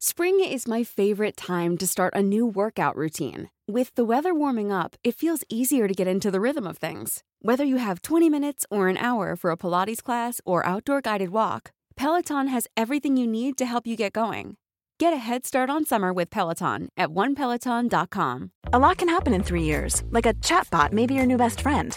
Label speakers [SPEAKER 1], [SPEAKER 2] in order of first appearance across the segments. [SPEAKER 1] Spring is my favorite time to start a new workout routine. With the weather warming up, it feels easier to get into the rhythm of things. Whether you have 20 minutes or an hour for a Pilates class or outdoor guided walk, Peloton has everything you need to help you get going. Get a head start on summer with Peloton at onepeloton.com.
[SPEAKER 2] A lot can happen in three years, like a chatbot may be your new best friend.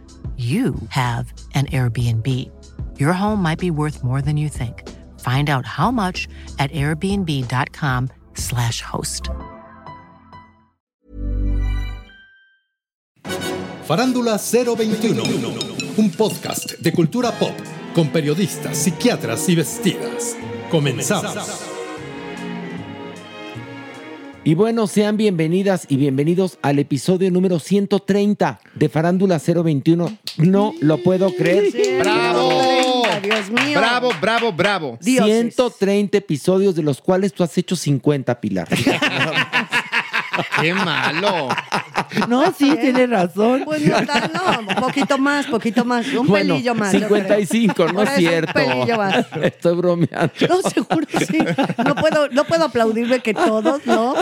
[SPEAKER 3] you have an Airbnb. Your home might be worth more than you think. Find out how much at airbnb.com/slash host.
[SPEAKER 4] Farándula 021, un podcast de cultura pop con periodistas, psiquiatras y vestidas. Comenzamos.
[SPEAKER 5] Y bueno, sean bienvenidas y bienvenidos al episodio número 130 de Farándula 021. No lo puedo creer.
[SPEAKER 6] ¡Bravo!
[SPEAKER 7] 130, Dios mío.
[SPEAKER 6] Bravo, bravo, bravo.
[SPEAKER 7] Dioses.
[SPEAKER 5] 130 episodios de los cuales tú has hecho 50, Pilar.
[SPEAKER 6] ¡Qué malo!
[SPEAKER 8] No, sí, tiene razón.
[SPEAKER 7] Pues no, tan- no, poquito más, poquito más, un
[SPEAKER 5] bueno,
[SPEAKER 7] pelillo más. yo creo.
[SPEAKER 5] 55, no
[SPEAKER 7] Por
[SPEAKER 5] es
[SPEAKER 7] eso,
[SPEAKER 5] cierto.
[SPEAKER 7] Un pelillo más.
[SPEAKER 5] Estoy bromeando.
[SPEAKER 7] No, seguro sí. No puedo, no puedo aplaudirme que todos, ¿no?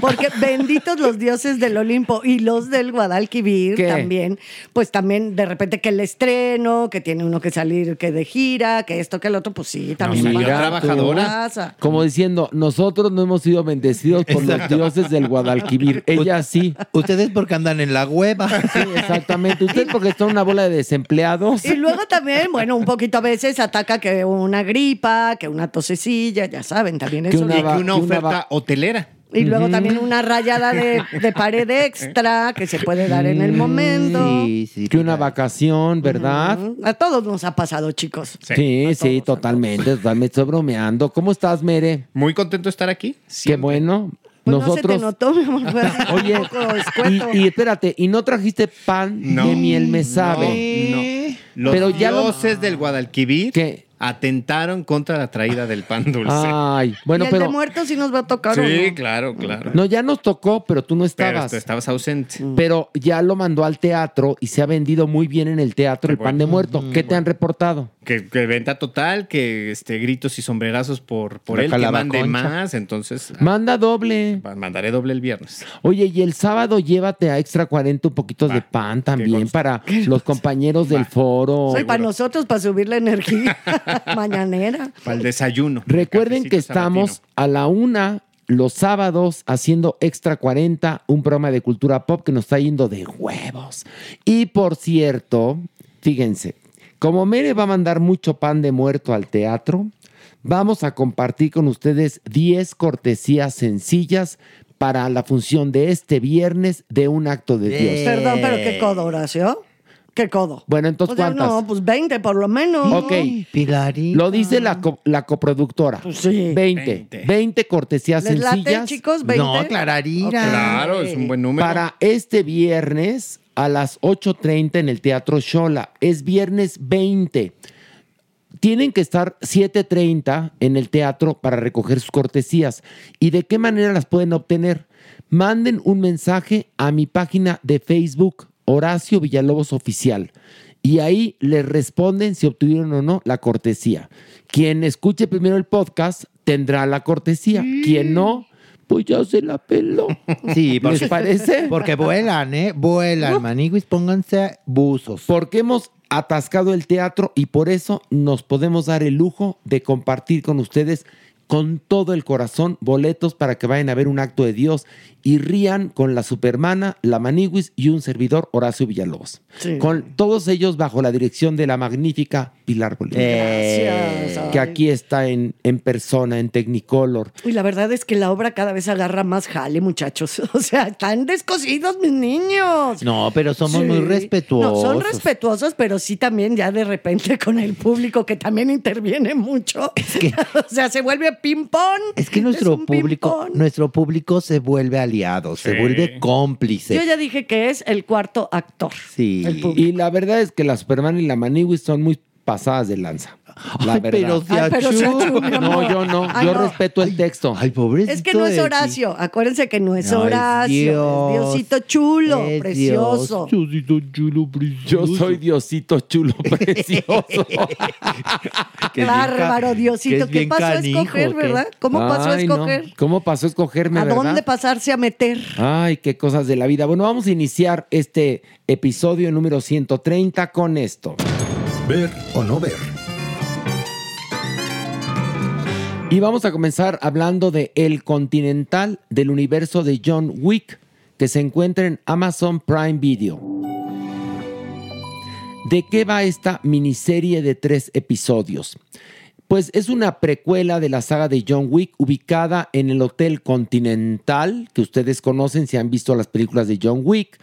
[SPEAKER 7] Porque benditos los dioses del Olimpo y los del Guadalquivir
[SPEAKER 5] ¿Qué?
[SPEAKER 7] también. Pues también de repente que el estreno, que tiene uno que salir, que de gira, que esto, que el otro, pues sí, también.
[SPEAKER 6] salió
[SPEAKER 7] pasa.
[SPEAKER 6] trabajadora.
[SPEAKER 7] Pasa.
[SPEAKER 5] Como diciendo, nosotros no hemos sido bendecidos por los dioses del Guadalquivir. Ella sí.
[SPEAKER 8] Ustedes porque andan en la hueva.
[SPEAKER 5] Sí, exactamente. Usted porque son una bola de desempleados.
[SPEAKER 7] Y luego también, bueno, un poquito a veces ataca que una gripa, que una tosecilla, ya saben, también
[SPEAKER 5] Que
[SPEAKER 7] eso.
[SPEAKER 5] una
[SPEAKER 7] de-
[SPEAKER 6] Y que
[SPEAKER 5] va-
[SPEAKER 6] una
[SPEAKER 5] que una
[SPEAKER 6] oferta
[SPEAKER 5] va-
[SPEAKER 6] hotelera.
[SPEAKER 7] Y luego también una rayada de, de pared extra que se puede dar en el momento.
[SPEAKER 8] Sí, sí.
[SPEAKER 5] Que una vacación, ¿verdad?
[SPEAKER 7] Mm, A todos nos ha pasado, chicos.
[SPEAKER 5] Sí, sí, totalmente, totalmente. Estoy bromeando. ¿Cómo estás, Mere?
[SPEAKER 6] Muy contento de estar aquí.
[SPEAKER 5] Qué bueno.
[SPEAKER 7] Pues no se
[SPEAKER 5] Nosotros.
[SPEAKER 7] te notó, mi amor. fue
[SPEAKER 5] Oye,
[SPEAKER 7] un poco escueto.
[SPEAKER 5] y, y espérate, y no trajiste pan
[SPEAKER 6] No.
[SPEAKER 5] de miel, me
[SPEAKER 6] No,
[SPEAKER 5] sabe.
[SPEAKER 6] no. Los
[SPEAKER 5] Pero ya lo-
[SPEAKER 6] dioses del Guadalquivir
[SPEAKER 5] ¿Qué?
[SPEAKER 6] atentaron contra la traída del pan dulce.
[SPEAKER 5] Ay, bueno,
[SPEAKER 7] y el de
[SPEAKER 5] pero.
[SPEAKER 7] muertos sí nos va a tocar ¿o
[SPEAKER 6] sí,
[SPEAKER 7] no?
[SPEAKER 6] claro, claro.
[SPEAKER 5] No, ya nos tocó, pero tú no
[SPEAKER 6] Pero
[SPEAKER 5] estabas. Mm.
[SPEAKER 6] tú estabas ausente.
[SPEAKER 5] Pero ya lo mandó al teatro y se ha vendido muy bien en el teatro el pan de muerto. ¿Qué te han reportado?
[SPEAKER 6] Que, que venta total, que este, gritos y sombrerazos por, por
[SPEAKER 8] La
[SPEAKER 6] él, que mande
[SPEAKER 8] calabaconcha.
[SPEAKER 6] más. Entonces,
[SPEAKER 5] Manda doble.
[SPEAKER 6] ah, mandaré doble el viernes.
[SPEAKER 5] Oye, y el sábado llévate a Extra 40 un poquito
[SPEAKER 6] Va,
[SPEAKER 5] de pan
[SPEAKER 6] qué
[SPEAKER 5] también
[SPEAKER 6] cosa.
[SPEAKER 5] para los compañeros del foro.
[SPEAKER 7] Soy para nosotros, para subir la energía mañanera.
[SPEAKER 6] Para el desayuno.
[SPEAKER 5] Recuerden que
[SPEAKER 6] Cafecito
[SPEAKER 5] estamos
[SPEAKER 6] sabatino.
[SPEAKER 5] a la una los sábados haciendo Extra 40, un programa de cultura pop que nos está yendo de huevos. Y por cierto, fíjense, como Mere va a mandar mucho pan de muerto al teatro, vamos a compartir con ustedes 10 cortesías sencillas para la función de este viernes de un acto de Dios.
[SPEAKER 7] Perdón, pero
[SPEAKER 6] Eh.
[SPEAKER 7] qué codo, Horacio. Qué codo.
[SPEAKER 5] Bueno, entonces,
[SPEAKER 7] O sea,
[SPEAKER 5] ¿cuántas?
[SPEAKER 7] No, pues 20 por lo menos.
[SPEAKER 5] Ok.
[SPEAKER 8] Ay, Pilarita.
[SPEAKER 5] Lo dice la, co- la coproductora.
[SPEAKER 7] Pues sí.
[SPEAKER 5] 20. 20.
[SPEAKER 6] 20.
[SPEAKER 5] cortesías
[SPEAKER 7] ¿Les late,
[SPEAKER 5] sencillas.
[SPEAKER 7] chicos? 20.
[SPEAKER 8] No, Clararira.
[SPEAKER 6] Claro, es un buen número.
[SPEAKER 5] Para este viernes a las 8.30 en el Teatro Shola. Es viernes 20. Tienen que estar 7.30 en el teatro para recoger sus cortesías. ¿Y de qué manera las pueden obtener? Manden un mensaje a mi página de Facebook, Horacio Villalobos Oficial. Y ahí les responden si obtuvieron o no la cortesía. Quien escuche primero el podcast tendrá la cortesía. Quien no, pues ya se la peló.
[SPEAKER 8] Sí, porque,
[SPEAKER 5] ¿Les parece?
[SPEAKER 8] porque vuelan, ¿eh? Vuelan, maniguis, pónganse buzos.
[SPEAKER 5] Porque hemos atascado el teatro y por eso nos podemos dar el lujo de compartir con ustedes con todo el corazón boletos para que vayan a ver un acto de Dios y rían con la Supermana, la Maniguis y un servidor Horacio Villalobos.
[SPEAKER 7] Sí.
[SPEAKER 5] Con todos ellos bajo la dirección de la magnífica Pilar Bolívar.
[SPEAKER 8] Eh,
[SPEAKER 7] Gracias.
[SPEAKER 5] Que
[SPEAKER 7] Ay.
[SPEAKER 5] aquí está en, en persona, en Technicolor.
[SPEAKER 7] Y la verdad es que la obra cada vez agarra más jale, muchachos. O sea, están descosidos mis niños.
[SPEAKER 8] No, pero somos
[SPEAKER 7] Sí.
[SPEAKER 8] muy respetuosos.
[SPEAKER 7] No, son respetuosos, pero sí también ya de repente con el público que también interviene mucho. o sea, se vuelve ping-pong.
[SPEAKER 8] Es que nuestro
[SPEAKER 7] un
[SPEAKER 8] público,
[SPEAKER 7] ping-pong.
[SPEAKER 8] nuestro público se vuelve aliado, se vuelve cómplice.
[SPEAKER 7] Yo ya dije que es el cuarto actor.
[SPEAKER 8] Sí.
[SPEAKER 7] El público.
[SPEAKER 5] Y la verdad es que la Superman y la Maniwis son muy pasadas de lanza. La
[SPEAKER 8] Ay,
[SPEAKER 5] verdad.
[SPEAKER 8] pero se
[SPEAKER 7] Ay, pero se achú, mi amor.
[SPEAKER 5] No, yo no.
[SPEAKER 7] Ay,
[SPEAKER 5] yo
[SPEAKER 7] no.
[SPEAKER 5] respeto el texto.
[SPEAKER 8] Ay, pobrecito.
[SPEAKER 7] Es que no es
[SPEAKER 8] de ti.
[SPEAKER 7] Horacio. Acuérdense que no es
[SPEAKER 8] No, es
[SPEAKER 7] Horacio. es
[SPEAKER 8] Dios.
[SPEAKER 7] Diosito chulo,
[SPEAKER 8] Es
[SPEAKER 7] precioso.
[SPEAKER 8] Dios.
[SPEAKER 4] Diosito chulo,
[SPEAKER 5] Yo soy Diosito chulo precioso.
[SPEAKER 8] Que es bien ca-
[SPEAKER 7] Bárbaro, Diosito,
[SPEAKER 8] que es
[SPEAKER 7] ¿qué
[SPEAKER 8] bien
[SPEAKER 7] pasó a
[SPEAKER 8] canijo,
[SPEAKER 7] escoger,
[SPEAKER 8] que-
[SPEAKER 7] verdad? ¿Cómo pasó a
[SPEAKER 5] Ay, no.
[SPEAKER 7] escoger?
[SPEAKER 5] ¿Cómo pasó a escogerme,
[SPEAKER 7] ¿A
[SPEAKER 5] verdad?
[SPEAKER 7] dónde pasarse a meter?
[SPEAKER 5] Ay, qué cosas de la vida. Bueno, vamos a iniciar este episodio número 130 con esto.
[SPEAKER 4] Ver o no ver.
[SPEAKER 5] Y vamos a comenzar hablando de El Continental del universo de John Wick, que se encuentra en Amazon Prime Video. ¿De qué va esta miniserie de tres episodios? Pues es una precuela de la saga de John Wick ubicada en el Hotel Continental, que ustedes conocen si han visto las películas de John Wick.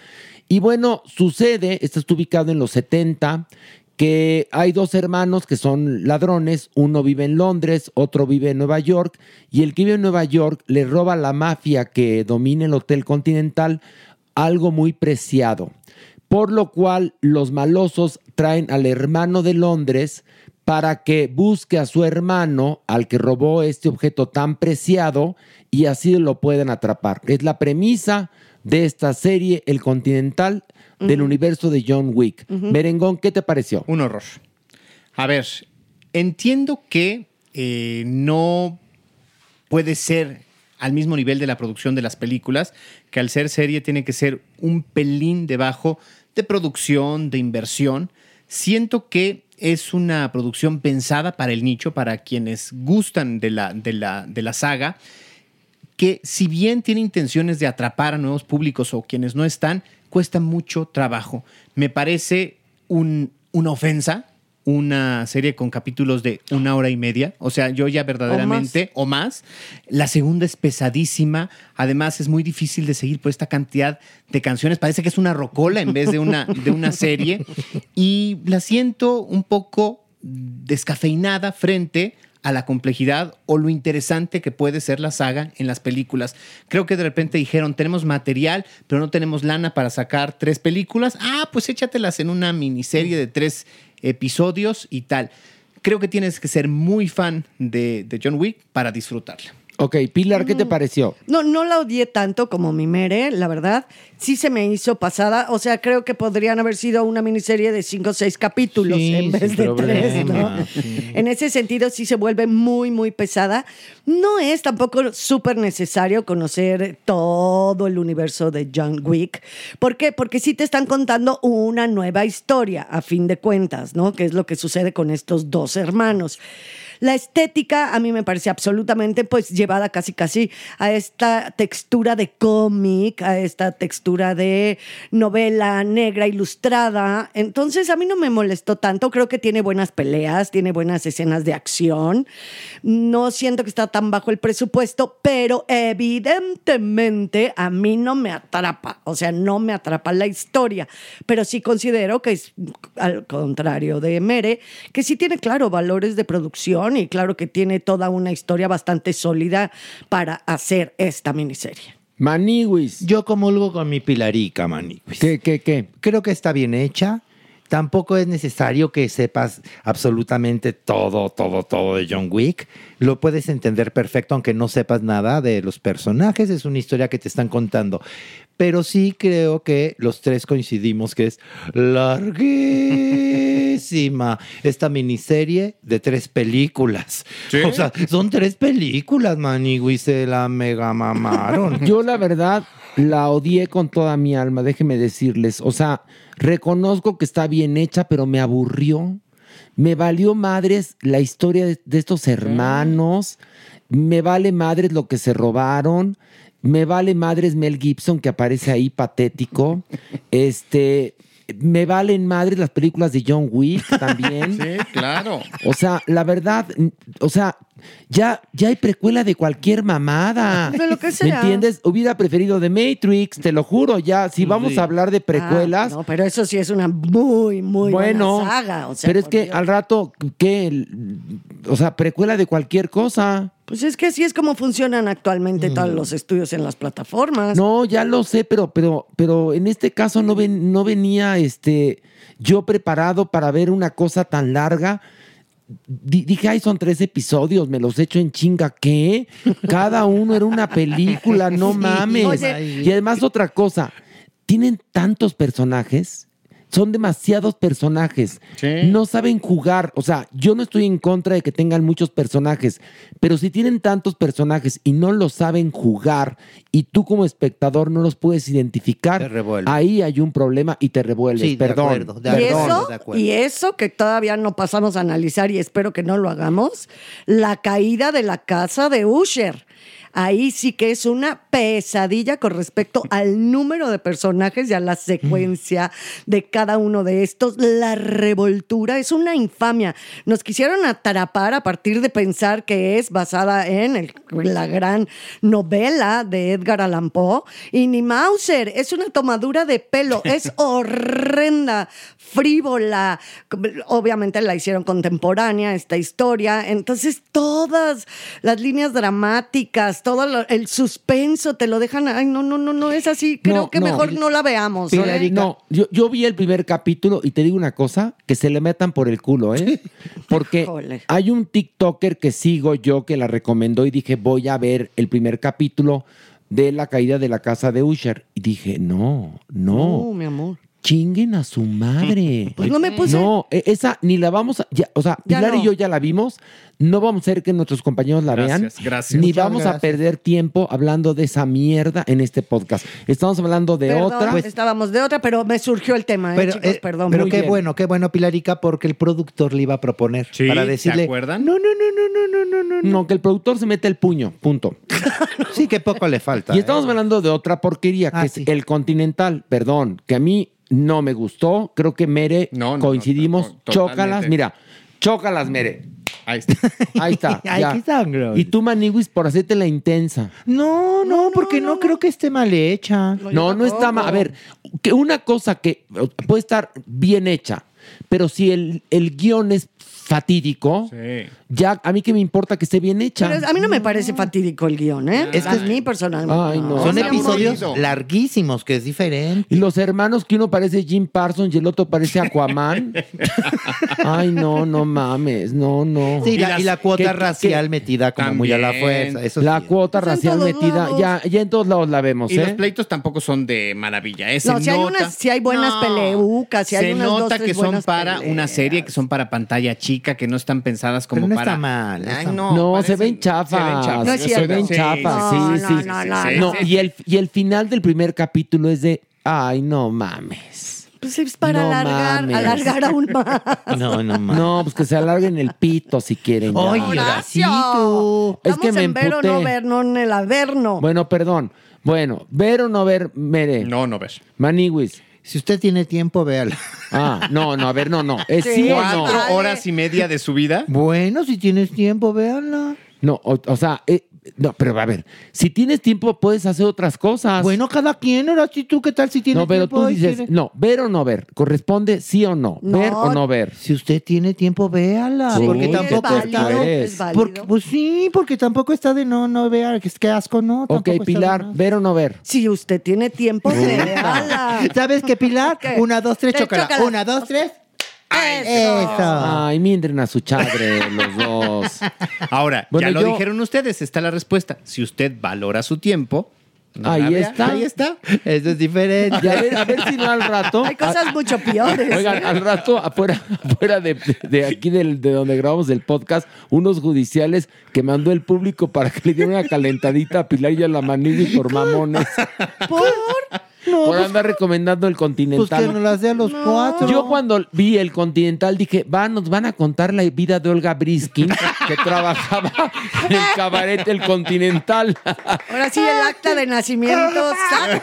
[SPEAKER 5] Y bueno, sucede, esto está ubicado en los 70, que hay dos hermanos que son ladrones, uno vive en Londres, otro vive en Nueva York, y el que vive en Nueva York le roba a la mafia que domina el Hotel Continental algo muy preciado por lo cual los malosos traen al hermano de Londres para que busque a su hermano, al que robó este objeto tan preciado, y así lo pueden atrapar. Es la premisa de esta serie, El Continental, del universo de John Wick. Merengón, ¿qué te pareció?
[SPEAKER 6] Un horror. A ver, entiendo que eh, no puede ser al mismo nivel de la producción de las películas, que al ser serie tiene que ser un pelín debajo de producción, de inversión. Siento que es una producción pensada para el nicho, para quienes gustan de la, de la, de la saga que si bien tiene intenciones de atrapar a nuevos públicos o quienes no están, cuesta mucho trabajo. Me parece un- una ofensa una serie con capítulos de una hora y media, o sea, yo ya verdaderamente o más. La segunda es pesadísima, además es muy difícil de seguir pues, por esta cantidad de canciones, parece que es una rocola en vez de una, de una serie, y la siento un poco descafeinada frente a la complejidad o lo interesante que puede ser la saga en las películas. Creo que de repente dijeron, tenemos material, pero no tenemos lana para sacar tres películas. Ah, pues échatelas en una miniserie de tres episodios y tal. Creo que tienes que ser muy fan de, de John Wick para disfrutarla. Mm,
[SPEAKER 5] Ok, Pilar, ¿qué te pareció?
[SPEAKER 7] No, no la odié tanto como mi mere, la verdad. Sí se me hizo pasada. O sea, creo que podrían haber sido una miniserie de cinco o seis capítulos
[SPEAKER 8] Sí,
[SPEAKER 7] en vez
[SPEAKER 8] sin
[SPEAKER 7] de tres,
[SPEAKER 8] problema,
[SPEAKER 7] ¿no? En ese sentido, sí se vuelve muy, muy pesada. No es tampoco súper necesario conocer todo el universo de John Wick. ¿Por qué? Porque sí te están contando una nueva historia, a fin de cuentas, ¿no? Que es lo que sucede con estos dos hermanos. La estética a mí me parece absolutamente pues llevada casi casi a esta textura de cómic, a esta textura de novela negra ilustrada. Entonces a mí no me molestó tanto, creo que tiene buenas peleas, tiene buenas escenas de acción. No siento que está tan bajo el presupuesto, pero evidentemente a mí no me atrapa, o sea, no me atrapa la historia, pero sí considero que es al contrario de Mere, que sí tiene, claro, valores de producción y claro que tiene toda una historia bastante sólida para hacer esta miniserie.
[SPEAKER 5] Maniwis,
[SPEAKER 8] Yo comulgo con mi pilarica, maniguis.
[SPEAKER 5] ¿qué, qué, qué?
[SPEAKER 8] Creo que está bien hecha. Tampoco es necesario que sepas absolutamente todo, todo, todo de John Wick. Lo puedes entender perfecto aunque no sepas nada de los personajes. Es una historia que te están contando. Pero sí creo que los tres coincidimos que es larguísima esta miniserie de tres películas. O sea, son tres películas, manigui, se la mega mamaron.
[SPEAKER 5] Yo la verdad la odié con toda mi alma, déjenme decirles. O sea, reconozco que está bien hecha, pero me aburrió. Me valió madres la historia de, de estos hermanos. Me vale madres lo que se robaron. Me vale madres Mel Gibson que aparece ahí patético. Este, me valen madres las películas de John Wick también.
[SPEAKER 6] Sí, claro.
[SPEAKER 5] O sea, la verdad, mm, o sea, ya, ya hay precuela de cualquier mamada.
[SPEAKER 7] De lo que sea.
[SPEAKER 5] ¿Me entiendes? Hubiera preferido de Matrix, te lo juro, ya. Si vamos
[SPEAKER 7] Sí.
[SPEAKER 5] a hablar de precuelas,
[SPEAKER 7] Ah, no, pero eso sí es una muy, muy
[SPEAKER 5] bueno,
[SPEAKER 7] buena saga. O sea,
[SPEAKER 5] pero es
[SPEAKER 7] por
[SPEAKER 5] que
[SPEAKER 7] Dios.
[SPEAKER 5] al rato, ¿qué? El- O sea, precuela de cualquier cosa.
[SPEAKER 7] Pues es que así es como funcionan actualmente todos los estudios en las plataformas.
[SPEAKER 5] No, ya lo sé, pero, pero, pero en este caso no, ven- no venía este, yo preparado para ver una cosa tan larga. Di- dije, ay, son tres episodios, me los echo en chinga. ¿Qué? Cada uno era una película, no
[SPEAKER 8] Sí,
[SPEAKER 5] mames.
[SPEAKER 8] oye.
[SPEAKER 5] y además, otra cosa, tienen tantos personajes. Son demasiados personajes. No saben jugar. O sea, yo no estoy en contra de que tengan muchos personajes, pero si tienen tantos personajes y no los saben jugar y tú como espectador no los puedes identificar, ahí hay un problema y te revuelves.
[SPEAKER 7] Sí, de
[SPEAKER 5] Perdón.
[SPEAKER 7] acuerdo, de Y
[SPEAKER 5] perdón.
[SPEAKER 7] eso, y eso que todavía no pasamos a analizar y espero que no lo hagamos, la caída de la casa de Usher. Ahí sí que es una pesadilla con respecto al número de personajes y a la secuencia de cada uno de estos. La revoltura es una infamia. Nos quisieron atrapar a partir de pensar que es basada en el- la gran novela de Edgar Allan Poe. Y ni Mauser, es una tomadura de pelo, es horrenda, frívola. Obviamente la hicieron contemporánea esta historia. Entonces todas las líneas dramáticas, todo lo- el suspenso te lo dejan. Ay, no, no, no, no es así. Creo
[SPEAKER 5] No,
[SPEAKER 7] que
[SPEAKER 5] no.
[SPEAKER 7] mejor no la veamos. ¿eh?
[SPEAKER 5] No, yo, yo vi el primer capítulo y te digo una cosa, que se le metan por el culo, ¿eh? Porque hay un TikToker que sigo yo que la recomendó y dije, voy a ver el primer capítulo de la caída de la casa de Usher. Y dije, no, no.
[SPEAKER 7] No, mi amor.
[SPEAKER 5] Chinguen a su madre.
[SPEAKER 7] Pues no me puse-
[SPEAKER 5] No, e- esa ni la vamos a. ya, o sea,
[SPEAKER 7] Ya
[SPEAKER 5] Pilar
[SPEAKER 7] no.
[SPEAKER 5] y yo ya la vimos. No vamos a hacer que nuestros compañeros la
[SPEAKER 6] Gracias,
[SPEAKER 5] vean.
[SPEAKER 6] gracias.
[SPEAKER 5] Ni
[SPEAKER 6] Muchas
[SPEAKER 5] vamos a
[SPEAKER 6] gracias.
[SPEAKER 5] perder tiempo hablando de esa mierda en este podcast. Estamos hablando de
[SPEAKER 7] Perdón,
[SPEAKER 5] otra.
[SPEAKER 7] estábamos de otra, pero me surgió el tema, ¿eh,
[SPEAKER 5] Pero,
[SPEAKER 7] chicos?
[SPEAKER 5] eh,
[SPEAKER 7] perdón.
[SPEAKER 8] Pero qué bueno, qué bueno, Pilarica, porque el productor le iba a proponer para decirle.
[SPEAKER 5] acuerdan? No, no, no, no, no, no, no. No, que el productor se mete el puño, punto.
[SPEAKER 8] sí, que poco le falta.
[SPEAKER 5] Y
[SPEAKER 8] ¿eh?
[SPEAKER 5] estamos hablando de otra porquería, que es el Continental, perdón, que a mí no me gustó. Creo que Mere coincidimos.
[SPEAKER 6] to-
[SPEAKER 5] chócalas,
[SPEAKER 6] totalmente.
[SPEAKER 5] mira, chócalas, Mere. Ahí está. Ahí está.
[SPEAKER 8] Ay,
[SPEAKER 5] ya.
[SPEAKER 8] qué sangre.
[SPEAKER 5] Y tú, Maniwis, por hacerte la intensa.
[SPEAKER 8] No, no, porque no, creo que esté mal hecha.
[SPEAKER 5] No, no está mal. A ver, que una cosa que eh, puede estar bien hecha, pero si el, el guión es fatídico, ya a mí que me importa que esté bien hecha.
[SPEAKER 7] Pero a mí no me parece fatídico el guión, ¿eh?
[SPEAKER 5] Es que
[SPEAKER 7] a
[SPEAKER 5] es-
[SPEAKER 7] mí personalmente.
[SPEAKER 5] Ay, no.
[SPEAKER 8] Son episodios
[SPEAKER 5] larguísimos, que es diferente. Y los hermanos, que uno parece Jim Parsons y el otro parece Aquaman. Ay, no, no mames, no, no.
[SPEAKER 8] Sí, y la- y la cuota racial metida como muy a la fuerza, eso
[SPEAKER 5] la cuota
[SPEAKER 8] Pues en
[SPEAKER 5] racial
[SPEAKER 8] todos
[SPEAKER 5] metida,
[SPEAKER 8] lados.
[SPEAKER 5] ya, ya en todos lados la vemos,
[SPEAKER 6] Y los
[SPEAKER 5] ¿eh?
[SPEAKER 6] pleitos tampoco son de maravilla. ¿eh? Se
[SPEAKER 7] No, si hay,
[SPEAKER 6] nota-
[SPEAKER 7] unas, si hay buenas peleucas, si hay
[SPEAKER 6] se
[SPEAKER 7] unas dos,
[SPEAKER 6] nota
[SPEAKER 7] tres
[SPEAKER 6] que son
[SPEAKER 7] buenas
[SPEAKER 6] para
[SPEAKER 7] peleas.
[SPEAKER 6] una serie, que son para pantalla chica, que no están pensadas como
[SPEAKER 8] no
[SPEAKER 6] para.
[SPEAKER 8] está mal, no
[SPEAKER 6] Ay,
[SPEAKER 8] está mal.
[SPEAKER 6] no.
[SPEAKER 5] No, se ven chafas.
[SPEAKER 6] se ven chafas. No es
[SPEAKER 5] Se
[SPEAKER 6] cierto.
[SPEAKER 5] ven
[SPEAKER 6] Sí,
[SPEAKER 5] chafas, sí,
[SPEAKER 6] no,
[SPEAKER 5] sí.
[SPEAKER 6] no, no, no,
[SPEAKER 5] sí,
[SPEAKER 6] no.
[SPEAKER 5] sí. y el, y el final del primer capítulo es de, ay, no mames.
[SPEAKER 7] Pues es para
[SPEAKER 5] No
[SPEAKER 7] alargar,
[SPEAKER 5] mames.
[SPEAKER 7] alargar aún más.
[SPEAKER 5] No, no mames. No, pues que se alarguen el pito si quieren. ya.
[SPEAKER 7] Horacio,
[SPEAKER 5] Es
[SPEAKER 7] Estamos
[SPEAKER 5] que me
[SPEAKER 7] en ver o no
[SPEAKER 5] emputé.
[SPEAKER 7] ver, no en el averno.
[SPEAKER 5] Bueno, perdón. Bueno, ver o no ver, Mere. No, no ver. Maniwis.
[SPEAKER 8] Si usted tiene tiempo, véala.
[SPEAKER 5] Ah, no, no, a ver, no, no. Es sí, o no.
[SPEAKER 6] cuatro horas y media de su vida.
[SPEAKER 5] Bueno, si tienes tiempo, véanla. No, o, o sea, eh, no, pero a ver, si tienes tiempo puedes hacer otras cosas. Bueno, cada quien, ahora sí tú, ¿qué tal si
[SPEAKER 8] tienes
[SPEAKER 5] No, pero
[SPEAKER 8] tiempo?
[SPEAKER 5] tú
[SPEAKER 8] Ay,
[SPEAKER 5] dices,
[SPEAKER 8] quiere-
[SPEAKER 5] no, ver o no ver, corresponde sí o no, ver o no ver.
[SPEAKER 8] Si usted tiene tiempo, véala.
[SPEAKER 5] Sí,
[SPEAKER 8] porque
[SPEAKER 5] es
[SPEAKER 8] tampoco está.
[SPEAKER 5] válido, Ah, es válido.
[SPEAKER 8] Porque- pues sí, porque tampoco está de no, no vea, que es que asco, no.
[SPEAKER 5] Ok, Pilar, ver o no ver.
[SPEAKER 7] Si usted tiene tiempo, véala.
[SPEAKER 8] ¿Sabes qué, Pilar? Una, dos, tres,
[SPEAKER 7] Tres
[SPEAKER 8] chocolate.
[SPEAKER 7] chócalas.
[SPEAKER 8] Una, dos, tres.
[SPEAKER 5] Ay, mindren a su chadre los dos.
[SPEAKER 6] Ahora,
[SPEAKER 5] Bueno,
[SPEAKER 6] ya lo
[SPEAKER 5] yo-
[SPEAKER 6] dijeron ustedes, está la respuesta. Si usted valora su tiempo. no la
[SPEAKER 5] Ahí
[SPEAKER 6] vea.
[SPEAKER 5] está.
[SPEAKER 6] Ahí está.
[SPEAKER 8] Eso es diferente.
[SPEAKER 5] Y a ver, a ver si no al rato.
[SPEAKER 7] Hay cosas mucho peores.
[SPEAKER 5] Oigan, al rato, afuera, afuera de, de aquí del- de donde grabamos el podcast, unos judiciales que mandó el público para que le diera una calentadita a Pilar y a la Manigui por mamones.
[SPEAKER 7] ¿Por?
[SPEAKER 5] por andar recomendando el
[SPEAKER 8] Pues
[SPEAKER 5] Continental.
[SPEAKER 8] que nos las dé a los cuatro.
[SPEAKER 5] Yo cuando vi el Continental dije, va, nos van a contar la vida de Olga Briskin, que trabajaba en el cabaret El Continental.
[SPEAKER 7] Ahora sí, el acta de nacimiento,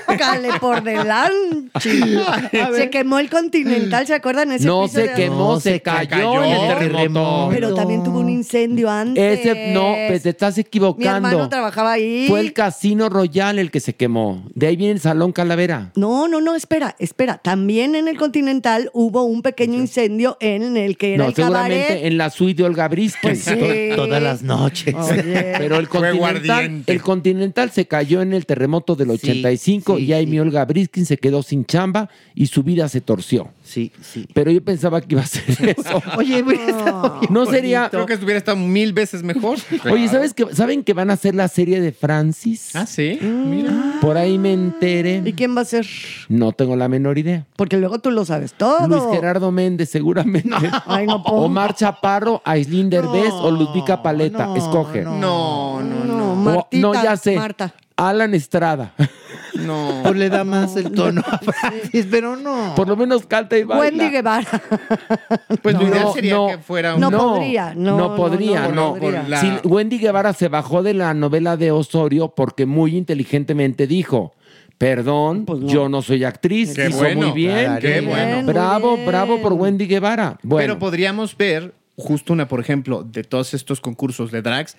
[SPEAKER 7] sácale por delante. Se quemó el Continental, ¿se acuerdan? Ese
[SPEAKER 5] no
[SPEAKER 7] piso
[SPEAKER 5] se
[SPEAKER 7] de-
[SPEAKER 5] quemó,
[SPEAKER 8] No,
[SPEAKER 5] se,
[SPEAKER 8] se
[SPEAKER 5] cayó,
[SPEAKER 8] cayó,
[SPEAKER 5] en el terremoto.
[SPEAKER 8] terremoto.
[SPEAKER 7] Pero también tuvo un incendio antes.
[SPEAKER 5] Ese, no, pues, te estás
[SPEAKER 7] Mi hermano
[SPEAKER 5] equivocando.
[SPEAKER 7] trabajaba ahí.
[SPEAKER 5] Fue el Casino Royal el que se quemó. De ahí viene el Salón Calavera.
[SPEAKER 7] No, no, no, espera, espera. También en el Continental hubo un pequeño incendio en el que era
[SPEAKER 5] no,
[SPEAKER 7] el cabaret.
[SPEAKER 5] seguramente en la suite de Olga Briskin.
[SPEAKER 7] Pues sí.
[SPEAKER 8] To- Todas las noches.
[SPEAKER 7] Oye.
[SPEAKER 5] Pero el
[SPEAKER 6] Fuego
[SPEAKER 5] continental,
[SPEAKER 6] ardiente.
[SPEAKER 5] el continental se cayó en el terremoto del 85
[SPEAKER 8] sí,
[SPEAKER 5] y ahí
[SPEAKER 8] sí.
[SPEAKER 5] mi Olga Briskin se quedó sin chamba y su vida se torció.
[SPEAKER 8] Sí, sí.
[SPEAKER 5] Pero yo pensaba que iba a ser eso.
[SPEAKER 8] Oye, güey, está bien
[SPEAKER 5] No sería.
[SPEAKER 6] Creo que estuviera estado mil veces mejor.
[SPEAKER 5] Oye, ¿sabes que, ¿saben que van a hacer la serie de Francis?
[SPEAKER 6] Ah, sí. Mira.
[SPEAKER 5] Por ahí me enteré.
[SPEAKER 7] ¿Y quién va a ser?
[SPEAKER 5] No tengo la menor idea.
[SPEAKER 7] Porque luego tú lo sabes todo.
[SPEAKER 5] Luis Gerardo Méndez, seguramente.
[SPEAKER 7] Ay, no puedo.
[SPEAKER 5] Omar Chaparro, Aislinn Derbez o Ludvica Paleta.
[SPEAKER 8] no,
[SPEAKER 5] Escoge.
[SPEAKER 6] No, no, no.
[SPEAKER 7] No,
[SPEAKER 5] O-
[SPEAKER 7] Martita,
[SPEAKER 5] no, ya sé.
[SPEAKER 7] Marta.
[SPEAKER 5] Alan Estrada.
[SPEAKER 6] no.
[SPEAKER 8] Pues le da más el tono a Francis, pero no.
[SPEAKER 5] Por lo menos canta y baila.
[SPEAKER 7] Wendy Guevara.
[SPEAKER 6] Pues lo
[SPEAKER 5] No,
[SPEAKER 6] ideal sería
[SPEAKER 5] no,
[SPEAKER 6] que fuera un.
[SPEAKER 7] No podría, no,
[SPEAKER 5] no podría,
[SPEAKER 6] no,
[SPEAKER 5] no.
[SPEAKER 6] por la-
[SPEAKER 5] Sí, Wendy Guevara se bajó de la novela de Osorio porque muy inteligentemente dijo, perdón, yo no soy actriz,
[SPEAKER 6] Qué
[SPEAKER 5] hizo
[SPEAKER 6] bueno,
[SPEAKER 5] muy bien.
[SPEAKER 8] claro,
[SPEAKER 6] qué
[SPEAKER 7] Muy
[SPEAKER 6] bueno.
[SPEAKER 7] bien, muy
[SPEAKER 5] Bravo,
[SPEAKER 7] bien.
[SPEAKER 5] bravo por Wendy Guevara. Bueno,
[SPEAKER 6] Pero podríamos ver justo una, por ejemplo, de todos estos concursos de drags,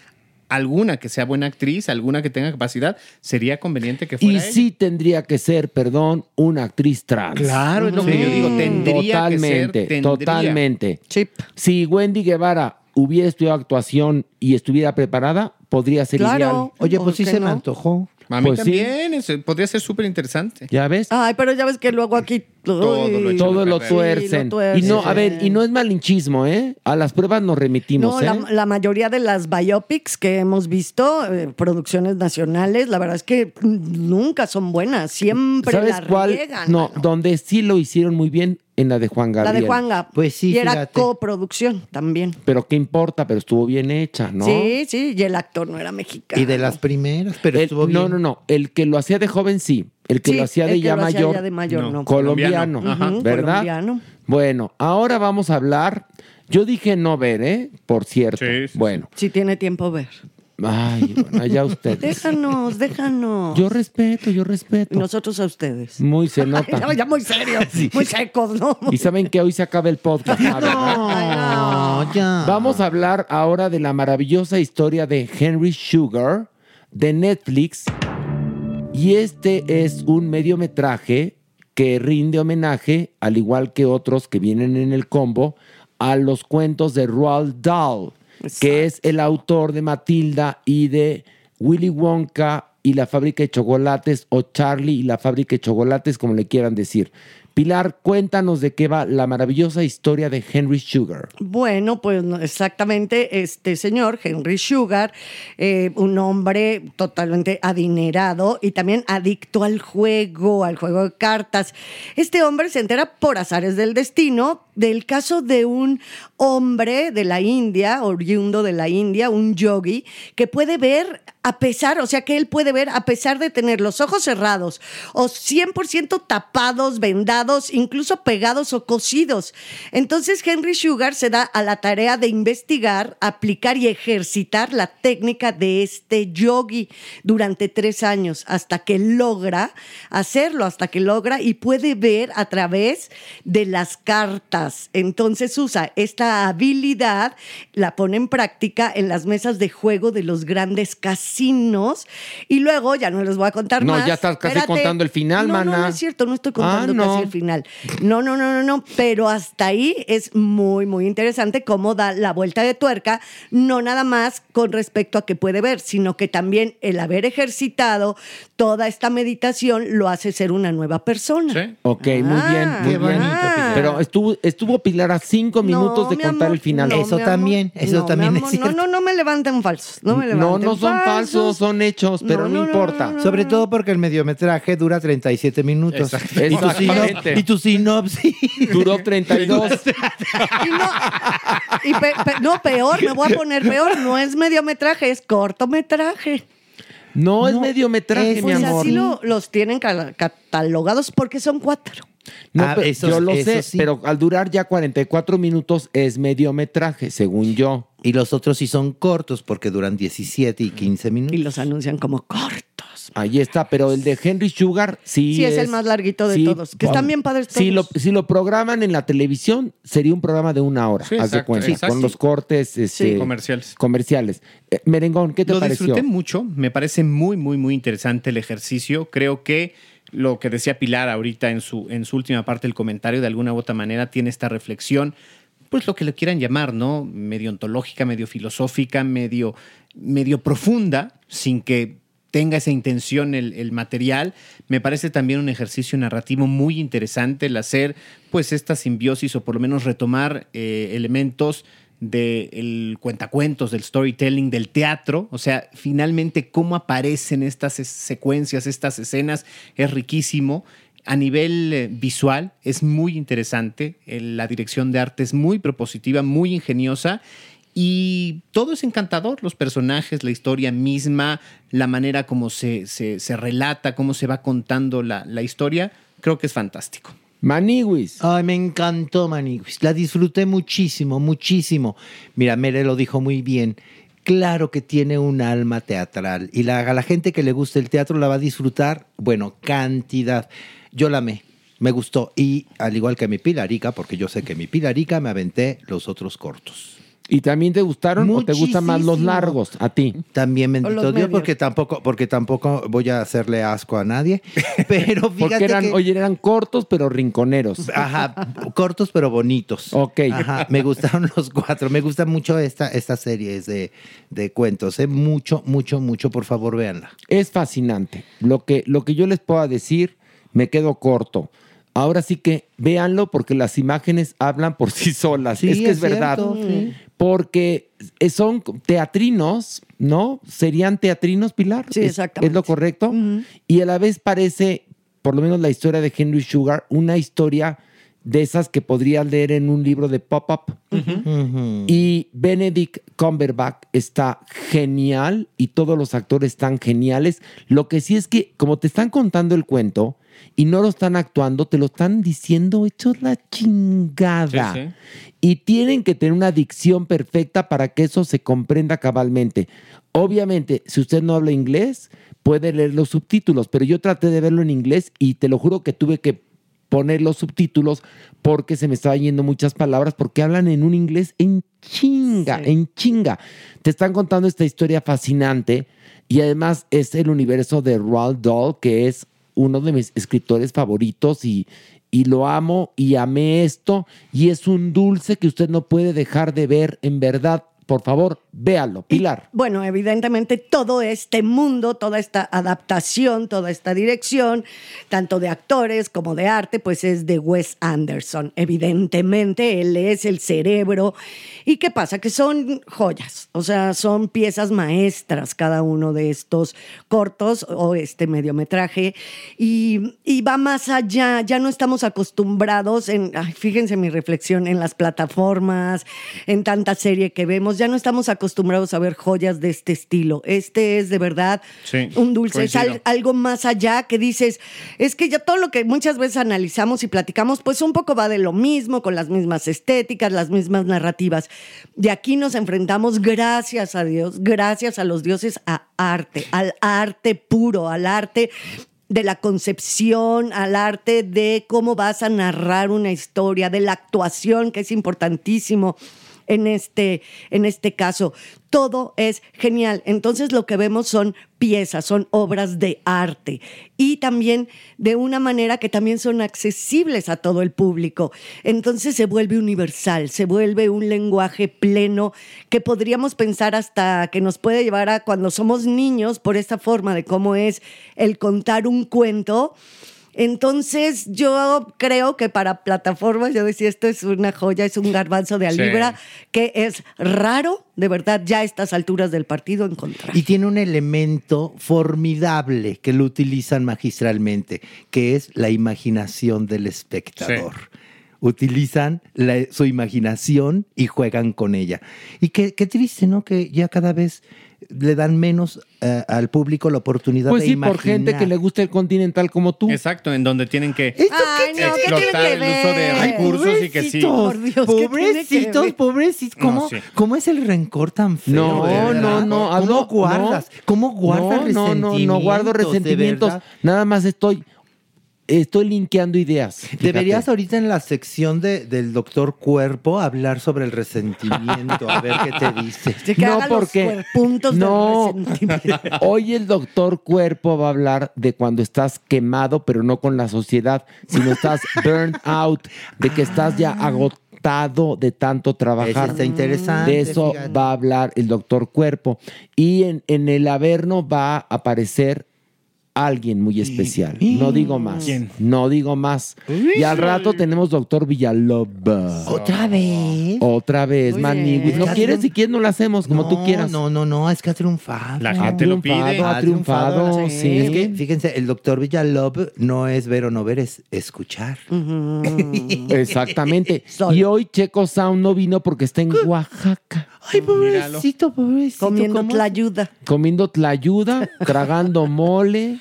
[SPEAKER 6] alguna que sea buena actriz, alguna que tenga capacidad, sería conveniente que fuera
[SPEAKER 5] y
[SPEAKER 6] ella.
[SPEAKER 5] sí tendría que ser, perdón, una actriz trans.
[SPEAKER 6] Claro, es lo que yo digo, tendría
[SPEAKER 5] totalmente,
[SPEAKER 6] que ser, tendría.
[SPEAKER 5] totalmente.
[SPEAKER 7] Chip.
[SPEAKER 5] Si Wendy Guevara hubiera estudiado actuación y estuviera preparada, podría ser
[SPEAKER 7] Claro.
[SPEAKER 5] ideal.
[SPEAKER 8] Oye,
[SPEAKER 7] ¿Por
[SPEAKER 8] pues sí
[SPEAKER 7] qué
[SPEAKER 8] se
[SPEAKER 7] no?
[SPEAKER 8] me antojó.
[SPEAKER 6] A mí
[SPEAKER 5] Pues sí.
[SPEAKER 6] también, eso podría ser súper interesante.
[SPEAKER 5] ¿Ya ves?
[SPEAKER 7] Ay, pero ya ves que luego aquí.
[SPEAKER 6] Todo lo
[SPEAKER 7] Uy.
[SPEAKER 6] echan
[SPEAKER 5] Todo lo
[SPEAKER 6] Sí,
[SPEAKER 7] lo
[SPEAKER 5] tuercen. y
[SPEAKER 7] tuercen.
[SPEAKER 5] no, a ver, y no es malinchismo, ¿eh? A las pruebas nos remitimos,
[SPEAKER 7] No,
[SPEAKER 5] ¿eh?
[SPEAKER 7] la, la mayoría de las biopics que hemos visto, eh, producciones nacionales, la verdad es que nunca son buenas, siempre
[SPEAKER 5] ¿Sabes
[SPEAKER 7] la
[SPEAKER 5] cuál?
[SPEAKER 7] riegan.
[SPEAKER 5] No, donde sí lo hicieron muy bien en la de Juan
[SPEAKER 7] la
[SPEAKER 5] Gabriel.
[SPEAKER 7] de Juanga.
[SPEAKER 8] Pues sí,
[SPEAKER 7] Y era
[SPEAKER 8] fíjate.
[SPEAKER 7] coproducción también.
[SPEAKER 5] Pero qué importa, pero estuvo bien hecha, ¿no?
[SPEAKER 7] Sí, sí, y el actor no era mexicano.
[SPEAKER 8] Y de las primeras, pero
[SPEAKER 5] El-
[SPEAKER 8] estuvo bien.
[SPEAKER 5] no, no, no. El que lo hacía de joven sí. El que
[SPEAKER 7] Sí,
[SPEAKER 5] lo hacía
[SPEAKER 7] el
[SPEAKER 5] de
[SPEAKER 7] que
[SPEAKER 5] ya
[SPEAKER 7] lo hacía
[SPEAKER 5] mayor.
[SPEAKER 7] ya de mayor, no.
[SPEAKER 5] Colombiano.
[SPEAKER 6] Colombiano,
[SPEAKER 5] Ajá.
[SPEAKER 7] Ujú,
[SPEAKER 5] ¿Verdad?
[SPEAKER 7] colombiano.
[SPEAKER 5] Bueno, ahora vamos a hablar. Yo dije no ver, ¿eh? Por cierto.
[SPEAKER 6] Sí, sí,
[SPEAKER 5] bueno.
[SPEAKER 7] Si tiene tiempo ver.
[SPEAKER 5] Ay, bueno, allá ustedes.
[SPEAKER 7] Déjanos, déjanos.
[SPEAKER 5] yo respeto, yo respeto.
[SPEAKER 7] Nosotros a ustedes.
[SPEAKER 5] Muy se nota.
[SPEAKER 7] Ya, ya muy serios, muy secos, ¿no?
[SPEAKER 5] Y saben que hoy se acaba el podcast. ¿saben?
[SPEAKER 8] No, ya.
[SPEAKER 5] Vamos a hablar ahora de la maravillosa historia de Henry Sugar de Netflix. Y este es un mediometraje que rinde homenaje, al igual que otros que vienen en el combo, a los cuentos de Roald Dahl, que es el autor de Matilda y de Willy Wonka y la fábrica de chocolates o Charlie y la fábrica de chocolates, como le quieran decir. Pilar, cuéntanos de qué va la maravillosa historia de Henry Sugar.
[SPEAKER 7] Bueno, pues no, exactamente este señor, Henry Sugar, eh, un hombre totalmente adinerado y también adicto al juego, al juego de cartas. Este hombre se entera por azares del destino del caso de un hombre de la India, oriundo de la India, un yogi, que puede ver a pesar, o sea que él puede ver a pesar de tener los ojos cerrados o 100% tapados, vendados, incluso pegados o cosidos. Entonces Henry Sugar se da a la tarea de investigar, aplicar y ejercitar la técnica de este yogi durante tres años hasta que logra hacerlo, hasta que logra y puede ver a través de las cartas. Entonces usa esta habilidad, la pone en práctica en las mesas de juego de los grandes casinos y luego, ya no les voy a contar
[SPEAKER 5] No,
[SPEAKER 7] más.
[SPEAKER 5] ya estás casi contando el final,
[SPEAKER 7] No, no, No,
[SPEAKER 5] maná.
[SPEAKER 7] es cierto, no estoy contando
[SPEAKER 5] Ah, no.
[SPEAKER 7] casi el final. No, no, no, no, no, pero hasta ahí es muy, muy interesante cómo da la vuelta de tuerca, no nada más con respecto a que puede ver, sino que también el haber ejercitado toda esta meditación lo hace ser una nueva persona.
[SPEAKER 6] Sí.
[SPEAKER 5] Ok, muy bien,
[SPEAKER 7] Ah,
[SPEAKER 5] muy
[SPEAKER 8] qué
[SPEAKER 5] bien.
[SPEAKER 8] bonito, Pilar.
[SPEAKER 5] Pero estuvo, estuvo Pilar a cinco
[SPEAKER 7] No,
[SPEAKER 5] minutos de
[SPEAKER 7] mi
[SPEAKER 5] contar
[SPEAKER 7] amor,
[SPEAKER 5] el final.
[SPEAKER 7] no,
[SPEAKER 8] Eso
[SPEAKER 7] mi
[SPEAKER 8] también, eso
[SPEAKER 7] mi
[SPEAKER 8] también es
[SPEAKER 7] No,
[SPEAKER 8] cierto.
[SPEAKER 7] no, no me levanten falsos. No me
[SPEAKER 5] No, no
[SPEAKER 7] levanten
[SPEAKER 5] son falsos, son hechos, pero no importa.
[SPEAKER 8] Sobre todo porque el mediometraje dura 37 minutos.
[SPEAKER 5] Exacto.
[SPEAKER 8] Y tu, sino-
[SPEAKER 5] Exactamente.
[SPEAKER 8] y tu sinopsis.
[SPEAKER 5] Duró 32.
[SPEAKER 7] Y no, y pe- pe- no, peor, me voy a poner peor. No es mediometraje, es cortometraje.
[SPEAKER 5] No, es mediometraje, mi
[SPEAKER 7] Pues
[SPEAKER 5] amor.
[SPEAKER 7] así lo- los tienen cala- catalogados porque son cuatro.
[SPEAKER 5] No,
[SPEAKER 8] Ah,
[SPEAKER 5] pero
[SPEAKER 8] eso-
[SPEAKER 5] yo lo
[SPEAKER 8] eso
[SPEAKER 5] sé,
[SPEAKER 8] sí.
[SPEAKER 5] pero al durar ya 44 minutos es mediometraje, según yo.
[SPEAKER 8] Y los otros sí son cortos porque duran 17 y 15
[SPEAKER 7] Y
[SPEAKER 8] minutos.
[SPEAKER 7] los anuncian como cortos.
[SPEAKER 5] Ahí está, pero el de Henry Sugar sí.
[SPEAKER 7] Sí, es el más larguito de todos, que están bien padres
[SPEAKER 5] Si lo,
[SPEAKER 7] todos.
[SPEAKER 5] si lo programan en la televisión, sería un programa de una hora,
[SPEAKER 6] Sí,
[SPEAKER 5] haz de
[SPEAKER 6] exacto,
[SPEAKER 5] cuenta,
[SPEAKER 6] exacto.
[SPEAKER 5] con los cortes este,
[SPEAKER 6] comerciales.
[SPEAKER 5] comerciales. Eh, Merengón, ¿qué te
[SPEAKER 6] lo
[SPEAKER 5] pareció?
[SPEAKER 6] disfruté mucho, me parece muy, muy, muy interesante el ejercicio. Creo que lo que decía Pilar ahorita en su, en su última parte del comentario, de alguna u otra manera, tiene esta reflexión, pues lo que le quieran llamar, ¿no? Medio ontológica, medio filosófica, medio, medio profunda, sin que tenga esa intención el, el material. Me parece también un ejercicio narrativo muy interesante el hacer, pues, esta simbiosis o por lo menos retomar eh, elementos del cuentacuentos, del storytelling, del teatro. O sea, finalmente cómo aparecen estas es- secuencias, estas escenas, es riquísimo. A nivel eh, visual es muy interesante, El- la dirección de arte es muy propositiva, muy ingeniosa y todo es encantador, los personajes, la historia misma, la manera como se, se- se relata, cómo se va contando la, la historia, creo que es fantástico.
[SPEAKER 5] Maniwis.
[SPEAKER 8] Ay, me encantó, Maniguis. La disfruté muchísimo, muchísimo. Mira, Mere lo dijo muy bien. Claro que tiene un alma teatral y la, a la gente que le gusta el teatro la va a disfrutar, bueno, cantidad. Yo la amé, me gustó y al igual que mi Pilarica, porque yo sé que mi Pilarica me aventé los otros cortos.
[SPEAKER 5] ¿Y también te gustaron o te gustan más los
[SPEAKER 8] Muchísimo.
[SPEAKER 5] largos a ti?
[SPEAKER 8] También
[SPEAKER 7] los
[SPEAKER 8] bendito Dios,
[SPEAKER 7] medios.
[SPEAKER 8] porque tampoco, porque tampoco voy a hacerle asco a nadie. Pero fíjate
[SPEAKER 5] Porque eran,
[SPEAKER 8] que-
[SPEAKER 5] oye, eran cortos pero rinconeros.
[SPEAKER 8] Ajá, cortos pero bonitos.
[SPEAKER 5] Ok.
[SPEAKER 8] Ajá, me gustaron los cuatro. Me gusta mucho esta, esta serie de, de cuentos. ¿eh? Mucho, mucho, mucho. Por favor, véanla.
[SPEAKER 5] Es fascinante. Lo que, lo que yo les pueda decir, me quedo corto. Ahora sí que véanlo porque las imágenes hablan por sí solas.
[SPEAKER 8] Sí,
[SPEAKER 5] es que es,
[SPEAKER 8] es
[SPEAKER 5] verdad.
[SPEAKER 8] cierto, sí.
[SPEAKER 5] Porque son teatrinos, ¿no? ¿Serían teatrinos, Pilar?
[SPEAKER 7] Sí,
[SPEAKER 5] Es-
[SPEAKER 7] exactamente.
[SPEAKER 5] Es lo correcto. Y a la vez parece, por lo menos la historia de Henry Sugar, una historia de esas que podrías leer en un libro de pop-up.
[SPEAKER 6] Ah, Mm.
[SPEAKER 5] Y Benedict Cumberbatch está genial y todos los actores están geniales. Lo que sí es que, como te están contando el cuento y no lo están actuando, te lo están diciendo hecho la chingada.
[SPEAKER 6] Sí,
[SPEAKER 5] Y tienen que tener una dicción perfecta para que eso se comprenda cabalmente. Obviamente, si usted no habla inglés, puede leer los subtítulos, pero yo traté de verlo en inglés y te lo juro que tuve que poner los subtítulos porque se me estaban yendo muchas palabras, porque hablan en un inglés en chinga, en chinga. Te están contando esta historia fascinante y además es el universo de Roald Dahl, que es uno de mis escritores favoritos y, y lo amo y amé esto y es un dulce que usted no puede dejar de ver en verdad. Por favor, véalo, Pilar.
[SPEAKER 7] Bueno, evidentemente todo este mundo, toda esta adaptación, toda esta dirección, tanto de actores como de arte, pues es de Wes Anderson. Evidentemente él es el cerebro. ¿Y qué pasa? Que son joyas, o sea, son piezas maestras cada uno de estos cortos o este mediometraje. Y, y va más allá, ya no estamos acostumbrados en, ay, fíjense mi reflexión, en las plataformas, en tanta serie que vemos, ya no estamos acostumbrados a ver joyas de este estilo. Este es de verdad
[SPEAKER 6] Sí,
[SPEAKER 7] un dulce, es al-
[SPEAKER 6] coincido.
[SPEAKER 7] algo más allá que dices, es que ya todo lo que muchas veces analizamos y platicamos, pues un poco va de lo mismo, con las mismas estéticas, las mismas narrativas. De aquí nos enfrentamos, gracias a Dios, gracias a los dioses, a arte, al arte puro, al arte de la concepción al arte de cómo vas a narrar una historia, de la actuación, que es importantísimo en este, en este caso. Todo es genial. Entonces lo que vemos son piezas, son obras de arte y también de una manera que también son accesibles a todo el público. Entonces se vuelve universal, se vuelve un lenguaje pleno que podríamos pensar hasta que nos puede llevar a cuando somos niños por esta forma de cómo es el contar un cuento. Entonces yo creo que para plataformas, yo decía, esto es una joya, es un garbanzo de
[SPEAKER 6] Sí.
[SPEAKER 7] alibra, que es raro, de verdad, ya a estas alturas del partido encontrar.
[SPEAKER 8] Y tiene un elemento formidable que lo utilizan magistralmente, que es la imaginación del espectador. utilizan la- su imaginación y juegan con ella. Y qué, qué triste, ¿no? Que ya cada vez le dan menos eh, al público la oportunidad
[SPEAKER 5] Pues
[SPEAKER 8] de
[SPEAKER 5] sí,
[SPEAKER 8] imaginar.
[SPEAKER 5] por gente que le gusta el continental como tú.
[SPEAKER 6] Exacto, en donde tienen que
[SPEAKER 7] Ay, no, ¿qué tiene
[SPEAKER 6] explotar
[SPEAKER 7] que
[SPEAKER 6] el uso de
[SPEAKER 7] ver?
[SPEAKER 6] recursos y que sí.
[SPEAKER 7] Por Dios, ¿qué tiene que
[SPEAKER 8] pobrecitos,
[SPEAKER 7] ver?
[SPEAKER 8] pobrecitos. ¿Cómo,
[SPEAKER 6] No, sí.
[SPEAKER 8] ¿Cómo es el rencor tan feo?
[SPEAKER 5] No,
[SPEAKER 8] de verdad?
[SPEAKER 5] no, no, hablo-
[SPEAKER 8] ¿Cómo guardas?
[SPEAKER 5] no.
[SPEAKER 8] ¿Cómo guardas
[SPEAKER 5] No, no, no, no
[SPEAKER 8] resentimientos?
[SPEAKER 5] guardo
[SPEAKER 8] de
[SPEAKER 5] resentimientos.
[SPEAKER 8] verdad?
[SPEAKER 5] Nada más estoy, estoy linkeando ideas. fíjate.
[SPEAKER 8] Deberías ahorita en la sección de- del doctor cuerpo hablar sobre el resentimiento, a ver qué te dice.
[SPEAKER 7] Sí, que
[SPEAKER 5] No,
[SPEAKER 7] haga los
[SPEAKER 5] porque-
[SPEAKER 7] cuerpuntos del
[SPEAKER 5] no.
[SPEAKER 7] resentimiento.
[SPEAKER 5] Hoy el doctor cuerpo va a hablar de cuando estás quemado, pero no con la sociedad, sino estás burnt out, de que estás ya agotado de tanto
[SPEAKER 8] Eso
[SPEAKER 5] trabajar.
[SPEAKER 8] está interesante.
[SPEAKER 5] De eso
[SPEAKER 8] fíjate.
[SPEAKER 5] va a hablar el doctor Cuerpo. Y en, en el Averno va a aparecer alguien muy especial. No digo más.
[SPEAKER 6] ¿Quién?
[SPEAKER 5] No digo más. Y al rato tenemos doctor Villalobos.
[SPEAKER 8] Otra vez.
[SPEAKER 5] Otra vez,
[SPEAKER 7] Muy
[SPEAKER 5] Manigüis.
[SPEAKER 7] bien.
[SPEAKER 5] ¿No quieres? Si quieres, no lo hacemos como tú
[SPEAKER 8] No,
[SPEAKER 5] quieras.
[SPEAKER 8] No, no, no, es que ha triunfado.
[SPEAKER 6] La
[SPEAKER 5] Ha
[SPEAKER 6] gente lo
[SPEAKER 5] triunfado,
[SPEAKER 6] pide.
[SPEAKER 5] Ha triunfado, sí.
[SPEAKER 8] Es que, fíjense, el doctor Villalob no es ver o no ver, es escuchar.
[SPEAKER 5] Exactamente.
[SPEAKER 7] Sol.
[SPEAKER 5] Y hoy Checo Sound no vino porque está en Oaxaca.
[SPEAKER 8] Ay, pobrecito, pobrecito.
[SPEAKER 7] Comiendo
[SPEAKER 8] ¿cómo?
[SPEAKER 7] la ayuda.
[SPEAKER 5] Comiendo tlayuda, tragando mole,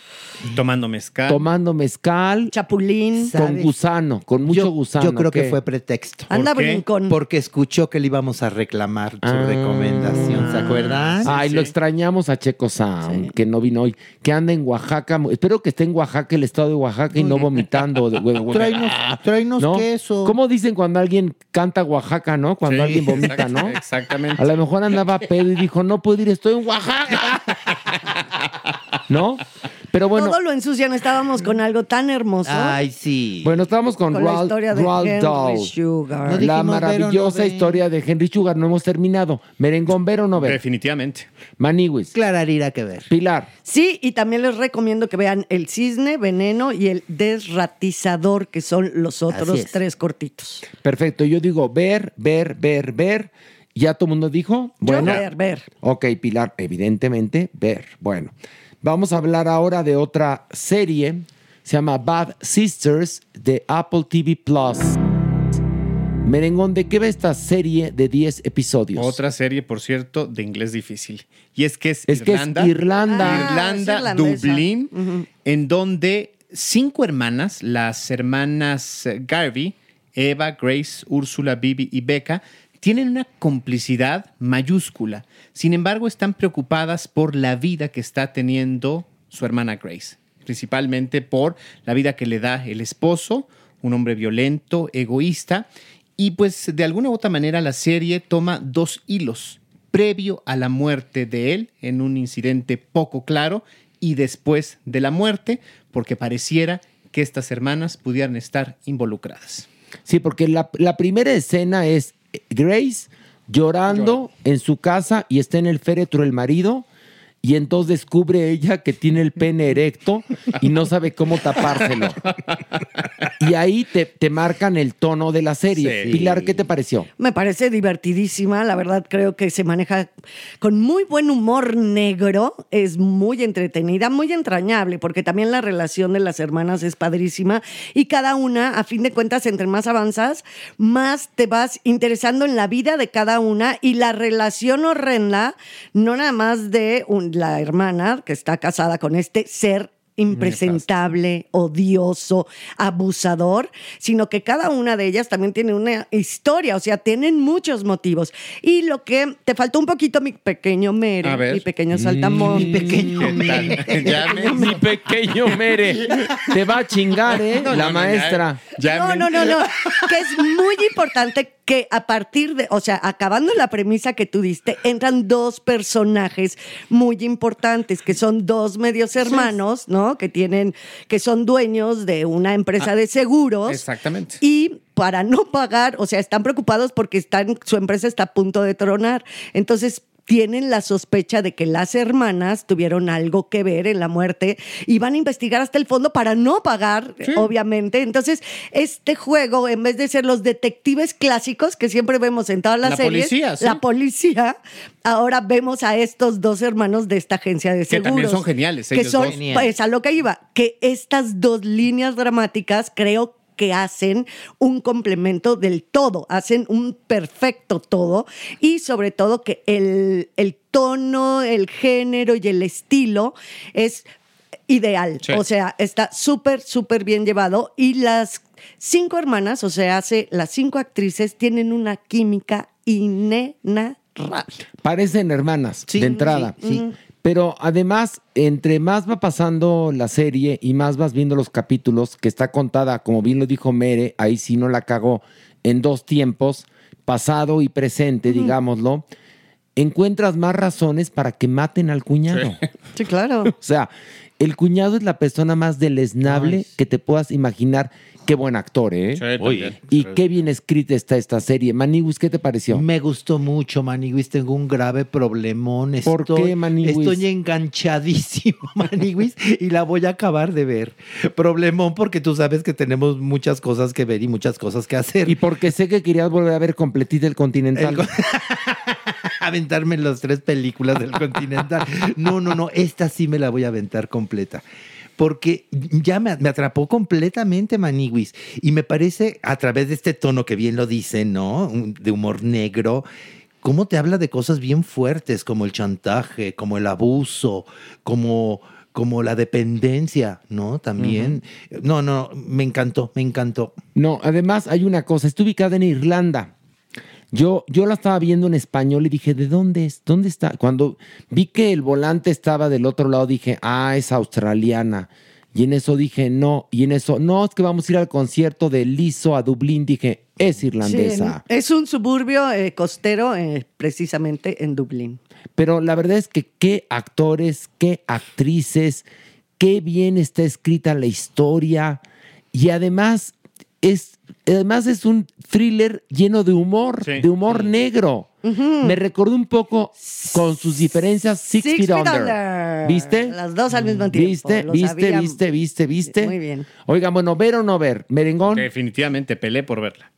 [SPEAKER 6] Tomando mezcal.
[SPEAKER 5] tomando mezcal,
[SPEAKER 7] Chapulín.
[SPEAKER 5] con gusano, con mucho
[SPEAKER 8] yo,
[SPEAKER 5] gusano.
[SPEAKER 8] Yo creo que
[SPEAKER 5] ¿qué?
[SPEAKER 8] fue pretexto.
[SPEAKER 7] Anda
[SPEAKER 6] qué?
[SPEAKER 7] brincón.
[SPEAKER 8] Porque escuchó que le íbamos a reclamar su
[SPEAKER 5] Ah.
[SPEAKER 8] recomendación, ¿se acuerdan?
[SPEAKER 5] Ay,
[SPEAKER 6] sí.
[SPEAKER 5] lo extrañamos a Checo Sound, que no vino hoy, que anda en Oaxaca. Espero que esté en Oaxaca, el estado de Oaxaca, y no vomitando. de-
[SPEAKER 8] Tráenos, tráenos
[SPEAKER 5] ¿no?
[SPEAKER 8] queso.
[SPEAKER 5] ¿Cómo dicen cuando alguien canta Oaxaca, no? Cuando
[SPEAKER 6] Sí,
[SPEAKER 5] alguien vomita,
[SPEAKER 6] exact-
[SPEAKER 5] ¿no?
[SPEAKER 6] Exactamente.
[SPEAKER 5] A lo mejor andaba pedo y dijo, no puedo ir, estoy en Oaxaca. ¿No? Pero bueno, Ah.
[SPEAKER 7] Todo lo ensucian. Estábamos con algo tan hermoso.
[SPEAKER 8] Ay, sí.
[SPEAKER 5] bueno estábamos con,
[SPEAKER 7] con la
[SPEAKER 5] Roald-
[SPEAKER 7] historia de
[SPEAKER 5] Roald
[SPEAKER 7] Henry
[SPEAKER 5] Dahl.
[SPEAKER 7] Sugar.
[SPEAKER 8] No dijimos
[SPEAKER 5] la
[SPEAKER 8] ver o no
[SPEAKER 5] maravillosa
[SPEAKER 8] ver.
[SPEAKER 5] historia de Henry Sugar. No hemos terminado. Merengón, ver o no ver.
[SPEAKER 6] Definitivamente.
[SPEAKER 5] Maniwis.
[SPEAKER 8] Clara Arira que ver.
[SPEAKER 5] Pilar.
[SPEAKER 7] Sí, y también les recomiendo que vean El Cisne, Veneno y El Desratizador, que son los
[SPEAKER 8] Así
[SPEAKER 7] otros
[SPEAKER 8] es.
[SPEAKER 7] tres cortitos.
[SPEAKER 5] Perfecto, yo digo ver, ver, ver, ver. Ya todo el mundo dijo. Bueno,
[SPEAKER 7] Yo ver, ver.
[SPEAKER 5] ok, Pilar, evidentemente ver. Bueno, vamos a hablar ahora de otra serie. Se llama Bad Sisters de Apple TV Plus. Merengón, ¿de qué va esta serie de 10 episodios?
[SPEAKER 6] Otra serie, por cierto, de inglés difícil. Y es que es,
[SPEAKER 5] Es que es
[SPEAKER 6] Irlanda.
[SPEAKER 5] Irlanda. Mm.
[SPEAKER 7] Ah,
[SPEAKER 6] Irlanda,
[SPEAKER 7] es irlandesa.
[SPEAKER 6] Dublín, en donde cinco hermanas, las hermanas eh, Garvey, Eva, Grace, Úrsula, Bibi y Becca, tienen una complicidad mayúscula. Sin embargo, están preocupadas por la vida que está teniendo su hermana Grace, principalmente por la vida que le da el esposo, un hombre violento, egoísta, y pues de alguna u otra manera la serie toma dos hilos, previo a la muerte de él en un incidente poco claro y después de la muerte, porque pareciera que estas hermanas pudieran estar involucradas.
[SPEAKER 5] Sí, porque la, la primera escena es eh, Grace llorando en su casa y está en el féretro el marido. Y entonces descubre ella que tiene el pene erecto y no sabe cómo tapárselo. Y ahí te, te marcan el tono de la serie.
[SPEAKER 6] Sí.
[SPEAKER 5] Pilar, ¿qué te pareció?
[SPEAKER 7] Me parece divertidísima, la verdad creo que se maneja con muy buen humor negro, es muy entretenida, muy entrañable, porque también la relación de las hermanas es padrísima y cada una, a fin de cuentas, entre más avanzas, más te vas interesando en la vida de cada una y la relación horrenda, no nada más de un- la hermana que está casada con este ser impresentable, odioso, abusador, sino que cada una de ellas también tiene una historia, o sea, tienen muchos motivos. Y lo que te faltó un poquito, mi pequeño
[SPEAKER 6] A
[SPEAKER 7] Mere,
[SPEAKER 6] ver. Mm,
[SPEAKER 7] mi pequeño saltamontes.
[SPEAKER 8] Mi pequeño
[SPEAKER 6] ¿Qué tal? Ya me-
[SPEAKER 5] Mi pequeño Mere. Te va a chingar, ¿eh?
[SPEAKER 6] No, no,
[SPEAKER 5] la
[SPEAKER 6] no,
[SPEAKER 5] maestra.
[SPEAKER 6] ya- ya
[SPEAKER 7] no,
[SPEAKER 6] me-
[SPEAKER 7] no, no, no. Que es muy importante que a partir de, o sea, acabando la premisa que tú diste, entran dos personajes muy importantes, que son dos medios hermanos, ¿no? Que tienen, que son dueños de una empresa de seguros.
[SPEAKER 6] Exactamente.
[SPEAKER 7] Y para no pagar, o sea, están preocupados porque están, su empresa está a punto de tronar. Entonces tienen la sospecha de que las hermanas tuvieron algo que ver en la muerte y van a investigar hasta el fondo para no pagar, obviamente. Entonces, este juego, en vez de ser los detectives clásicos que siempre vemos en todas las
[SPEAKER 6] La
[SPEAKER 7] series,
[SPEAKER 6] policía, sí.
[SPEAKER 7] la policía, ahora vemos a estos dos hermanos de esta agencia de
[SPEAKER 6] Que
[SPEAKER 7] seguros.
[SPEAKER 6] también son geniales,
[SPEAKER 7] Que
[SPEAKER 6] ellos
[SPEAKER 7] son,
[SPEAKER 6] dos.
[SPEAKER 7] pues, a lo que iba, que estas dos líneas dramáticas creo que hacen un complemento del todo, hacen un perfecto todo y sobre todo que el, el tono, el género y el estilo es ideal.
[SPEAKER 6] Sí.
[SPEAKER 7] O sea, está súper, súper bien llevado. Y las cinco hermanas, o sea, hace, las cinco actrices tienen una química inenarrable.
[SPEAKER 5] Parecen hermanas
[SPEAKER 6] Sí,
[SPEAKER 5] de entrada.
[SPEAKER 7] sí, sí.
[SPEAKER 5] Pero además, entre más va pasando la serie y más vas viendo los capítulos, que está contada, como bien lo dijo Mere, ahí sí no la cagó, en dos tiempos, pasado y presente, digámoslo, encuentras más razones para que maten al cuñado.
[SPEAKER 7] Sí, claro.
[SPEAKER 5] O sea, el cuñado es la persona más deleznable que te puedas imaginar. Qué buen actor, ¿eh?
[SPEAKER 6] Sí, también.
[SPEAKER 5] Y qué bien escrita está esta serie. Maniguis, ¿qué te pareció?
[SPEAKER 9] Me gustó mucho, Maniguis. Tengo un grave problemón.
[SPEAKER 5] ¿Por
[SPEAKER 9] Estoy,
[SPEAKER 5] qué, Maniguis?
[SPEAKER 9] Estoy enganchadísimo, Maniguis, y la voy a acabar de ver. Problemón porque tú sabes que tenemos muchas cosas que ver y muchas cosas que hacer.
[SPEAKER 5] Y porque sé que querías volver a ver completita el Continental.
[SPEAKER 9] El co- aventarme las tres películas del Continental. No, no, no, esta sí me la voy a aventar completa. Porque ya me, me atrapó completamente Maniwis. Y me parece, a través de este tono que bien lo dice, ¿no? Un- De humor negro, cómo te habla de cosas bien fuertes, como el chantaje, como el abuso, como, como la dependencia, ¿no? También. No, no, me encantó, me encantó.
[SPEAKER 5] No, además hay una cosa, está ubicada en Irlanda. Yo, yo la estaba viendo en español y dije, ¿de dónde es? ¿Dónde está? Cuando vi que el volante estaba del otro lado, dije, ah, es australiana. Y en eso dije, no. Y en eso, no, es que vamos a ir al concierto de Liso a Dublín. Dije, es irlandesa.
[SPEAKER 7] Sí, es un suburbio eh, costero, eh, precisamente en Dublín.
[SPEAKER 5] Pero la verdad es que qué actores, qué actrices, qué bien está escrita la historia. Y además es, además es un thriller lleno de humor,
[SPEAKER 6] Sí. Mm.
[SPEAKER 5] de humor negro. Me recordó un poco con sus diferencias Six,
[SPEAKER 7] Six
[SPEAKER 5] Feet
[SPEAKER 7] Feet
[SPEAKER 5] Under.
[SPEAKER 7] Under.
[SPEAKER 5] ¿Viste?
[SPEAKER 7] Las dos al mismo tiempo,
[SPEAKER 5] ¿Viste?
[SPEAKER 7] lo
[SPEAKER 5] ¿Viste?
[SPEAKER 7] sabía.
[SPEAKER 5] ¿Viste? ¿Viste? ¿Viste?
[SPEAKER 7] Muy bien.
[SPEAKER 5] Oigan, bueno, ver o no ver. Merengón,
[SPEAKER 6] Definitivamente peleé por verla.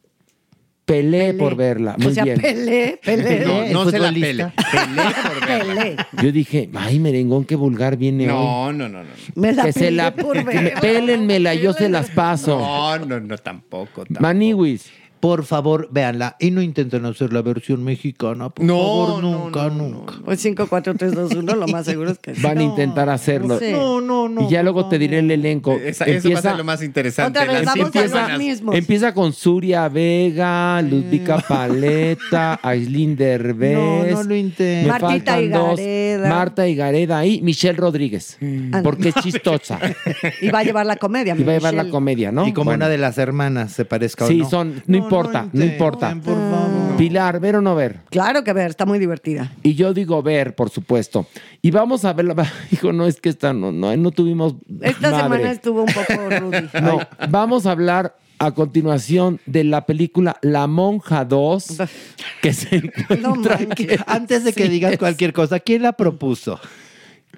[SPEAKER 5] peleé por verla. Muy
[SPEAKER 7] o sea,
[SPEAKER 5] bien.
[SPEAKER 7] Pelé, Pelé.
[SPEAKER 6] No,
[SPEAKER 9] el
[SPEAKER 6] no se la pele.
[SPEAKER 9] futbolista.
[SPEAKER 6] Peleé por verla.
[SPEAKER 7] Pelé.
[SPEAKER 5] Yo dije, ay, merengón, qué vulgar viene hoy.
[SPEAKER 6] No, no, no, no.
[SPEAKER 7] Me la
[SPEAKER 5] que se
[SPEAKER 7] pelé
[SPEAKER 5] la
[SPEAKER 7] por
[SPEAKER 5] que me-
[SPEAKER 7] ver.
[SPEAKER 5] pélenmela, yo se las paso.
[SPEAKER 6] No, no, no, tampoco. tampoco.
[SPEAKER 5] Maniwis.
[SPEAKER 9] Por favor, véanla y no intenten hacer la versión mexicana. Por
[SPEAKER 6] No,
[SPEAKER 9] favor,
[SPEAKER 6] no,
[SPEAKER 9] nunca,
[SPEAKER 6] no, no,
[SPEAKER 9] nunca.
[SPEAKER 7] Pues 5, 4, 3, 2, 1, lo más seguro es que
[SPEAKER 5] van a intentar hacerlo.
[SPEAKER 7] no sé.
[SPEAKER 9] No, no, no.
[SPEAKER 5] y ya luego te diré el elenco.
[SPEAKER 6] Esa- eso va a
[SPEAKER 5] empieza,
[SPEAKER 6] ser lo más interesante.
[SPEAKER 7] Otra vez,
[SPEAKER 6] Las
[SPEAKER 7] vamos a
[SPEAKER 6] cinco
[SPEAKER 7] los
[SPEAKER 6] hermanas.
[SPEAKER 7] mismos.
[SPEAKER 5] empieza con Suria Vega, Ludvica Paleta, Aislinn Derbez.
[SPEAKER 9] No, no lo intentes.
[SPEAKER 5] Me
[SPEAKER 7] Martita
[SPEAKER 5] faltan dos.
[SPEAKER 7] Higareda. Mm.
[SPEAKER 5] Marta Higareda y Michelle Rodríguez. Porque es chistosa.
[SPEAKER 7] Y va a llevar la comedia.
[SPEAKER 5] y va a llevar la
[SPEAKER 7] Michelle.
[SPEAKER 5] comedia, ¿no?
[SPEAKER 9] Y como
[SPEAKER 5] Bueno.
[SPEAKER 9] una de las hermanas se parezca
[SPEAKER 5] Sí,
[SPEAKER 9] o no.
[SPEAKER 5] son- no importa, no
[SPEAKER 9] intenten,
[SPEAKER 5] importa.
[SPEAKER 9] Por favor.
[SPEAKER 5] Pilar, ¿ver o no ver?
[SPEAKER 7] Claro que ver, está muy divertida.
[SPEAKER 5] Y yo digo ver, por supuesto. Y vamos a verla. Hijo, no es que esta no, no, no tuvimos.
[SPEAKER 7] Esta
[SPEAKER 5] madre.
[SPEAKER 7] semana estuvo un poco Rudy.
[SPEAKER 5] No, vamos a hablar a continuación de la película La Monja 2, que se
[SPEAKER 7] No
[SPEAKER 5] encuentra
[SPEAKER 7] manches.
[SPEAKER 5] que
[SPEAKER 9] Antes de que digas cualquier cosa, ¿quién la propuso?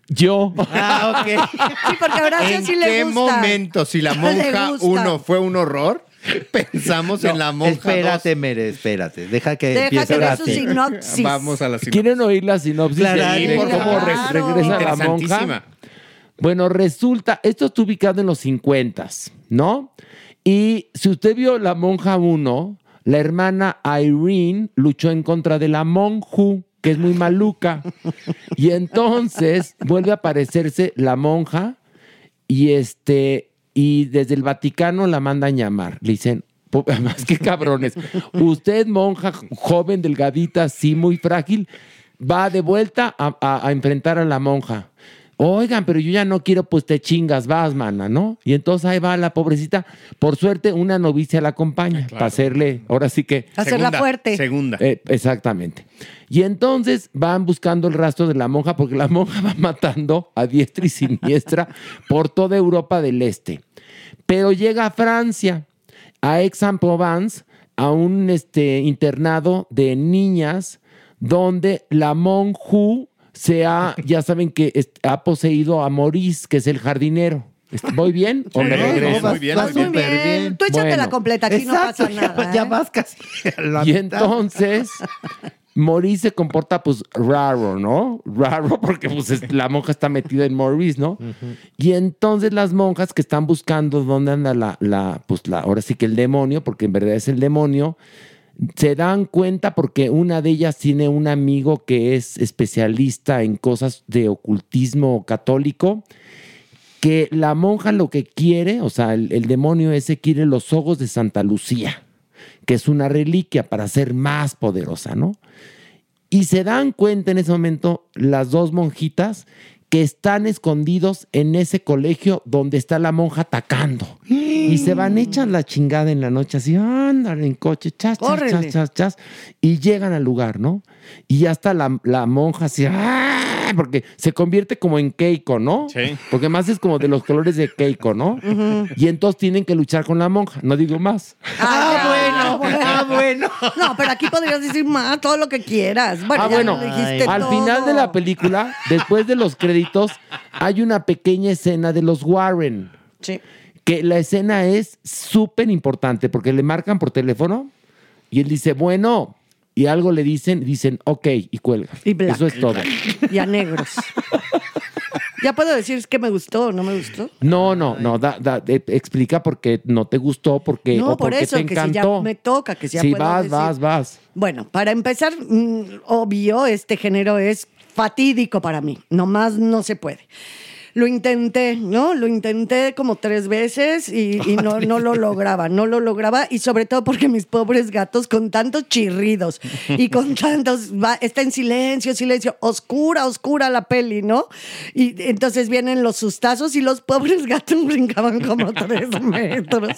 [SPEAKER 5] yo.
[SPEAKER 6] Ah, ok.
[SPEAKER 7] Sí, porque a Horacio
[SPEAKER 6] ¿En
[SPEAKER 7] sí le
[SPEAKER 6] qué
[SPEAKER 7] gusta.
[SPEAKER 6] momento, si la
[SPEAKER 7] Le
[SPEAKER 6] monja
[SPEAKER 7] gusta.
[SPEAKER 6] 1 fue un horror, pensamos en la monja
[SPEAKER 9] Espérate,
[SPEAKER 6] 2?
[SPEAKER 9] Mere, espérate. Deja que
[SPEAKER 7] Deja
[SPEAKER 9] empiece
[SPEAKER 7] que dé
[SPEAKER 9] ahora
[SPEAKER 7] su
[SPEAKER 9] sí.
[SPEAKER 7] sinopsis.
[SPEAKER 6] Vamos a la sinopsis.
[SPEAKER 5] ¿Quieren oír la sinopsis
[SPEAKER 9] Claro,
[SPEAKER 5] de
[SPEAKER 9] por
[SPEAKER 5] cómo re-
[SPEAKER 7] favor.
[SPEAKER 5] regresa la
[SPEAKER 6] Interesantísima.
[SPEAKER 5] monja? Bueno, resulta, esto está ubicado en los 50, ¿no? Y si usted vio La Monja 1, la hermana Irene luchó en contra de la monju, que es muy maluca. Y entonces vuelve a aparecerse la monja y este y desde el Vaticano la mandan llamar. Le dicen, po- más que cabrones, usted monja joven, delgadita, sí, muy frágil, va de vuelta a, a- a enfrentar a la monja. Oigan, pero yo ya no quiero, pues te chingas, vas, mana, ¿no? Y entonces ahí va la pobrecita. Por suerte, una novicia la acompaña para hacerle, ahora sí que,
[SPEAKER 7] Hacerla
[SPEAKER 6] Segunda,
[SPEAKER 7] fuerte.
[SPEAKER 6] Segunda.
[SPEAKER 5] eh, exactamente. Y entonces van buscando el rastro de la monja, porque la monja va matando a diestra y siniestra por toda Europa del Este. Pero llega a Francia, a Aix-en-Provence, a un este, internado de niñas, donde la monju se ha, ya saben que est- ha poseído a Maurice, que es el jardinero. ¿Voy bien? ¿O me
[SPEAKER 6] Sí,
[SPEAKER 5] regreso?
[SPEAKER 6] no, vas- Muy bien,
[SPEAKER 9] vas
[SPEAKER 6] muy
[SPEAKER 7] Muy
[SPEAKER 6] bien.
[SPEAKER 9] súper
[SPEAKER 7] bien.
[SPEAKER 9] bien.
[SPEAKER 7] Tú échate
[SPEAKER 5] Bueno.
[SPEAKER 7] la completa, aquí
[SPEAKER 9] Exacto,
[SPEAKER 7] no pasa
[SPEAKER 9] ya-
[SPEAKER 7] nada.
[SPEAKER 9] Ya
[SPEAKER 7] ¿eh?
[SPEAKER 9] vas casi a la
[SPEAKER 5] Y
[SPEAKER 9] mitad.
[SPEAKER 5] entonces Maurice se comporta pues raro, ¿no? Raro porque pues es- la monja está metida en Maurice, ¿no? Y entonces las monjas que están buscando dónde anda la, la, pues la, ahora sí que el demonio, porque en verdad es el demonio, se dan cuenta porque una de ellas tiene un amigo que es especialista en cosas de ocultismo católico, que la monja lo que quiere, o sea, el, el demonio ese quiere los ojos de Santa Lucía, que es una reliquia para ser más poderosa, ¿no? Y se dan cuenta en ese momento las dos monjitas que están escondidos en ese colegio donde está la monja atacando. Y se van hechas la chingada en la noche, así, andan en coche, chas, chas,
[SPEAKER 7] Córrele.
[SPEAKER 5] chas, chas, chas, y llegan al lugar, ¿no? Y ya está la, la monja así, ¡ah! porque se convierte como en Keiko, ¿no?
[SPEAKER 6] Sí.
[SPEAKER 5] Porque más es como de los colores de Keiko, ¿no? Y entonces tienen que luchar con la monja, no digo más.
[SPEAKER 7] Ah, bueno, ah, bueno. No, pero aquí podrías decir más, todo lo que quieras. Bueno,
[SPEAKER 5] ah,
[SPEAKER 7] ya
[SPEAKER 5] bueno,
[SPEAKER 7] lo dijiste
[SPEAKER 5] al
[SPEAKER 7] todo.
[SPEAKER 5] final de la película, después de los créditos, hay una pequeña escena de los Warren,
[SPEAKER 7] Sí.
[SPEAKER 5] que la escena es súper importante porque le marcan por teléfono y él dice, bueno, y algo le dicen, y dicen, ok, y cuelga.
[SPEAKER 7] Y black.
[SPEAKER 5] Eso es todo.
[SPEAKER 7] Y a negros. ya puedo decir es que me gustó o no me gustó.
[SPEAKER 5] No, no, no, da- da- eh, explica por qué no te gustó, porque,
[SPEAKER 7] No,
[SPEAKER 5] o
[SPEAKER 7] por
[SPEAKER 5] porque
[SPEAKER 7] eso,
[SPEAKER 5] te
[SPEAKER 7] que si ya
[SPEAKER 5] encantó.
[SPEAKER 7] me toca, que si ya
[SPEAKER 5] Sí,
[SPEAKER 7] puedo
[SPEAKER 5] vas,
[SPEAKER 7] decir.
[SPEAKER 5] vas, vas.
[SPEAKER 7] Bueno, para empezar, mm, obvio, este género es fatídico para mí. Nomás no se puede. Lo intenté, ¿no? Lo intenté como tres veces y, y no, no lo lograba, no lo lograba y sobre todo porque mis pobres gatos con tantos chirridos y con tantos, va- está en silencio, silencio, oscura, oscura la peli, ¿no? Y entonces vienen los sustazos y los pobres gatos brincaban como tres metros.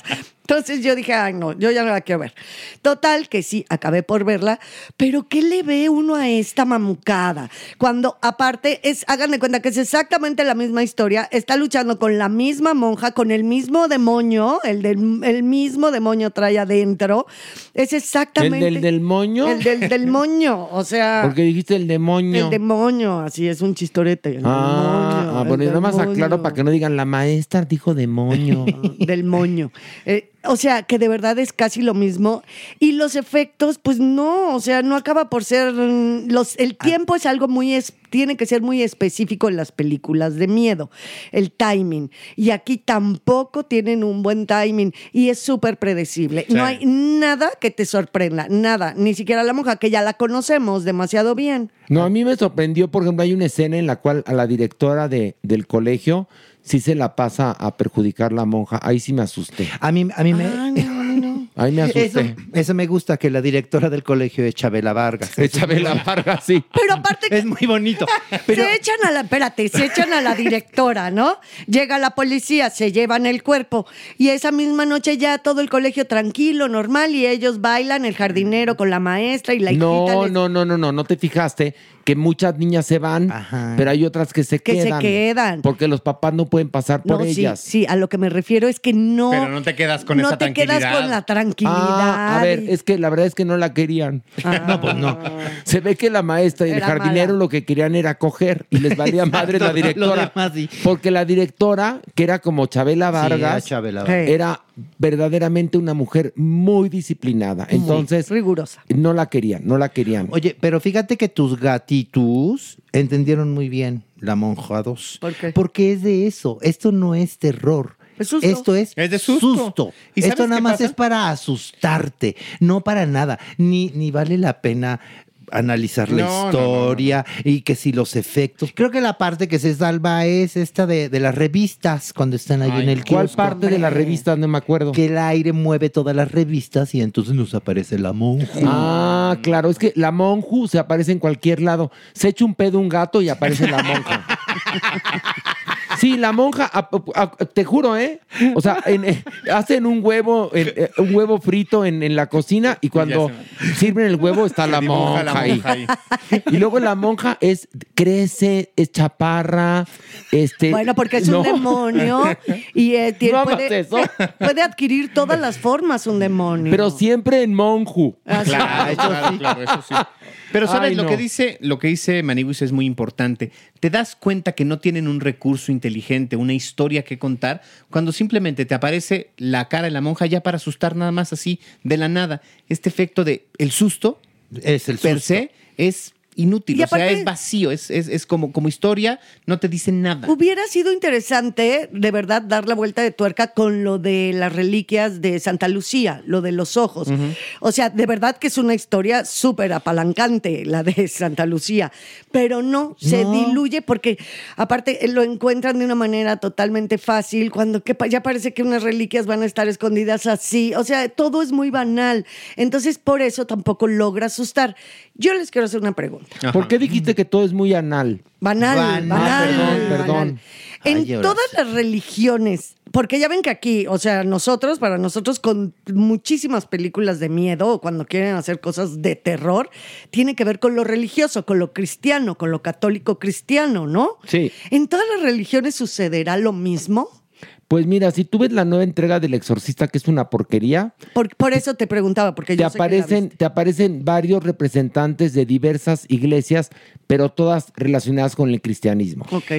[SPEAKER 7] Entonces yo dije, ay no, yo ya no la quiero ver. Total, que sí, acabé por verla, pero ¿qué le ve uno a esta mamucada? Cuando aparte es, hagan de cuenta que es exactamente la misma historia, está luchando con la misma monja, con el mismo demonio, el, del, el mismo demonio trae adentro, es exactamente...
[SPEAKER 5] ¿El del- del moño?
[SPEAKER 7] El del, del moño, o sea...
[SPEAKER 5] Porque dijiste el demonio.
[SPEAKER 7] El demonio, así es un chistorete. el
[SPEAKER 5] Ah,
[SPEAKER 7] demonio,
[SPEAKER 5] ah,
[SPEAKER 7] el
[SPEAKER 5] bueno, y nada más
[SPEAKER 7] demonio.
[SPEAKER 5] aclaro para que no digan la maestra dijo demonio.
[SPEAKER 7] del moño. Eh, o sea, que de verdad es casi lo mismo. Y los efectos, pues no, o sea, no acaba por ser... mm, Los, el tiempo es algo muy... es- tiene que ser muy específico en las películas de miedo, el timing. Y aquí tampoco tienen un buen timing y es súper predecible. No hay nada que te sorprenda, nada, ni siquiera la monja, que ya la conocemos demasiado bien.
[SPEAKER 5] No, a mí me sorprendió, por ejemplo, hay una escena en la cual a la directora de, del colegio sí se la pasa a perjudicar la monja. Ahí sí me asusté.
[SPEAKER 8] A mí, a mí me...
[SPEAKER 7] Ah.
[SPEAKER 5] Ahí me
[SPEAKER 8] Eso,
[SPEAKER 5] asusté.
[SPEAKER 8] eso me gusta, que la direcabela del colegio es Chabela Vargas.
[SPEAKER 5] Échame la barra, sí.
[SPEAKER 7] Pero aparte que-
[SPEAKER 8] Es muy bonito. Pero
[SPEAKER 7] se echan a la, espérate, se echan a la directora, ¿no? Llega la policía, se llevan el cuerpo y esa misma noche ya todo el colegio tranquilo, normal y ellos bailan el jardinero con la maestra y la hijita
[SPEAKER 5] No,
[SPEAKER 7] les-
[SPEAKER 5] no, no, no, no, no te fijaste que muchas niñas se van,
[SPEAKER 8] Ajá.
[SPEAKER 5] pero hay otras que se
[SPEAKER 7] Que se
[SPEAKER 5] quedan.
[SPEAKER 7] quedan.
[SPEAKER 5] Porque los papás no pueden pasar por
[SPEAKER 7] No, sí,
[SPEAKER 5] ellas.
[SPEAKER 7] sí, a lo que me refiero es que no
[SPEAKER 6] Pero no te quedas con
[SPEAKER 7] no
[SPEAKER 6] esa
[SPEAKER 7] te quedas
[SPEAKER 6] tranquilidad.
[SPEAKER 7] con la tranquilidad.
[SPEAKER 5] Ah, a ver,
[SPEAKER 7] y-
[SPEAKER 5] es que la verdad es que no la querían.
[SPEAKER 8] no, pues no.
[SPEAKER 5] Se ve que la maestra y el
[SPEAKER 7] Era
[SPEAKER 5] jardinero
[SPEAKER 7] mala.
[SPEAKER 5] lo que querían era coger y les valía madre la
[SPEAKER 8] Exacto, lo
[SPEAKER 5] directora.
[SPEAKER 8] demás sí.
[SPEAKER 5] Porque la directora, que era como Chabela Vargas,
[SPEAKER 8] Sí, a Chabela
[SPEAKER 7] Sí.
[SPEAKER 8] Vargas.
[SPEAKER 5] era verdaderamente una mujer muy disciplinada. Entonces,
[SPEAKER 7] rigurosa.
[SPEAKER 5] no la querían, no la querían.
[SPEAKER 8] Oye, pero fíjate que tus gatitus entendieron muy bien la monja 2.
[SPEAKER 7] ¿Por qué?
[SPEAKER 8] Porque es de eso. Esto no es terror.
[SPEAKER 7] Es susto.
[SPEAKER 8] Esto es,
[SPEAKER 6] Es de susto.
[SPEAKER 8] susto.
[SPEAKER 6] ¿Y sabes
[SPEAKER 8] Esto nada
[SPEAKER 6] qué
[SPEAKER 8] más
[SPEAKER 6] pasa?
[SPEAKER 8] es para asustarte, no para nada. Ni, ni vale la pena analizar la
[SPEAKER 6] No, no, no,
[SPEAKER 8] historia y que si los efectos. Creo que la parte que se salva es esta de, de las revistas cuando están ahí
[SPEAKER 6] Ay,
[SPEAKER 8] en el
[SPEAKER 5] ¿Cuál
[SPEAKER 8] kiosco.
[SPEAKER 5] parte de la revista? No me acuerdo.
[SPEAKER 8] Que el aire mueve todas las revistas y entonces nos aparece la monja.
[SPEAKER 5] Ah, claro, es que la monju se aparece en cualquier lado. Se echa un pedo un gato y aparece la monja. Sí, la monja, a- a- te juro, ¿eh? O sea, en- eh, hacen un huevo, en- eh, un huevo frito en, en la cocina y cuando sirven el huevo está la monja,
[SPEAKER 6] dibuja la
[SPEAKER 5] ahí.
[SPEAKER 6] monja ahí.
[SPEAKER 5] Y luego la monja es crece, es chaparra, este.
[SPEAKER 7] Bueno, porque es
[SPEAKER 5] no.
[SPEAKER 7] un demonio y eh, tiene-
[SPEAKER 5] No hagas
[SPEAKER 7] puede,
[SPEAKER 5] eso.
[SPEAKER 7] puede adquirir todas las formas un demonio. Ah,
[SPEAKER 5] Pero siempre en monju.
[SPEAKER 7] Así.
[SPEAKER 6] Claro, claro, claro, Ah, eso sí. Pero sabes,
[SPEAKER 5] Ay,
[SPEAKER 6] lo
[SPEAKER 5] no.
[SPEAKER 6] que dice, lo que dice Manibus es muy importante. Te das cuenta que no tienen un recurso inteligente, una historia que contar, cuando simplemente te aparece la cara de la monja ya para asustar nada más así de la nada. Este efecto de el susto
[SPEAKER 8] Es el
[SPEAKER 6] per
[SPEAKER 8] susto.
[SPEAKER 6] se es inútil,
[SPEAKER 7] Y
[SPEAKER 6] o sea,
[SPEAKER 7] aparte-
[SPEAKER 6] es vacío, es, es- es como, como historia, no te dice nada.
[SPEAKER 7] Hubiera sido interesante, de verdad, dar la vuelta de tuerca con lo de las reliquias de Santa Lucía, lo de los ojos. O sea, de verdad que es una historia súper apalancante la de Santa Lucía, pero no, se
[SPEAKER 5] No.
[SPEAKER 7] diluye porque aparte eh, lo encuentran de una manera totalmente fácil, cuando que pa- ya parece que unas reliquias van a estar escondidas así. O sea, todo es muy banal. Entonces, por eso tampoco logra asustar. Yo les quiero hacer una pregunta.
[SPEAKER 6] Ajá.
[SPEAKER 5] ¿Por qué dijiste que todo es muy anal?
[SPEAKER 7] Banal,
[SPEAKER 6] Banal.
[SPEAKER 7] banal.
[SPEAKER 5] Perdón,
[SPEAKER 7] banal.
[SPEAKER 5] perdón.
[SPEAKER 7] En
[SPEAKER 8] Ay, ahora
[SPEAKER 7] todas las religiones, porque ya ven que aquí, o sea, nosotros, para nosotros, con muchísimas películas de miedo o cuando quieren hacer cosas de terror, tiene que ver con lo religioso, con lo cristiano, con lo católico cristiano, ¿no?
[SPEAKER 5] Sí.
[SPEAKER 7] ¿En todas las religiones sucederá lo mismo?
[SPEAKER 5] Pues mira, si tú ves la nueva entrega del Exorcista, que es una porquería,
[SPEAKER 7] Por, por eso te preguntaba, porque
[SPEAKER 5] te
[SPEAKER 7] yo sé que la
[SPEAKER 5] aparecen,
[SPEAKER 7] viste.
[SPEAKER 5] te aparecen varios representantes de diversas iglesias, pero todas relacionadas con el cristianismo.
[SPEAKER 7] Ok.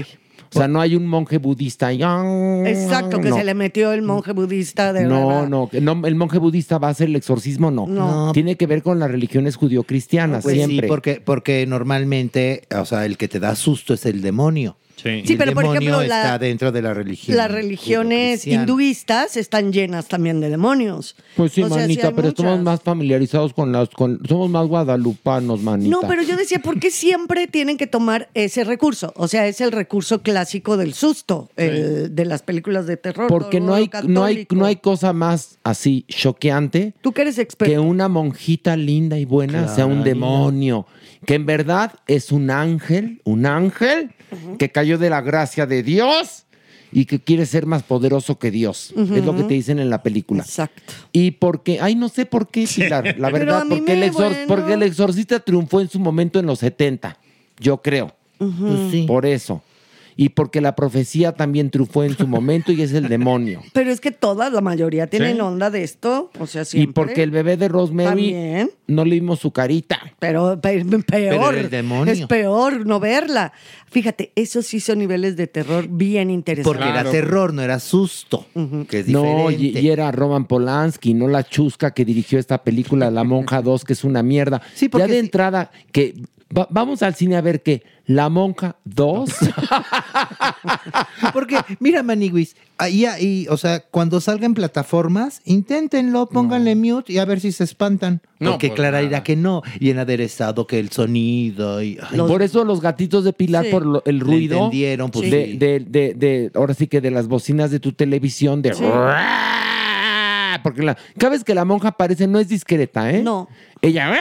[SPEAKER 5] O sea, no hay un monje budista. y- ah,
[SPEAKER 7] Exacto, que
[SPEAKER 5] no.
[SPEAKER 7] se le metió el monje budista de
[SPEAKER 5] No,
[SPEAKER 7] verdad.
[SPEAKER 5] no, que no, el monje budista va a hacer el exorcismo, no.
[SPEAKER 7] No.
[SPEAKER 5] Tiene que ver con las religiones judio-cristianas,
[SPEAKER 8] Pues sí,
[SPEAKER 5] Ah, siempre.
[SPEAKER 8] porque, porque normalmente, o sea, el que te da susto es el demonio.
[SPEAKER 6] Sí.
[SPEAKER 8] Y
[SPEAKER 7] Sí,
[SPEAKER 8] el
[SPEAKER 7] pero por
[SPEAKER 8] demonio
[SPEAKER 7] ejemplo, la-
[SPEAKER 8] está dentro de la religión.
[SPEAKER 7] Las religiones
[SPEAKER 8] judio-cristiana.
[SPEAKER 7] hinduistas están llenas también de demonios.
[SPEAKER 5] Pues sí,
[SPEAKER 7] O sea,
[SPEAKER 5] manita,
[SPEAKER 7] hay
[SPEAKER 5] pero estamos
[SPEAKER 7] muchas.
[SPEAKER 5] más familiarizados con las... Con, somos más guadalupanos, manita.
[SPEAKER 7] No, pero yo decía, ¿por qué siempre tienen que tomar ese recurso? O sea, es el recurso clásico del susto, el- de las películas de terror.
[SPEAKER 5] Porque no
[SPEAKER 7] todo
[SPEAKER 5] hay, no, hay,
[SPEAKER 7] católico.
[SPEAKER 5] no hay cosa más así choqueante
[SPEAKER 7] Tú que eres
[SPEAKER 5] que
[SPEAKER 7] experto.
[SPEAKER 5] una monjita linda y buena sea un demonio. Que en verdad es un ángel, un ángel que cayó de la gracia de Dios y que quiere ser más poderoso que Dios. Es lo que te dicen en la película.
[SPEAKER 7] Exacto.
[SPEAKER 5] Y porque, ay, no sé por qué, Pilar, la
[SPEAKER 7] Pero
[SPEAKER 5] verdad,
[SPEAKER 7] a mí
[SPEAKER 5] porque el,
[SPEAKER 7] me-
[SPEAKER 5] exor-
[SPEAKER 7] bueno.
[SPEAKER 5] porque el exorcista triunfó en su momento en los 70, yo creo,
[SPEAKER 8] Pues sí.
[SPEAKER 5] por eso. Y porque la profecía también triunfó en su momento y es el demonio.
[SPEAKER 7] Pero es que todas, la mayoría tienen
[SPEAKER 6] Sí.
[SPEAKER 7] onda de esto. O sea,
[SPEAKER 5] Y
[SPEAKER 7] siempre.
[SPEAKER 5] porque el bebé de Rosemary
[SPEAKER 7] También.
[SPEAKER 5] no le vimos su carita.
[SPEAKER 7] Pero pe- peor.
[SPEAKER 8] el demonio.
[SPEAKER 7] Es peor no verla. Fíjate, esos sí son niveles de terror bien interesantes.
[SPEAKER 8] Porque
[SPEAKER 6] Claro.
[SPEAKER 8] era terror, no era susto, que es diferente.
[SPEAKER 5] No, y, y era Roman Polanski, no la chusca que dirigió esta película, La Monja 2, que es una mierda.
[SPEAKER 8] Sí,
[SPEAKER 5] ya
[SPEAKER 8] porque
[SPEAKER 5] de
[SPEAKER 8] sí.
[SPEAKER 5] entrada, que va- vamos al cine a ver que La Monja 2.
[SPEAKER 8] Porque, mira, Maniguis, ah, ahí, ahí, o sea, cuando salgan plataformas, inténtenlo, pónganle mute y a ver si se espantan.
[SPEAKER 6] No,
[SPEAKER 8] Porque
[SPEAKER 6] pues,
[SPEAKER 8] Clara
[SPEAKER 6] nada.
[SPEAKER 8] dirá que no, y en aderezado que el sonido y... ay,
[SPEAKER 5] por eso los gatitos de Pilar,
[SPEAKER 7] Sí.
[SPEAKER 5] por lo- el
[SPEAKER 8] Le
[SPEAKER 5] ruido.
[SPEAKER 8] entendieron, pues,
[SPEAKER 5] de,
[SPEAKER 8] sí.
[SPEAKER 5] de- de- de- ahora sí que de las bocinas de tu televisión, de. Porque la, cada vez que la monja aparece, no es discreta, ¿eh?
[SPEAKER 7] No.
[SPEAKER 5] Ella.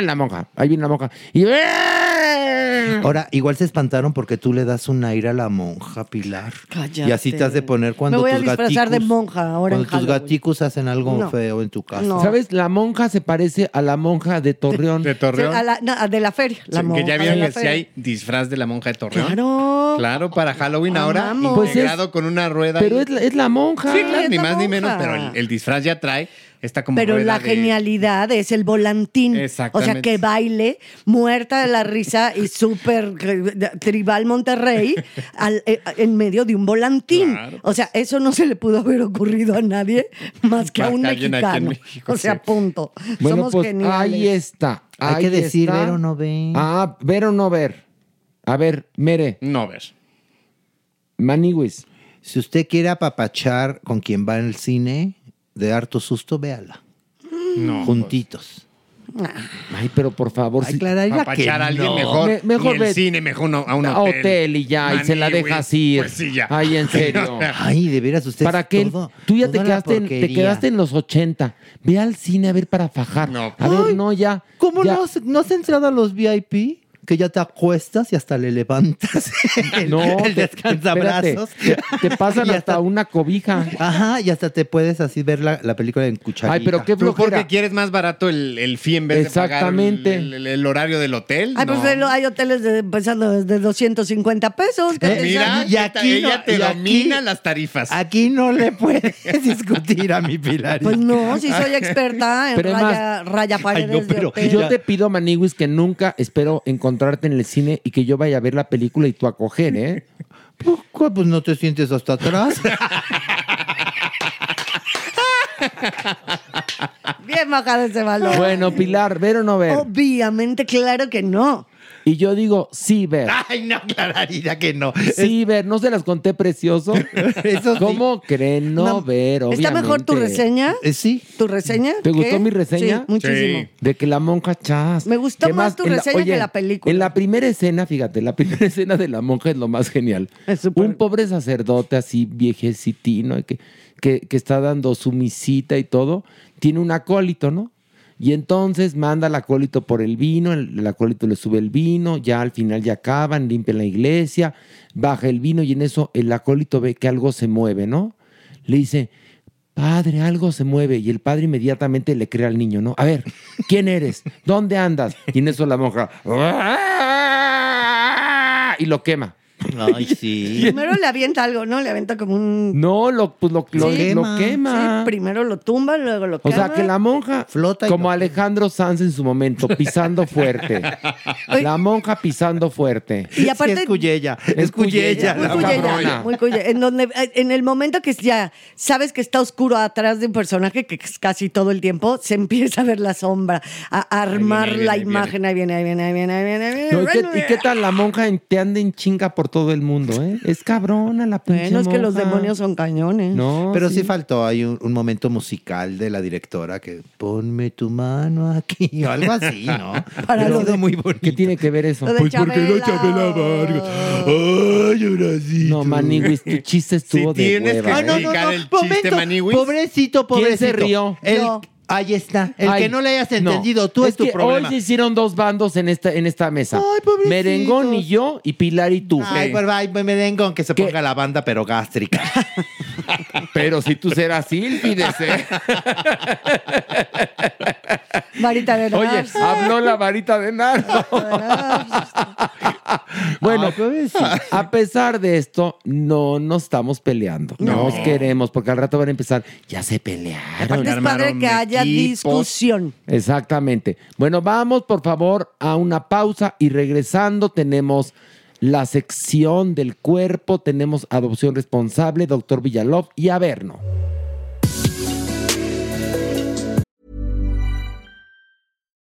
[SPEAKER 5] La monja. Ahí viene la monja. Y.
[SPEAKER 8] ¡ah!
[SPEAKER 7] Ah.
[SPEAKER 8] Ahora, igual se espantaron porque tú le das un aire a la monja, Pilar.
[SPEAKER 7] Cállate.
[SPEAKER 8] Y así te has de poner cuando
[SPEAKER 7] Me voy a
[SPEAKER 8] tus
[SPEAKER 7] disfrazar de
[SPEAKER 8] gaticos-
[SPEAKER 7] monja ahora en
[SPEAKER 8] Cuando tus
[SPEAKER 7] Halloween.
[SPEAKER 8] gaticos hacen algo
[SPEAKER 7] No.
[SPEAKER 8] feo en tu casa.
[SPEAKER 7] No.
[SPEAKER 5] ¿Sabes? La monja se parece a la monja de Torreón.
[SPEAKER 6] De Torreón.
[SPEAKER 7] A la- no, a de la feria. La
[SPEAKER 6] Sí, que
[SPEAKER 7] monja
[SPEAKER 6] ya
[SPEAKER 7] de
[SPEAKER 6] vieron
[SPEAKER 7] la
[SPEAKER 6] que si
[SPEAKER 7] feria.
[SPEAKER 6] hay disfraz de la monja de Torreón.
[SPEAKER 7] Claro.
[SPEAKER 6] Claro, para Halloween ahora,
[SPEAKER 7] Amamos.
[SPEAKER 5] Pues es-
[SPEAKER 6] integrado con una rueda.
[SPEAKER 5] Pero
[SPEAKER 6] ahí.
[SPEAKER 5] es la, es la monja.
[SPEAKER 6] Sí, claro,
[SPEAKER 7] es
[SPEAKER 6] ni
[SPEAKER 7] la
[SPEAKER 6] más ni
[SPEAKER 7] monja.
[SPEAKER 6] menos, pero el, el disfraz ya trae esta como
[SPEAKER 7] Pero
[SPEAKER 6] rueda
[SPEAKER 7] la
[SPEAKER 6] de-
[SPEAKER 7] genialidad es el volantín.
[SPEAKER 6] Exactamente.
[SPEAKER 7] O sea, que baile, muerta de la risa y súper eh, tribal Monterrey, al- eh, en medio de un volantín.
[SPEAKER 6] Claro. pues.
[SPEAKER 7] O sea, eso no se le pudo haber ocurrido a nadie más que a
[SPEAKER 6] Más
[SPEAKER 7] un
[SPEAKER 6] que a alguien aquí en
[SPEAKER 7] mexicano.
[SPEAKER 6] México,
[SPEAKER 7] o sea,
[SPEAKER 6] sí.
[SPEAKER 7] punto.
[SPEAKER 5] Bueno,
[SPEAKER 7] Somos
[SPEAKER 5] pues
[SPEAKER 7] geniales.
[SPEAKER 5] ahí está.
[SPEAKER 8] Hay
[SPEAKER 5] ahí
[SPEAKER 8] que decir
[SPEAKER 5] está.
[SPEAKER 8] ver o no ver.
[SPEAKER 5] Ah, ver o no ver. A ver, Mere,
[SPEAKER 6] No ver.
[SPEAKER 5] Maniwis.
[SPEAKER 8] Si usted quiere apapachar con quien va al cine de harto susto, véala.
[SPEAKER 6] No. pues.
[SPEAKER 8] Juntitos.
[SPEAKER 7] Ah.
[SPEAKER 5] Ay, pero por favor.
[SPEAKER 8] Ay,
[SPEAKER 5] si-
[SPEAKER 8] Clara, dila que
[SPEAKER 6] Apachar a alguien
[SPEAKER 8] no.
[SPEAKER 6] mejor.
[SPEAKER 5] Me- mejor
[SPEAKER 6] ni el
[SPEAKER 5] ve-
[SPEAKER 6] cine, mejor no, a un
[SPEAKER 5] a
[SPEAKER 6] hotel.
[SPEAKER 5] hotel y ya, y se la
[SPEAKER 6] Maní,
[SPEAKER 5] dejas
[SPEAKER 6] güey,
[SPEAKER 5] ir.
[SPEAKER 6] Pues sí, ya.
[SPEAKER 5] Ay, en serio.
[SPEAKER 6] O sea,
[SPEAKER 8] Ay, de veras, usted
[SPEAKER 5] ¿Para qué? Tú ya te quedaste, en, te quedaste en los 80. Ve al cine a ver para fajar.
[SPEAKER 6] No.
[SPEAKER 5] A ver, no, ya.
[SPEAKER 8] ¿Cómo
[SPEAKER 5] ya.
[SPEAKER 8] no, has- no has entrado a los VIP? Que ya te acuestas y hasta le levantas el, el
[SPEAKER 5] te-
[SPEAKER 8] descansabrazos.
[SPEAKER 5] espérate, Te, te pasan
[SPEAKER 8] Y
[SPEAKER 5] hasta, una cobija.
[SPEAKER 8] Ajá, y hasta te puedes así ver la, la película en cucharita.
[SPEAKER 5] Ay, pero qué
[SPEAKER 6] ¿Tú
[SPEAKER 5] flojera.
[SPEAKER 6] porque quieres más barato el, el fee en vez
[SPEAKER 5] Exactamente.
[SPEAKER 6] de pagar el- el, el horario del hotel?
[SPEAKER 7] Ay, pues,
[SPEAKER 6] No.
[SPEAKER 7] velo, hay hoteles de, empezando desde 250 pesos. que
[SPEAKER 8] Eh,
[SPEAKER 7] te
[SPEAKER 6] Mira,
[SPEAKER 7] salen-
[SPEAKER 8] y
[SPEAKER 6] y
[SPEAKER 8] aquí
[SPEAKER 6] ella
[SPEAKER 8] no-
[SPEAKER 6] te
[SPEAKER 8] y aquí-
[SPEAKER 6] domina las tarifas.
[SPEAKER 8] Aquí no le puedes discutir a mi Pilar.
[SPEAKER 7] Pues no, si soy experta en
[SPEAKER 5] Pero es
[SPEAKER 7] raya, raya paredes
[SPEAKER 8] Ay, no,
[SPEAKER 7] de
[SPEAKER 8] pero
[SPEAKER 7] hotel.
[SPEAKER 5] Yo te pido, Maniwis, que nunca espero encontrarte en el cine y que yo vaya a ver la película y tú a coger, ¿eh?
[SPEAKER 8] Pues, ¿cuál? Pues no te sientes hasta atrás.
[SPEAKER 7] Bien bajado ese valor.
[SPEAKER 5] Bueno, Pilar, ¿ver o no ver?
[SPEAKER 7] Obviamente, claro que no.
[SPEAKER 5] Y yo digo, sí, ver.
[SPEAKER 8] Ay, no, Clararina, que no.
[SPEAKER 5] Sí, ver, ¿no se las conté precioso?
[SPEAKER 8] Eso sí.
[SPEAKER 5] ¿Cómo creen no,
[SPEAKER 7] No,
[SPEAKER 5] ver?
[SPEAKER 7] ¿Está mejor tu
[SPEAKER 5] obviamente?
[SPEAKER 7] reseña?
[SPEAKER 8] Eh, sí.
[SPEAKER 7] ¿Tu reseña?
[SPEAKER 5] ¿Te gustó
[SPEAKER 7] ¿Qué?
[SPEAKER 5] mi reseña?
[SPEAKER 7] Sí, muchísimo.
[SPEAKER 6] Sí.
[SPEAKER 5] De que la monja chas.
[SPEAKER 7] Me gustó
[SPEAKER 5] ¿Qué
[SPEAKER 7] más tu
[SPEAKER 5] En
[SPEAKER 7] reseña que la película.
[SPEAKER 5] En la primera escena, fíjate, la primera escena de la monja es lo más genial.
[SPEAKER 7] Es súper-
[SPEAKER 5] Un pobre sacerdote así viejecitino y que, que, que está dando su misita y todo, tiene un acólito, ¿no? Y entonces manda al acólito por el vino, el, el acólito le sube el vino, ya al final ya acaban, limpian la iglesia, baja el vino y en eso el acólito ve que algo se mueve, ¿no? Le dice, Padre, algo se mueve. Y el padre inmediatamente le cree al niño, ¿no? A ver, ¿quién eres? ¿Dónde andas? Y en eso la monja. "¡Ah!", Y lo quema.
[SPEAKER 8] Ay, sí.
[SPEAKER 7] Primero le avienta algo, ¿no? Le avienta como un...
[SPEAKER 5] No, lo, pues lo, lo- lo
[SPEAKER 8] Sí.
[SPEAKER 5] quema.
[SPEAKER 7] Sí, primero lo tumba, luego lo
[SPEAKER 5] o sea,
[SPEAKER 7] quema.
[SPEAKER 5] que la monja.
[SPEAKER 8] Flota y
[SPEAKER 5] como
[SPEAKER 8] lo-
[SPEAKER 5] Alejandro Sanz en su momento, pisando fuerte. la monja pisando fuerte.
[SPEAKER 7] Y aparte...
[SPEAKER 8] Sí, es cuyella. Es
[SPEAKER 5] cuyella,
[SPEAKER 8] cuyella.
[SPEAKER 7] muy
[SPEAKER 8] la
[SPEAKER 7] cuyella,
[SPEAKER 8] cabrona.
[SPEAKER 7] muy cuyella. En, donde, en el momento que ya sabes que está oscuro atrás de un personaje, que es casi todo el tiempo, se empieza a ver la sombra, a armar
[SPEAKER 6] viene, ahí
[SPEAKER 7] la
[SPEAKER 6] viene, ahí
[SPEAKER 7] imagen. Ahí viene, ahí viene, ahí viene, ahí viene. ahí viene.
[SPEAKER 5] No, ¿y, qué, y qué tal la monja en- te anda en chinga por todo el mundo, eh? Es cabrona la pinche
[SPEAKER 7] Bueno, es que los
[SPEAKER 5] monja.
[SPEAKER 7] demonios son cañones.
[SPEAKER 5] No,
[SPEAKER 8] Pero sí. faltó, hay un, un momento musical de la directora que ponme tu mano aquí o algo así, ¿no?
[SPEAKER 7] Para
[SPEAKER 8] Pero
[SPEAKER 7] lo
[SPEAKER 8] quedó
[SPEAKER 7] de-
[SPEAKER 8] muy bonito.
[SPEAKER 5] ¿Qué tiene que ver eso?
[SPEAKER 7] Lo de
[SPEAKER 8] Pues porque no
[SPEAKER 7] Chabela.
[SPEAKER 8] Chabela Vargas. Ay, ahora sí.
[SPEAKER 5] No,
[SPEAKER 8] tú.
[SPEAKER 5] Maniwis, tu chiste estuvo de
[SPEAKER 6] tienes
[SPEAKER 5] hueva.
[SPEAKER 6] que-
[SPEAKER 8] Ah,
[SPEAKER 5] ¿eh?
[SPEAKER 8] no, no,
[SPEAKER 6] Explicar
[SPEAKER 8] no.
[SPEAKER 6] el chiste,
[SPEAKER 8] Momento.
[SPEAKER 6] Maniwis.
[SPEAKER 8] Pobrecito,
[SPEAKER 5] ¿Quién
[SPEAKER 8] pobrecito.
[SPEAKER 5] se rió?
[SPEAKER 8] El-
[SPEAKER 7] Yo.
[SPEAKER 8] Ahí está. El
[SPEAKER 5] Ay,
[SPEAKER 8] que no le hayas
[SPEAKER 5] no.
[SPEAKER 8] entendido, tú es, tu
[SPEAKER 5] que
[SPEAKER 8] problema.
[SPEAKER 5] Hoy se hicieron dos bandos en esta, en esta mesa.
[SPEAKER 8] Ay, pobrecitos.
[SPEAKER 5] Merengón y yo, y Pilar y tú.
[SPEAKER 8] Ay, pues, ay, pues, merengón, que se
[SPEAKER 5] ¿Qué?
[SPEAKER 8] ponga la banda, pero gástrica.
[SPEAKER 5] Pero si tú serás Sílfides, ¿eh?
[SPEAKER 7] Varita de
[SPEAKER 5] Oye,
[SPEAKER 7] Rams.
[SPEAKER 5] habló la varita de nardo.
[SPEAKER 10] Pues
[SPEAKER 5] bueno, a pesar de esto, no nos estamos peleando. No. Nos queremos, porque al rato van a empezar, ya se pelearon.
[SPEAKER 7] Aparte es padre
[SPEAKER 6] armaron
[SPEAKER 7] que haya
[SPEAKER 6] equipos.
[SPEAKER 7] discusión.
[SPEAKER 5] Exactamente. Bueno, vamos por favor a una pausa y regresando tenemos la sección del cuerpo, tenemos adopción responsable, doctor Villalov y Averno.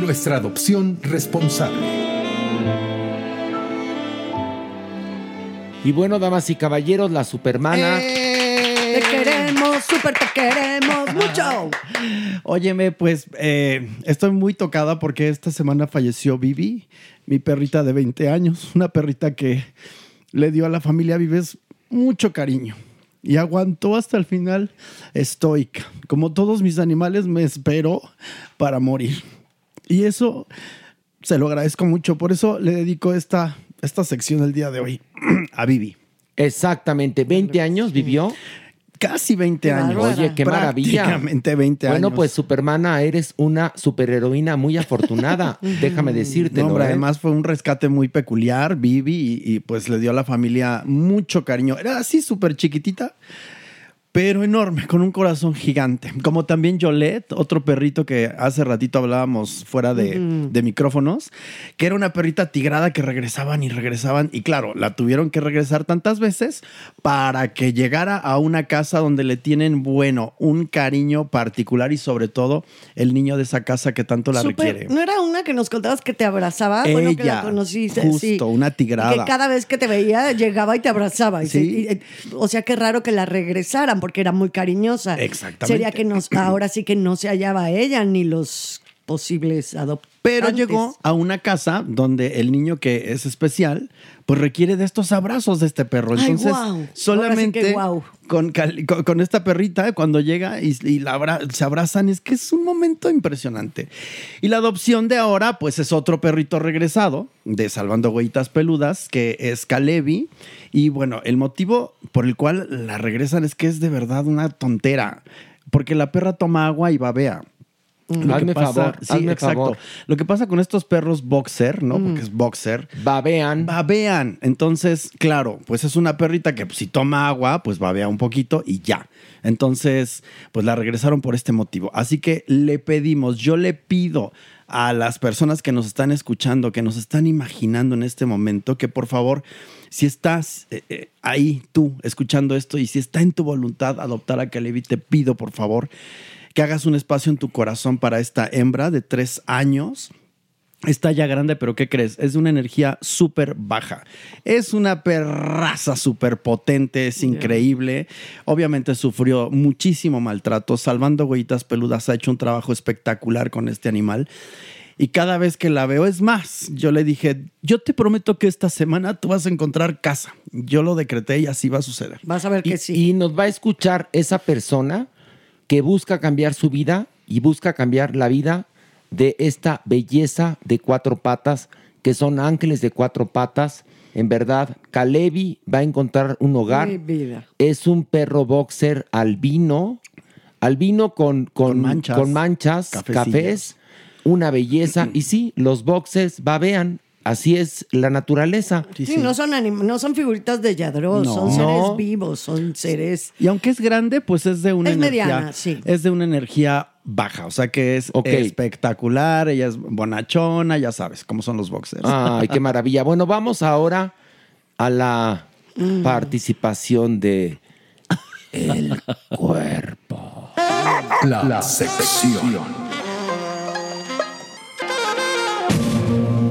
[SPEAKER 4] Nuestra adopción responsable.
[SPEAKER 5] Y bueno, damas y caballeros, la supermana.
[SPEAKER 7] Te queremos, súper te queremos mucho.
[SPEAKER 11] Óyeme, pues eh, estoy muy tocada porque esta semana falleció Vivi, mi perrita de 20 años, una perrita que le dio a la familia Vives mucho cariño y aguantó hasta el final estoica. Como todos mis animales, me esperó para morir. Y eso se lo agradezco mucho. Por eso le dedico esta, esta sección el día de hoy a Vivi.
[SPEAKER 5] Exactamente, 20 años vivió.
[SPEAKER 11] Casi 20 años.
[SPEAKER 5] Oye, qué maravilla.
[SPEAKER 11] Prácticamente 20 años.
[SPEAKER 5] Bueno, pues Supermana, eres una superheroína muy afortunada. Déjame decirte.
[SPEAKER 11] Mm, No, hombre, además fue un rescate muy peculiar, Vivi, y, y, pues le dio a la familia mucho cariño. Era así súper chiquitita, pero enorme, con un corazón gigante. Como también Yolette, otro perrito que hace ratito hablábamos fuera de,
[SPEAKER 7] Ujú.
[SPEAKER 11] de micrófonos, que era una perrita tigrada que regresaban y regresaban. Y claro, la tuvieron que regresar tantas veces para que llegara a una casa donde le tienen, bueno, un cariño particular y sobre todo el niño de esa casa que tanto la
[SPEAKER 7] Súper-
[SPEAKER 11] requiere.
[SPEAKER 7] ¿No era una que nos contabas que te abrazaba? bueno, que la
[SPEAKER 11] Ella,
[SPEAKER 7] conociste.
[SPEAKER 11] justo,
[SPEAKER 7] sí.
[SPEAKER 11] una tigrada.
[SPEAKER 7] Que cada vez que te veía llegaba y te abrazaba. y se-
[SPEAKER 11] Sí.
[SPEAKER 7] y, eh, o sea, qué raro que la regresaran porque era muy cariñosa.
[SPEAKER 11] Exactamente.
[SPEAKER 7] Sería que nos, ahora sí que no se hallaba ella ni los posibles adoptantes.
[SPEAKER 11] Pero llegó a una casa donde el niño que es especial, pues requiere de estos abrazos de este perro.
[SPEAKER 7] Ay,
[SPEAKER 11] Entonces,
[SPEAKER 7] guau. Ahora sí que
[SPEAKER 11] solamente
[SPEAKER 7] guau.
[SPEAKER 11] con, cal- con- con esta perrita, cuando llega y, y la abra- se abrazan, es que es un momento impresionante. Y la adopción de ahora, pues es otro perrito regresado de Salvando Huellitas Peludas, que es Calebi. Y bueno, el motivo por el cual la regresan es que es de verdad una tontera, porque la perra toma agua y babea. Lo que
[SPEAKER 5] Hazme
[SPEAKER 11] pasa-
[SPEAKER 5] favor,
[SPEAKER 11] sí,
[SPEAKER 5] hazme
[SPEAKER 11] exacto.
[SPEAKER 5] favor.
[SPEAKER 11] Lo que pasa con estos perros boxer, ¿no? Porque es boxer,
[SPEAKER 5] Babean.
[SPEAKER 11] babean. Entonces, claro, pues es una perrita que pues, si toma agua, pues babea un poquito y ya. Entonces, pues la regresaron por este motivo. Así que le pedimos, yo le pido a las personas que nos están escuchando, que nos están imaginando en este momento, que por favor, si estás eh, eh, ahí tú escuchando esto y si está en tu voluntad adoptar a Calevi, te pido por favor que hagas un espacio en tu corazón para esta hembra de tres años. Está ya grande, pero ¿qué crees? Es de una energía súper baja. Es una perraza súper potente, es increíble. Obviamente sufrió muchísimo maltrato. Salvando Huellitas Peludas ha hecho un trabajo espectacular con este animal. Y cada vez que la veo, es más, yo le dije, yo te prometo que esta semana tú vas a encontrar casa. Yo lo decreté y así va a suceder.
[SPEAKER 7] Vas a ver
[SPEAKER 5] Y,
[SPEAKER 7] que sí.
[SPEAKER 5] y nos va a escuchar esa persona que busca cambiar su vida y busca cambiar la vida de esta belleza de cuatro patas, que son ángeles de cuatro patas. En verdad, Kalevi va a encontrar un hogar.
[SPEAKER 7] Mi vida.
[SPEAKER 5] Es un perro boxer albino, albino con, con,
[SPEAKER 11] Con manchas.
[SPEAKER 5] con manchas,
[SPEAKER 11] Cafecillas.
[SPEAKER 5] cafés, una belleza. y sí, los boxers babean, así es la naturaleza.
[SPEAKER 7] Sí, no son anim- no son figuritas de Yadro,
[SPEAKER 11] No.
[SPEAKER 5] No.
[SPEAKER 7] son seres vivos, son seres.
[SPEAKER 11] Y aunque es grande, pues es de una
[SPEAKER 7] Es
[SPEAKER 11] energía.
[SPEAKER 7] mediana, sí.
[SPEAKER 11] Es de una energía baja. O sea que es
[SPEAKER 5] Ok.
[SPEAKER 11] espectacular. Ella es bonachona, ya sabes cómo son los boxers.
[SPEAKER 5] Ay, qué maravilla. Bueno, vamos ahora a la
[SPEAKER 7] Mm.
[SPEAKER 5] participación de el cuerpo.
[SPEAKER 4] La, sección.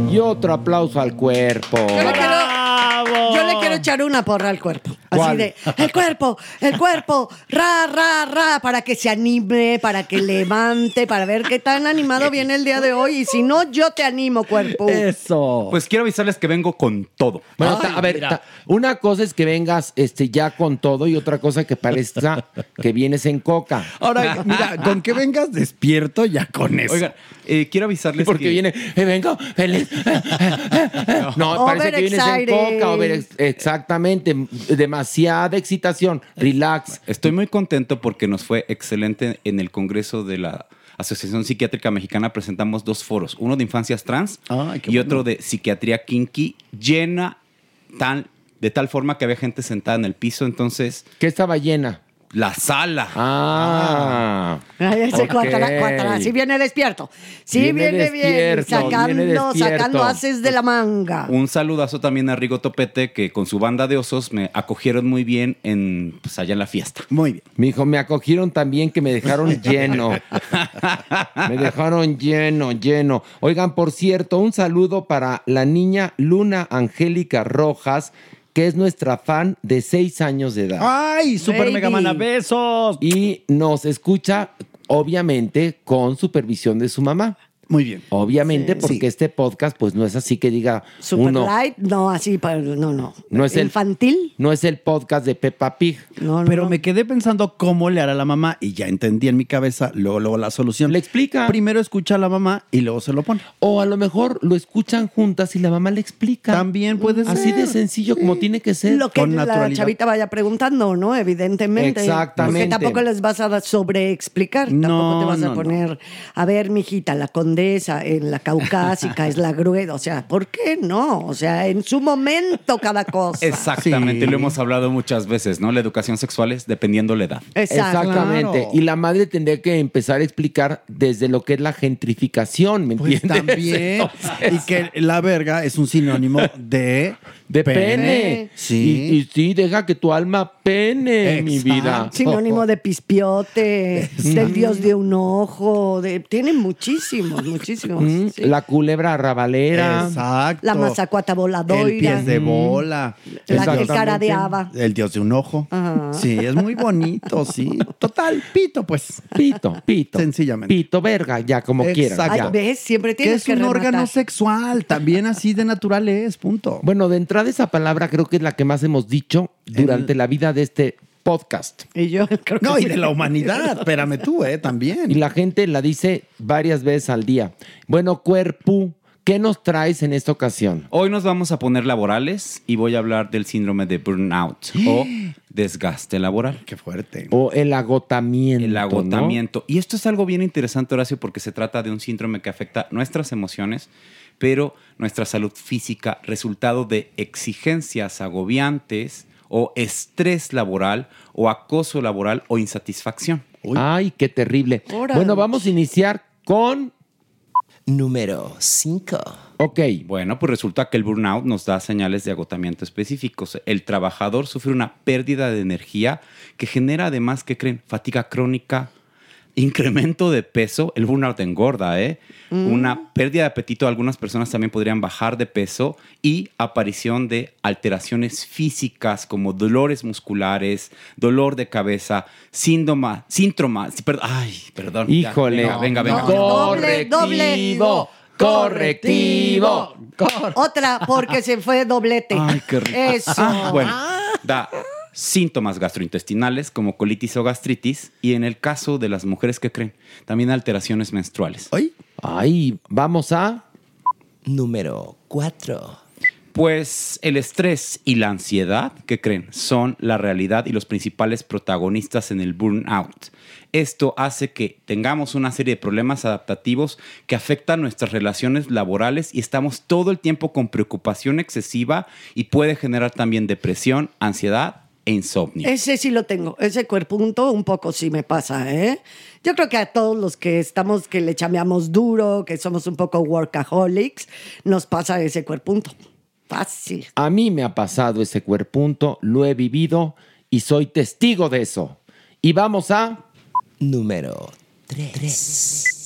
[SPEAKER 5] Y otro aplauso al cuerpo.
[SPEAKER 7] Yo le quiero- Yo le quiero echar una porra al cuerpo.
[SPEAKER 5] ¿Cuál?
[SPEAKER 7] Así de, el cuerpo, el cuerpo, ra, ra, ra, para que se anime, para que levante, para ver qué tan animado viene el día de hoy. Y si no, yo te animo, cuerpo.
[SPEAKER 5] Eh,
[SPEAKER 11] Eso.
[SPEAKER 12] Pues quiero avisarles que vengo con todo.
[SPEAKER 5] Bueno, ta- a ver, ta- una cosa es que vengas este, ya con todo y otra cosa que parezca que vienes en coca.
[SPEAKER 11] Ahora, mira, con que vengas despierto ya con eso.
[SPEAKER 12] Oigan, eh, quiero avisarles
[SPEAKER 5] Porque
[SPEAKER 12] que...
[SPEAKER 5] viene, eh, vengo feliz. eh, eh, eh. No, parece que vienes en
[SPEAKER 7] Overexcited.
[SPEAKER 5] coca. over- eh, exactamente, demasiada excitación. Relax.
[SPEAKER 12] Estoy muy contento porque nos fue excelente en el Congreso de la Asociación Psiquiátrica Mexicana. Presentamos dos foros, uno de infancias trans
[SPEAKER 11] Ay, qué
[SPEAKER 12] y otro de psiquiatría kinky, llena tan, de tal forma que había gente sentada en el piso. Entonces,
[SPEAKER 5] ¿Qué estaba llena?
[SPEAKER 12] la sala.
[SPEAKER 5] Ah.
[SPEAKER 7] Ay, ese
[SPEAKER 5] Ok.
[SPEAKER 7] cuatara- cuatara, Si viene despierto, si
[SPEAKER 5] Viene
[SPEAKER 7] viene, bien,
[SPEAKER 5] despierto,
[SPEAKER 7] sacando,
[SPEAKER 5] viene despierto.
[SPEAKER 7] sacando haces de la manga.
[SPEAKER 12] Un saludazo también a Rigo Topete, que con su banda de osos me acogieron muy bien en, pues, allá en la fiesta.
[SPEAKER 11] Muy bien.
[SPEAKER 5] Mi hijo, me acogieron también que me dejaron lleno. me dejaron lleno, lleno. Oigan, por cierto, un saludo para la niña Luna Angélica Rojas, que es nuestra fan de seis años de edad.
[SPEAKER 11] ¡Ay, Super Baby. Megamana,
[SPEAKER 5] besos! Y nos escucha, obviamente, con supervisión de su mamá.
[SPEAKER 11] Muy bien.
[SPEAKER 5] Obviamente,
[SPEAKER 7] Sí.
[SPEAKER 5] porque
[SPEAKER 7] Sí.
[SPEAKER 5] este podcast, pues no es así que diga
[SPEAKER 7] Super
[SPEAKER 5] uno.
[SPEAKER 7] light, no, así, para- no, no.
[SPEAKER 5] No es el-
[SPEAKER 7] infantil.
[SPEAKER 5] No es el podcast de Peppa Pig.
[SPEAKER 11] Pero me quedé pensando cómo le hará la mamá y ya entendí en mi cabeza luego, luego la solución. Le
[SPEAKER 5] explica.
[SPEAKER 11] Primero escucha a la mamá y luego se lo pone.
[SPEAKER 5] O a lo mejor lo escuchan juntas y la mamá le explica.
[SPEAKER 11] También puede ser.
[SPEAKER 5] Así de sencillo como tiene que ser.
[SPEAKER 7] Lo que la chavita vaya preguntando, ¿no? Evidentemente.
[SPEAKER 5] Exactamente.
[SPEAKER 7] Porque tampoco les vas a sobreexplicar. tampoco te vas
[SPEAKER 5] no,
[SPEAKER 7] a
[SPEAKER 5] no.
[SPEAKER 7] poner, a ver, mijita, la condesa en la caucásica es la grueda. O sea, ¿por qué no? O sea, en su momento cada cosa.
[SPEAKER 12] Exactamente, lo hemos hablado muchas veces, ¿no? La educación sexual es dependiendo la edad.
[SPEAKER 7] Exacto.
[SPEAKER 5] Exactamente.
[SPEAKER 7] Claro.
[SPEAKER 5] Y la madre tendría que empezar a explicar desde lo que es la gentrificación, ¿me
[SPEAKER 11] Pues
[SPEAKER 5] entiendes?
[SPEAKER 11] también. y que la verga es un sinónimo de,
[SPEAKER 5] de pene.
[SPEAKER 11] Sí.
[SPEAKER 5] Y, y sí, deja que tu alma pene, mi vida.
[SPEAKER 7] Sinónimo de pispiote, del
[SPEAKER 5] Exacto.
[SPEAKER 7] dios de un ojo, de, tienen muchísimos, muchísimos.
[SPEAKER 5] Mm,
[SPEAKER 7] sí.
[SPEAKER 5] La culebra rabalera.
[SPEAKER 11] Exacto.
[SPEAKER 7] La mazacuata voladoira.
[SPEAKER 11] El pies de
[SPEAKER 7] Mm.
[SPEAKER 11] bola.
[SPEAKER 7] La
[SPEAKER 11] Exactamente.
[SPEAKER 7] cara de haba.
[SPEAKER 11] El dios de un ojo.
[SPEAKER 7] Ajá.
[SPEAKER 11] Sí, es muy bonito, sí. Total, pito, pues.
[SPEAKER 5] Pito, pito.
[SPEAKER 11] Sencillamente.
[SPEAKER 5] Pito, verga, ya, como quieras.
[SPEAKER 11] Exacto.
[SPEAKER 5] ya.
[SPEAKER 7] Ay, ¿Ves? Siempre tienes
[SPEAKER 11] que
[SPEAKER 7] que
[SPEAKER 11] es un órgano
[SPEAKER 7] rematar.
[SPEAKER 11] sexual, también así de natural es, punto.
[SPEAKER 5] Bueno, de entrada esa palabra creo que es la que más hemos dicho durante la vida de este podcast.
[SPEAKER 7] Y yo creo que
[SPEAKER 11] No, y
[SPEAKER 7] sí.
[SPEAKER 11] de la humanidad, espérame tú, eh, también.
[SPEAKER 5] Y la gente la dice varias veces al día. Bueno, cuerpo, ¿qué nos traes en esta ocasión?
[SPEAKER 12] Hoy nos vamos a poner laborales y voy a hablar del síndrome de burnout o desgaste laboral.
[SPEAKER 11] Qué fuerte.
[SPEAKER 5] O el agotamiento.
[SPEAKER 12] El
[SPEAKER 5] ¿no?
[SPEAKER 12] agotamiento. Y esto es algo bien interesante, Horacio, porque se trata de un síndrome que afecta nuestras emociones, pero nuestra salud física, resultado de exigencias agobiantes o estrés laboral o acoso laboral o insatisfacción.
[SPEAKER 5] Ay, qué terrible.
[SPEAKER 12] Órale.
[SPEAKER 5] Bueno, vamos a iniciar con...
[SPEAKER 12] Número 5.
[SPEAKER 5] Ok.
[SPEAKER 12] Bueno, pues resulta que el burnout nos da señales de agotamiento específicos. El trabajador sufre una pérdida de energía que genera además, ¿qué creen? Fatiga crónica, incremento de peso. El burnout engorda, ¿eh?
[SPEAKER 10] Mm.
[SPEAKER 12] Una pérdida de apetito. Algunas personas también podrían bajar de peso y aparición de alteraciones físicas como dolores musculares, dolor de cabeza, síndrome, síntomas. perd- ay, perdón. ya,
[SPEAKER 5] Híjole.
[SPEAKER 12] venga, venga, venga.
[SPEAKER 7] Doble, doble.
[SPEAKER 5] Correctivo, correctivo.
[SPEAKER 7] Otra, porque se fue doblete.
[SPEAKER 12] Ay, qué rico.
[SPEAKER 7] Eso.
[SPEAKER 12] Ah, bueno, da síntomas gastrointestinales como colitis o gastritis y en el caso de las mujeres que creen, también alteraciones menstruales.
[SPEAKER 11] ¿Ay?
[SPEAKER 5] Ay, vamos a...
[SPEAKER 12] Número 4. Pues el estrés y la ansiedad, que creen, son la realidad y los principales protagonistas en el burnout. Esto hace que tengamos una serie de problemas adaptativos que afectan nuestras relaciones laborales y estamos todo el tiempo con preocupación excesiva y puede generar también depresión, ansiedad e insomnio.
[SPEAKER 7] Ese sí lo tengo. Ese cuerpunto un poco sí me pasa, ¿eh? Yo creo que a todos los que estamos, que le chameamos duro, que somos un poco workaholics, nos pasa ese cuerpunto. Fácil.
[SPEAKER 5] A mí me ha pasado ese cuerpunto, lo he vivido y soy testigo de eso. Y vamos a... Número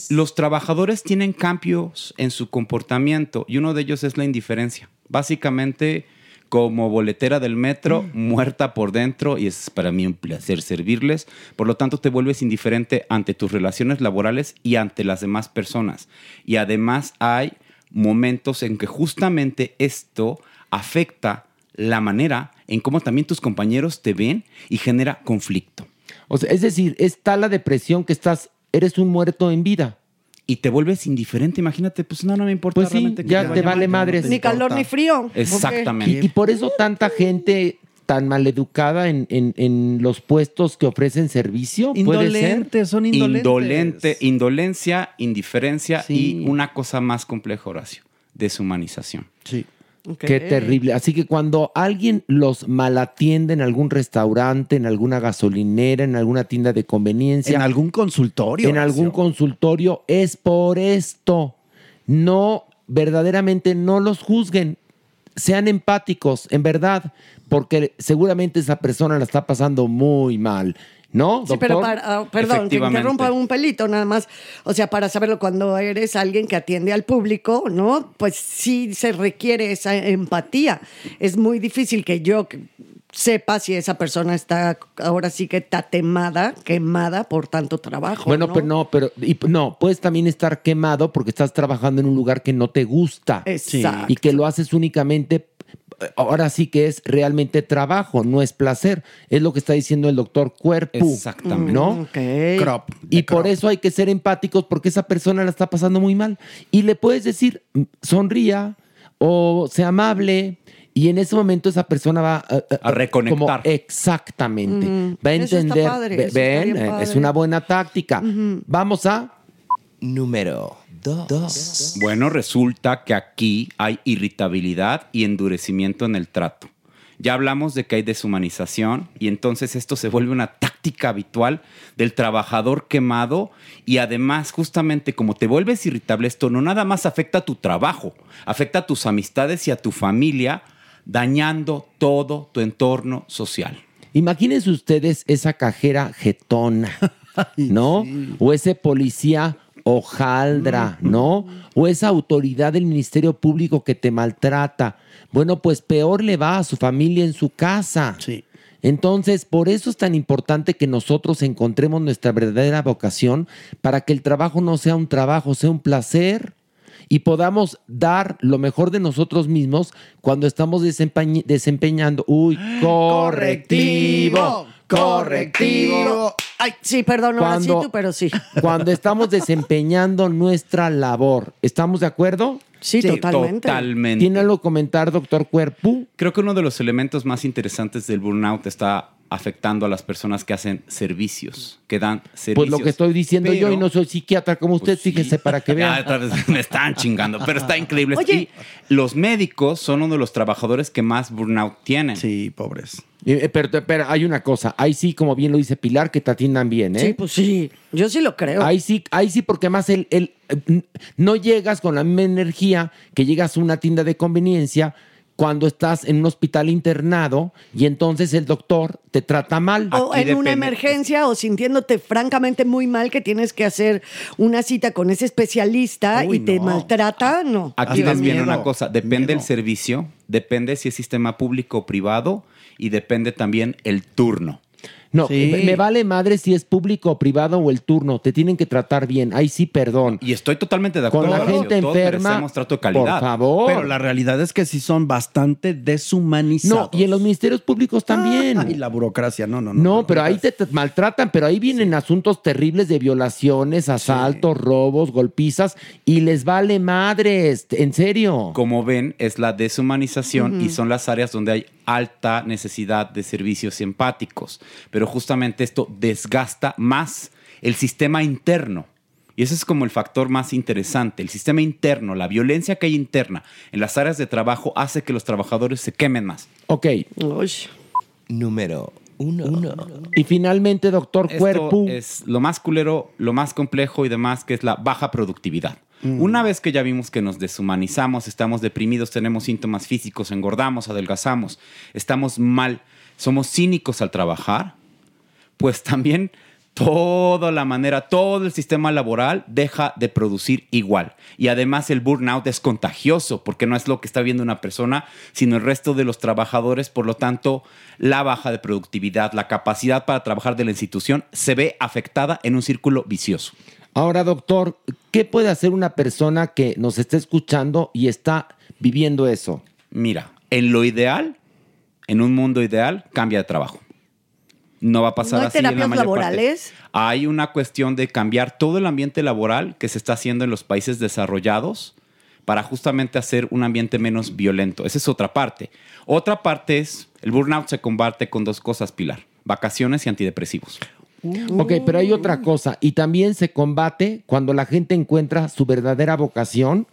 [SPEAKER 12] Los trabajadores tienen cambios en su comportamiento y uno de ellos es la indiferencia. Básicamente, como boletera del metro, muerta por dentro, y es para mí un placer servirles, por lo tanto te vuelves indiferente ante tus relaciones laborales y ante las demás personas. Y además hay momentos en que justamente esto afecta la manera en cómo también tus compañeros te ven y genera conflicto.
[SPEAKER 5] O sea, es decir, está la depresión que estás, eres un muerto en vida.
[SPEAKER 12] Y te vuelves indiferente, imagínate, pues no, no me importa.
[SPEAKER 5] Pues sí,
[SPEAKER 12] realmente que
[SPEAKER 5] ya
[SPEAKER 12] te
[SPEAKER 5] te,
[SPEAKER 12] vaya mal,
[SPEAKER 5] vale
[SPEAKER 12] no
[SPEAKER 5] madres.
[SPEAKER 12] te Ni calor importa. ni
[SPEAKER 7] frío.
[SPEAKER 12] Exactamente.
[SPEAKER 5] Y, y por eso tanta gente tan maleducada en, en, en los puestos que ofrecen servicio. ¿puede ser?
[SPEAKER 12] Indolente, indolencia, indiferencia y una cosa más compleja, Horacio, deshumanización.
[SPEAKER 11] Sí.
[SPEAKER 5] Qué terrible. Así que cuando alguien los malatiende en algún restaurante, en alguna gasolinera, en alguna tienda de conveniencia.
[SPEAKER 11] En algún consultorio.
[SPEAKER 5] En algún consultorio, es por esto. No, verdaderamente no los juzguen. Sean empáticos, en verdad, porque seguramente esa persona la está pasando muy mal. ¿No?
[SPEAKER 7] Sí, pero
[SPEAKER 5] doctor?
[SPEAKER 7] para, ah, perdón, que interrumpa un pelito nada más. O sea, para saberlo, cuando eres alguien que atiende al público, ¿no? Pues sí se requiere esa empatía. Es muy difícil que yo que- sepa si esa persona está ahora sí que tatemada, quemada por tanto trabajo.
[SPEAKER 5] Bueno, pues,
[SPEAKER 7] ¿no?
[SPEAKER 5] pero no, pero y p- no, puedes también estar quemado porque estás trabajando en un lugar que no te gusta.
[SPEAKER 7] Exacto.
[SPEAKER 5] Y que lo haces únicamente, eh, ahora sí que es realmente trabajo, no es placer. Es lo que está diciendo el doctor Cuerpo.
[SPEAKER 12] Exactamente. Mm,
[SPEAKER 5] ¿No?
[SPEAKER 12] Crop,
[SPEAKER 5] y por eso hay que ser empáticos porque esa persona la está pasando muy mal. Y le puedes decir, "Mm, sonría o sea amable. Y en ese momento esa persona va eh, eh,
[SPEAKER 12] A
[SPEAKER 5] como-
[SPEAKER 12] reconectar.
[SPEAKER 5] exactamente.
[SPEAKER 12] Ujú.
[SPEAKER 5] Va a
[SPEAKER 12] Eso está
[SPEAKER 5] entender.
[SPEAKER 12] padre,
[SPEAKER 5] ve-
[SPEAKER 12] eso está
[SPEAKER 5] ven,
[SPEAKER 12] bien
[SPEAKER 5] eh, es
[SPEAKER 12] padre.
[SPEAKER 5] una buena táctica. Vamos a
[SPEAKER 12] Número 2. Bueno, resulta que aquí hay irritabilidad y endurecimiento en el trato. Ya hablamos de que hay deshumanización y entonces esto se vuelve una táctica habitual del trabajador quemado y además justamente como te vuelves irritable esto no nada más afecta a tu trabajo, afecta a tus amistades y a tu familia dañando todo tu entorno social.
[SPEAKER 5] Imagínense ustedes esa cajera jetona, ¿no? O ese policía hojaldra, ¿no? O esa autoridad del Ministerio Público que te maltrata. Bueno, pues peor le va a su familia en su casa. Sí. Entonces, por eso es tan importante que nosotros encontremos nuestra verdadera vocación para que el trabajo no sea un trabajo, sea un placer y podamos dar lo mejor de nosotros mismos cuando estamos desempeñ- desempeñando. Uy, correctivo, correctivo.
[SPEAKER 7] Ay, sí, perdón, ahora sí
[SPEAKER 5] Cuando-
[SPEAKER 7] tú, pero sí.
[SPEAKER 5] Cuando estamos desempeñando nuestra labor, ¿estamos de acuerdo?
[SPEAKER 7] Sí,
[SPEAKER 12] Totalmente.
[SPEAKER 5] ¿Tiene algo que comentar, doctor Cuerpo?
[SPEAKER 12] Creo que uno de los elementos más interesantes del burnout está afectando a las personas que hacen servicios, que dan servicios.
[SPEAKER 5] Pues lo que estoy diciendo yo y
[SPEAKER 12] Pero-
[SPEAKER 5] no soy psiquiatra como usted, fíjese para que
[SPEAKER 12] Ya,
[SPEAKER 5] vean.
[SPEAKER 12] otra vez me están chingando, pero está increíble.
[SPEAKER 5] Oye.
[SPEAKER 12] Y los médicos son uno de los trabajadores que más burnout tienen.
[SPEAKER 11] Sí, pobres.
[SPEAKER 5] Eh, eh, Pero, pero hay una cosa, ahí sí, como bien lo dice Pilar, que te atiendan bien, ¿eh?
[SPEAKER 7] Sí, pues sí, yo sí lo creo.
[SPEAKER 5] Ahí sí, ahí sí porque más el, el, eh, n- no llegas con la misma energía que llegas a una tienda de conveniencia cuando estás en un hospital internado y entonces el doctor te trata mal.
[SPEAKER 7] O en una emergencia o sintiéndote francamente muy mal que tienes que hacer una cita con ese especialista y te maltrata, no.
[SPEAKER 12] Aquí les viene
[SPEAKER 7] viene
[SPEAKER 12] una cosa, depende el servicio, depende si es sistema público o privado y depende también el turno.
[SPEAKER 5] No, me, me vale madre si es público o privado o el turno, te tienen que tratar bien. Ahí sí, perdón.
[SPEAKER 12] Y estoy totalmente de
[SPEAKER 5] Con la
[SPEAKER 12] acuerdo,
[SPEAKER 5] gente
[SPEAKER 12] todos
[SPEAKER 5] enferma,
[SPEAKER 12] merecemos trato de
[SPEAKER 5] por
[SPEAKER 12] calidad.
[SPEAKER 5] favor.
[SPEAKER 11] Pero la realidad es que sí son bastante deshumanizados. Ah,
[SPEAKER 5] No, y en los ministerios públicos también.
[SPEAKER 11] y la burocracia, no, no, no.
[SPEAKER 5] No, pero ahí te, te maltratan, pero ahí vienen asuntos terribles de violaciones, asaltos, robos, golpizas y les vale madres, en serio.
[SPEAKER 12] Como ven, es la deshumanización
[SPEAKER 5] Ujú.
[SPEAKER 12] y son las áreas donde hay alta necesidad de servicios empáticos. Pero justamente esto desgasta más el sistema interno. Y ese es como el factor más interesante. El sistema interno, la violencia que hay interna en las áreas de trabajo hace que los trabajadores se quemen más.
[SPEAKER 5] Ok.
[SPEAKER 12] Número uno.
[SPEAKER 5] Y finalmente, doctor
[SPEAKER 12] Esto
[SPEAKER 5] Cuerpo.
[SPEAKER 12] es lo más culero, lo más complejo y demás, que es la baja productividad. Una vez que ya vimos que nos deshumanizamos, estamos deprimidos, tenemos síntomas físicos, engordamos, adelgazamos, estamos mal, somos cínicos al trabajar, pues también toda la manera, todo el sistema laboral deja de producir igual. Y además el burnout es contagioso porque no es lo que está viendo una persona, sino el resto de los trabajadores. Por lo tanto, la baja de productividad, la capacidad para trabajar de la institución se ve afectada en un círculo vicioso.
[SPEAKER 5] Ahora, doctor, ¿qué puede hacer una persona que nos está escuchando y está viviendo eso?
[SPEAKER 12] Mira, en lo ideal, en un mundo ideal, cambia de trabajo. No va a pasar
[SPEAKER 7] ¿No hay
[SPEAKER 12] así en la
[SPEAKER 7] terapias
[SPEAKER 12] mayor parte.
[SPEAKER 7] laborales?
[SPEAKER 12] Hay una cuestión de cambiar todo el ambiente laboral que se está haciendo en los países desarrollados para justamente hacer un ambiente menos violento. Esa es otra parte. Otra parte es, el burnout se combate con dos cosas, Pilar. Vacaciones y antidepresivos.
[SPEAKER 5] Ok, pero hay otra cosa. Y también se combate cuando la gente encuentra su verdadera vocación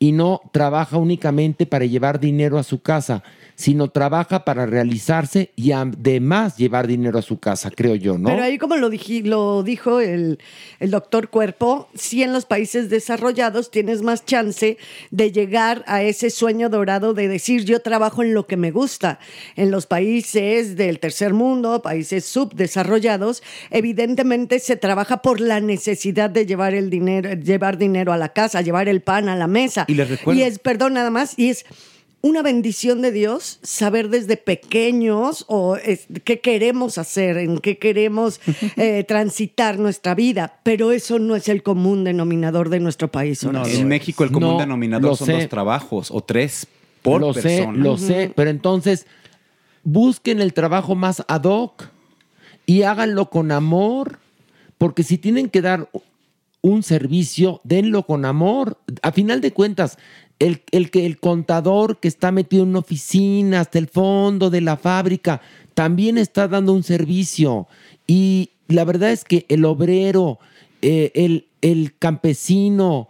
[SPEAKER 5] y no trabaja únicamente para llevar dinero a su casa, sino trabaja para realizarse y además llevar dinero a su casa, creo yo, ¿no?
[SPEAKER 7] Pero ahí como lo, diji- lo dijo el, el doctor Cuerpo, sí en los países desarrollados tienes más chance de llegar a ese sueño dorado de decir yo trabajo en lo que me gusta. En los países del tercer mundo, países subdesarrollados, evidentemente se trabaja por la necesidad de llevar el dinero, llevar dinero a la casa, llevar el pan a la mesa.
[SPEAKER 12] Y les recuerdo-
[SPEAKER 7] Y es, perdón, nada más, y es una bendición de Dios saber desde pequeños o es- qué queremos hacer, en qué queremos eh, transitar nuestra vida, pero eso no es el común denominador de nuestro país.
[SPEAKER 12] en
[SPEAKER 7] Horacio.
[SPEAKER 12] México el común
[SPEAKER 5] No,
[SPEAKER 12] denominador
[SPEAKER 5] lo
[SPEAKER 12] son
[SPEAKER 5] sé.
[SPEAKER 12] dos trabajos o tres por
[SPEAKER 5] lo
[SPEAKER 12] persona.
[SPEAKER 5] sé, lo sé, pero entonces busquen el trabajo más ad hoc y háganlo con amor, porque si tienen que dar un servicio, denlo con amor. A final de cuentas, el, el que el contador que está metido en una oficina hasta el fondo de la fábrica también está dando un servicio. Y la verdad es que el obrero, eh, el, el campesino,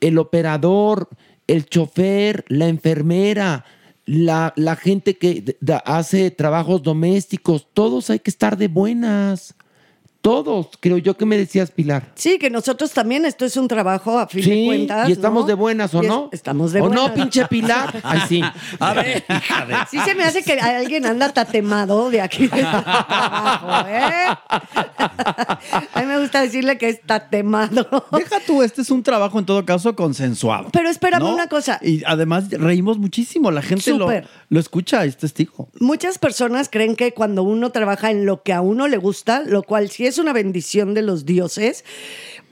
[SPEAKER 5] el operador, el chofer, la enfermera, la, la gente que d- da- hace trabajos domésticos, todos hay que estar de buenas. Todos, creo yo que me decías, Pilar.
[SPEAKER 7] Sí, que nosotros también, esto es un trabajo a fin de
[SPEAKER 5] Sí,
[SPEAKER 7] cuentas.
[SPEAKER 5] y estamos
[SPEAKER 7] ¿no?
[SPEAKER 5] de buenas, ¿o
[SPEAKER 7] Y es-
[SPEAKER 5] no?
[SPEAKER 7] Estamos de
[SPEAKER 5] ¿O
[SPEAKER 7] buenas.
[SPEAKER 5] no, pinche Pilar? Ay, sí.
[SPEAKER 13] A ver,
[SPEAKER 5] hija de...
[SPEAKER 7] Sí se me hace que alguien anda tatemado de aquí abajo, ¿eh? A mí me gusta decirle que es tatemado.
[SPEAKER 11] Deja tú, este es un trabajo en todo caso consensuado.
[SPEAKER 7] Pero espérame
[SPEAKER 11] ¿no?
[SPEAKER 7] una cosa.
[SPEAKER 11] Y además reímos muchísimo, la gente lo,
[SPEAKER 7] Súper.
[SPEAKER 11] lo escucha, es testigo.
[SPEAKER 7] Muchas personas creen que cuando uno trabaja en lo que a uno le gusta, lo cual sí es una bendición de los dioses,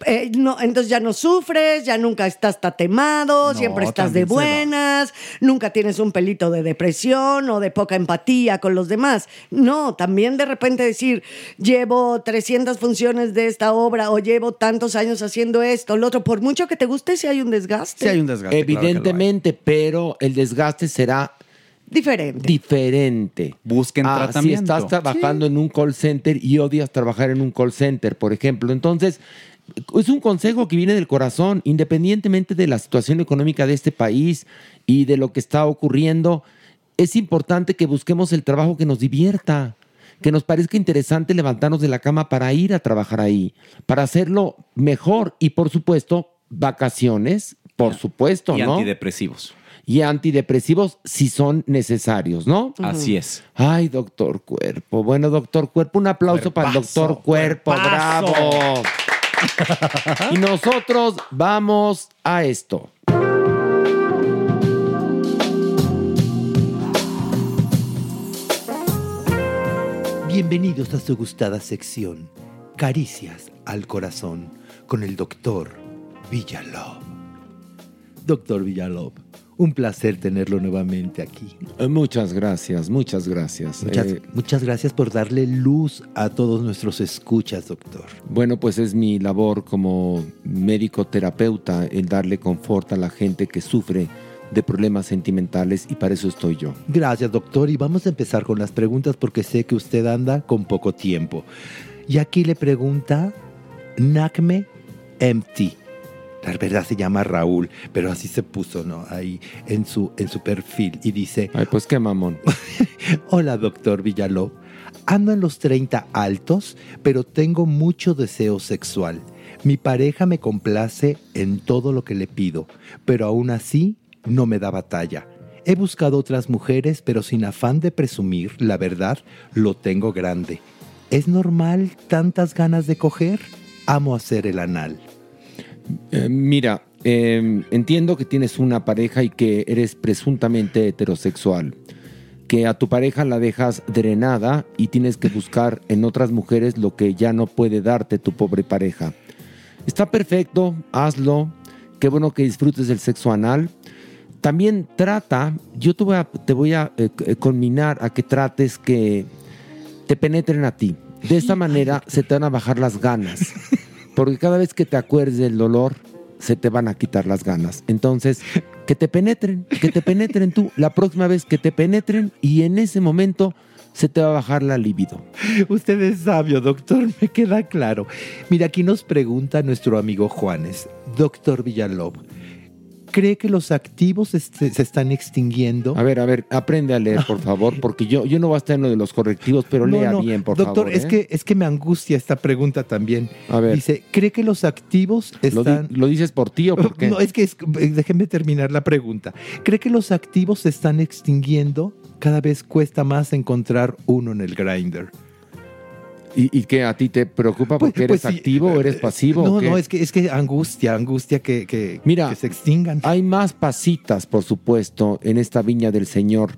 [SPEAKER 7] eh, no, entonces ya no sufres, ya nunca estás tatemado,
[SPEAKER 10] No,
[SPEAKER 7] siempre estás de
[SPEAKER 10] también se va.
[SPEAKER 7] buenas, nunca tienes un pelito de depresión o de poca empatía con los demás. No, también de repente decir, llevo 300 funciones de esta obra o llevo tantos años haciendo esto, lo otro, por mucho que te guste, si hay un desgaste.
[SPEAKER 5] Evidentemente, pero el desgaste será
[SPEAKER 7] Diferente.
[SPEAKER 5] diferente. Busquen Si
[SPEAKER 12] tratamiento.
[SPEAKER 5] estás trabajando en un call center y odias trabajar en un call center, por ejemplo. Entonces, es un consejo que viene del corazón, independientemente de la situación económica de este país y de lo que está ocurriendo, es importante que busquemos el trabajo que nos divierta, que nos parezca interesante levantarnos de la cama para ir a trabajar ahí, para hacerlo mejor y, por supuesto, vacaciones, por supuesto,
[SPEAKER 12] Y
[SPEAKER 5] ¿no?
[SPEAKER 12] antidepresivos.
[SPEAKER 5] y antidepresivos si son necesarios, ¿no?
[SPEAKER 12] Ujú. Así es.
[SPEAKER 5] Ay, doctor Cuerpo. Bueno, doctor Cuerpo, un aplauso para el doctor Cuerpo.
[SPEAKER 12] cuerpazo.
[SPEAKER 5] Bravo. y nosotros vamos a esto.
[SPEAKER 9] Bienvenidos a su gustada sección, Caricias al Corazón, con el doctor Villalob. Doctor Villalob, un placer tenerlo nuevamente aquí.
[SPEAKER 5] Eh, Muchas gracias, muchas gracias.
[SPEAKER 9] Muchas,
[SPEAKER 5] Eh,
[SPEAKER 9] muchas gracias por darle luz a todos nuestros escuchas, doctor.
[SPEAKER 5] Bueno, pues es mi labor como médico terapeuta el darle confort a la gente que sufre de problemas sentimentales y para eso estoy yo.
[SPEAKER 9] Gracias, doctor. Y vamos a empezar con las preguntas porque sé que usted anda con poco tiempo. Y aquí le pregunta Nakme Empty. La verdad se llama Raúl, pero así se puso, ¿no? Ahí en su, en su perfil. Y dice...
[SPEAKER 5] Ay, pues qué mamón.
[SPEAKER 9] Hola, doctor Villalob. Ando en los 30 altos, pero tengo mucho deseo sexual. Mi pareja me complace en todo lo que le pido, pero aún así no me da batalla. He buscado otras mujeres, pero sin afán de presumir, la verdad, lo tengo grande. ¿Es normal tantas ganas de coger? Amo hacer el anal.
[SPEAKER 5] Eh, mira, eh, entiendo que tienes una pareja y que eres presuntamente heterosexual. Que a tu pareja la dejas drenada y tienes que buscar en otras mujeres lo que ya no puede darte tu pobre pareja. Está perfecto, hazlo. Qué bueno que disfrutes del sexo anal. También trata, yo te voy a, te voy a eh, eh, conminar a que trates que te penetren a ti. De esta manera se te van a bajar las ganas. Porque cada vez que te acuerdes del dolor, se te van a quitar las ganas. Entonces, que te penetren, que te penetren tú. La próxima vez que te penetren y en ese momento se te va a bajar la libido.
[SPEAKER 9] Usted es sabio, doctor, me queda claro. Mira, aquí nos pregunta nuestro amigo Juanes, doctor Villalob, cree que los activos este, se están extinguiendo?
[SPEAKER 5] A ver, a ver, aprende a leer, por favor, porque yo, yo no voy a estar en lo de los correctivos, pero
[SPEAKER 9] No,
[SPEAKER 5] lea
[SPEAKER 9] no,
[SPEAKER 5] bien, por
[SPEAKER 9] Doctor,
[SPEAKER 5] favor.
[SPEAKER 9] es,
[SPEAKER 5] ¿eh?
[SPEAKER 9] que, es que me angustia esta pregunta también.
[SPEAKER 5] A ver.
[SPEAKER 9] Dice, ¿cree que los activos
[SPEAKER 5] ¿Lo, di-
[SPEAKER 9] están...?
[SPEAKER 5] lo dices por ti o por qué?
[SPEAKER 9] No, es que es- déjenme terminar la pregunta. ¿Cree que los activos se están extinguiendo? Cada vez cuesta más encontrar uno en el grinder.
[SPEAKER 5] ¿Y, y qué a ti te preocupa porque
[SPEAKER 9] Pues-
[SPEAKER 5] eres
[SPEAKER 9] pues sí.
[SPEAKER 5] activo o eres pasivo?
[SPEAKER 9] No,
[SPEAKER 5] o qué?
[SPEAKER 9] no, es que, es que angustia, angustia que, que-
[SPEAKER 5] Mira,
[SPEAKER 9] que se extingan.
[SPEAKER 5] Hay más pasitas, por supuesto, en esta viña del Señor.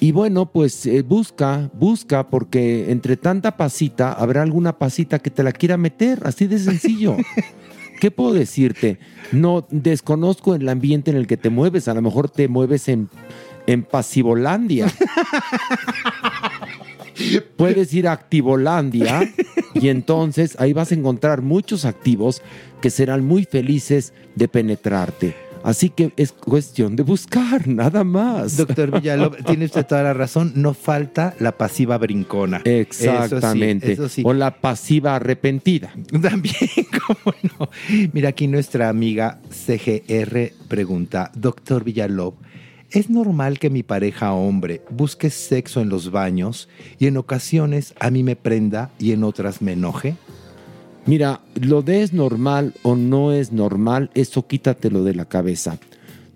[SPEAKER 5] Y bueno, pues eh, busca, busca, porque entre tanta pasita habrá alguna pasita que te la quiera meter, así de sencillo. ¿Qué puedo decirte? No desconozco el ambiente en el que te mueves, a lo mejor te mueves en, en Pasivolandia. Puedes ir a Activolandia y entonces ahí vas a encontrar muchos activos que serán muy felices de penetrarte. Así que es cuestión de buscar, nada más.
[SPEAKER 9] Doctor Villalobos, tiene usted toda la razón. No falta la pasiva brincona.
[SPEAKER 5] Exactamente.
[SPEAKER 9] Eso sí, eso sí.
[SPEAKER 5] O la pasiva arrepentida.
[SPEAKER 9] Mira, aquí nuestra amiga CGR pregunta, doctor Villalob, ¿es normal que mi pareja hombre busque sexo en los baños y en ocasiones a mí me prenda y en otras me enoje?
[SPEAKER 5] Mira, lo de es normal o no es normal, eso quítatelo de la cabeza.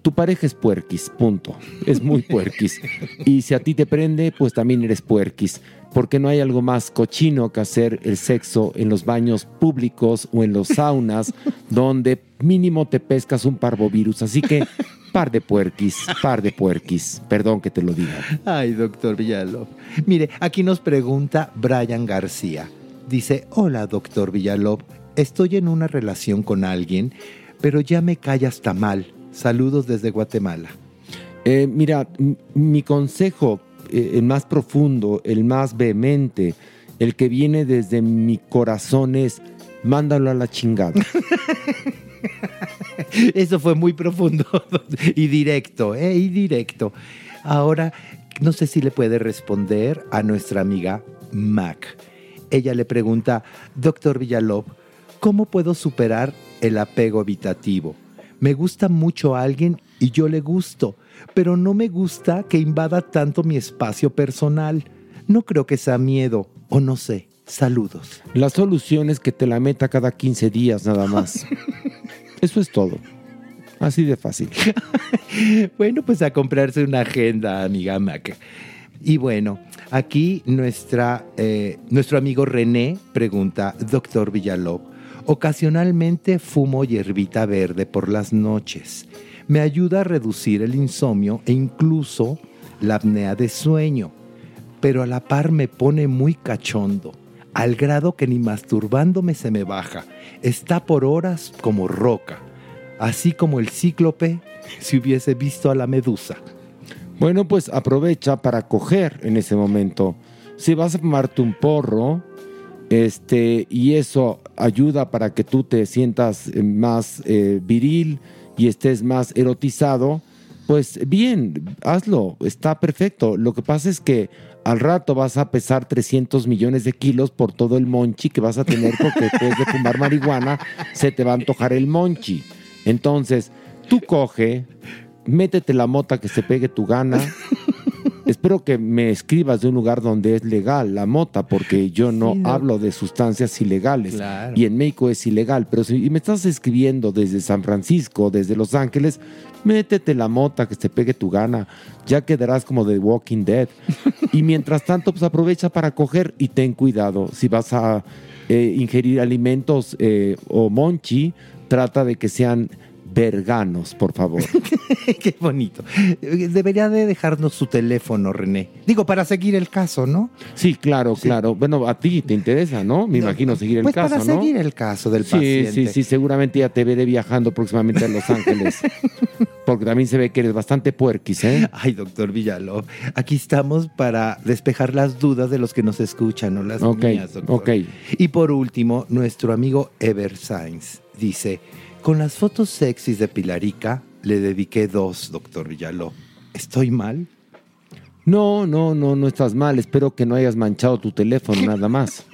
[SPEAKER 5] Tu pareja es puerquis, punto. Es muy puerquis. Y si a ti te prende, pues también eres puerquis. Porque no hay algo más cochino que hacer el sexo en los baños públicos o en los saunas, donde mínimo te pescas un parvovirus. Así que, par de puerquis, par de puerquis. Perdón que te lo diga.
[SPEAKER 9] Ay, doctor Villalobos. Mire, aquí nos pregunta Brian García. Dice, hola, doctor Villalobos, estoy en una relación con alguien, pero ya me calla hasta mal. Saludos desde Guatemala.
[SPEAKER 5] Eh, mira, m- mi consejo, eh, el más profundo, el más vehemente, el que viene desde mi corazón es, mándalo a la chingada.
[SPEAKER 9] Eso fue muy profundo y directo, ¿eh? Y directo. Ahora, no sé si le puede responder a nuestra amiga Mac. Ella le pregunta, doctor Villalob, ¿cómo puedo superar el apego evitativo? Me gusta mucho a alguien y yo le gusto, pero no me gusta que invada tanto mi espacio personal. No creo que sea miedo, o no sé. Saludos.
[SPEAKER 5] La solución es que te la meta cada 15 días nada más. Eso es todo. Así de fácil.
[SPEAKER 9] bueno, pues a comprarse una agenda, amiga Mac. Y bueno, aquí nuestra, eh, nuestro amigo René pregunta, doctor Villalob, ocasionalmente fumo hierbita verde por las noches. Me ayuda a reducir el insomnio e incluso la apnea de sueño, pero a la par me pone muy cachondo, al grado que ni masturbándome se me baja. Está por horas como roca así como el cíclope si hubiese visto a la medusa.
[SPEAKER 5] Bueno, pues aprovecha para coger en ese momento. Si vas a fumarte un porro, este, y eso ayuda para que tú te sientas eh, más eh, viril y estés más erotizado, pues bien, hazlo, está perfecto. Lo que pasa es que al rato vas a pesar 300 millones de kilos por todo el monchi que vas a tener porque después de fumar marihuana se te va a antojar el monchi. Entonces, tú coge, métete la mota que se pegue tu gana. Espero que me escribas de un lugar donde es legal la mota, porque yo no
[SPEAKER 9] Sí, no.
[SPEAKER 5] hablo de sustancias ilegales.
[SPEAKER 9] Claro.
[SPEAKER 5] Y en México es ilegal, pero si me estás escribiendo desde San Francisco, desde Los Ángeles, métete la mota que se pegue tu gana. Ya quedarás como de Walking Dead. Y mientras tanto, pues aprovecha para coger y ten cuidado. Si vas a eh, ingerir alimentos eh, o monchi, trata de que sean verganos, por favor.
[SPEAKER 9] Qué bonito. Debería de dejarnos su teléfono, René. Digo, para seguir el caso, ¿no?
[SPEAKER 5] Sí, claro, claro. Bueno, a ti te interesa, ¿no? Me imagino seguir el
[SPEAKER 9] pues
[SPEAKER 5] caso,
[SPEAKER 9] para
[SPEAKER 5] ¿no?
[SPEAKER 9] seguir el caso del
[SPEAKER 5] sí,
[SPEAKER 9] paciente.
[SPEAKER 5] sí, sí, seguramente ya te veré viajando próximamente a Los Ángeles. Porque también se ve que eres bastante puerquis, ¿eh?
[SPEAKER 9] Ay, doctor Villalobos, aquí estamos para despejar las dudas de los que nos escuchan, no las
[SPEAKER 5] Ok,
[SPEAKER 9] mías, doctor.
[SPEAKER 5] ok.
[SPEAKER 9] Y por último, nuestro amigo Ever Sainz dice, con las fotos sexys de Pilarica, le dediqué dos, doctor Villalobos. ¿Estoy mal?
[SPEAKER 5] No, no, no, no estás mal. Espero que no hayas manchado tu teléfono nada más.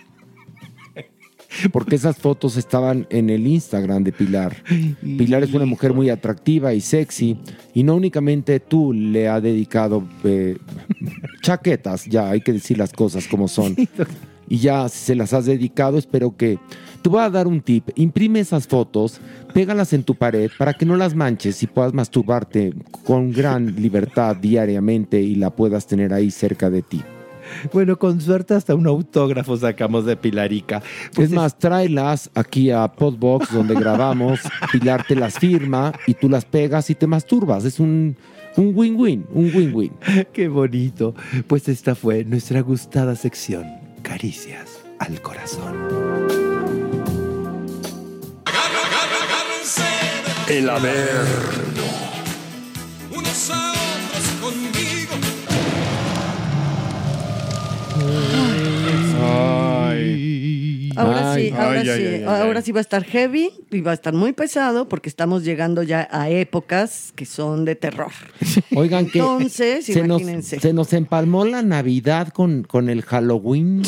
[SPEAKER 5] porque esas fotos estaban en el Instagram de Pilar. Pilar es una mujer muy atractiva y sexy, y no únicamente tú le has dedicado eh, chaquetas, ya hay que decir las cosas como son. Y ya si se las has dedicado, espero que... Te voy a dar un tip, imprime esas fotos, pégalas en tu pared para que no las manches y puedas masturbarte con gran libertad diariamente y la puedas tener ahí cerca de ti.
[SPEAKER 8] Bueno, con suerte hasta un autógrafo sacamos de Pilarica. Pues
[SPEAKER 5] es más, tráelas aquí a Podbox donde grabamos, Pilar te las firma y tú las pegas y te masturbas. Es un un win-win, un win-win.
[SPEAKER 8] Qué bonito. Pues esta fue nuestra gustada sección, Caricias al Corazón.
[SPEAKER 10] El Averno. Unos a otros conmigo.
[SPEAKER 7] Ahora
[SPEAKER 10] Ay,
[SPEAKER 7] sí, ahora
[SPEAKER 10] ay,
[SPEAKER 7] sí,
[SPEAKER 10] ay, ay, ay.
[SPEAKER 7] ahora sí va a estar heavy y va a estar muy pesado porque estamos llegando ya a épocas que son de terror.
[SPEAKER 5] Oigan que
[SPEAKER 7] Entonces,
[SPEAKER 5] se, nos,
[SPEAKER 7] imagínense.
[SPEAKER 5] se nos empalmó la Navidad con, con el Halloween.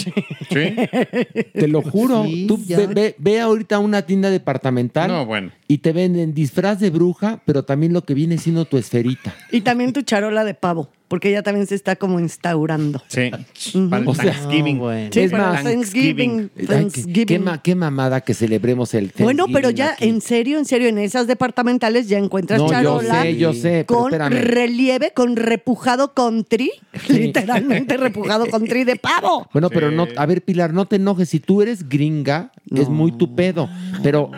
[SPEAKER 5] Te lo juro.
[SPEAKER 7] Sí,
[SPEAKER 5] Tú
[SPEAKER 7] ya.
[SPEAKER 5] ve, ve- ve ahorita una tienda departamental
[SPEAKER 7] No, bueno.
[SPEAKER 5] y te venden disfraz de bruja, pero también lo que viene siendo tu esferita.
[SPEAKER 7] Y también tu charola de pavo, porque ya también se está como instaurando.
[SPEAKER 6] Sí.
[SPEAKER 7] Para el
[SPEAKER 5] O sea,
[SPEAKER 7] Thanksgiving. Sí,
[SPEAKER 5] es
[SPEAKER 7] para
[SPEAKER 5] más,
[SPEAKER 7] Thanksgiving.
[SPEAKER 5] Ay, qué-
[SPEAKER 7] Thanksgiving.
[SPEAKER 5] Qué, ma- qué mamada que celebremos el Thanksgiving.
[SPEAKER 7] Bueno, pero ya en serio, en serio, en esas departamentales ya encuentras
[SPEAKER 5] No, yo
[SPEAKER 7] charola
[SPEAKER 5] sé, yo sé, pero
[SPEAKER 7] con
[SPEAKER 5] espérame.
[SPEAKER 7] relieve, con repujado country, literalmente repujado country de pavo.
[SPEAKER 5] Bueno, pero no, ah, a ver, Pilar, no te enojes. Si tú eres gringa, es muy tu pedo. Pero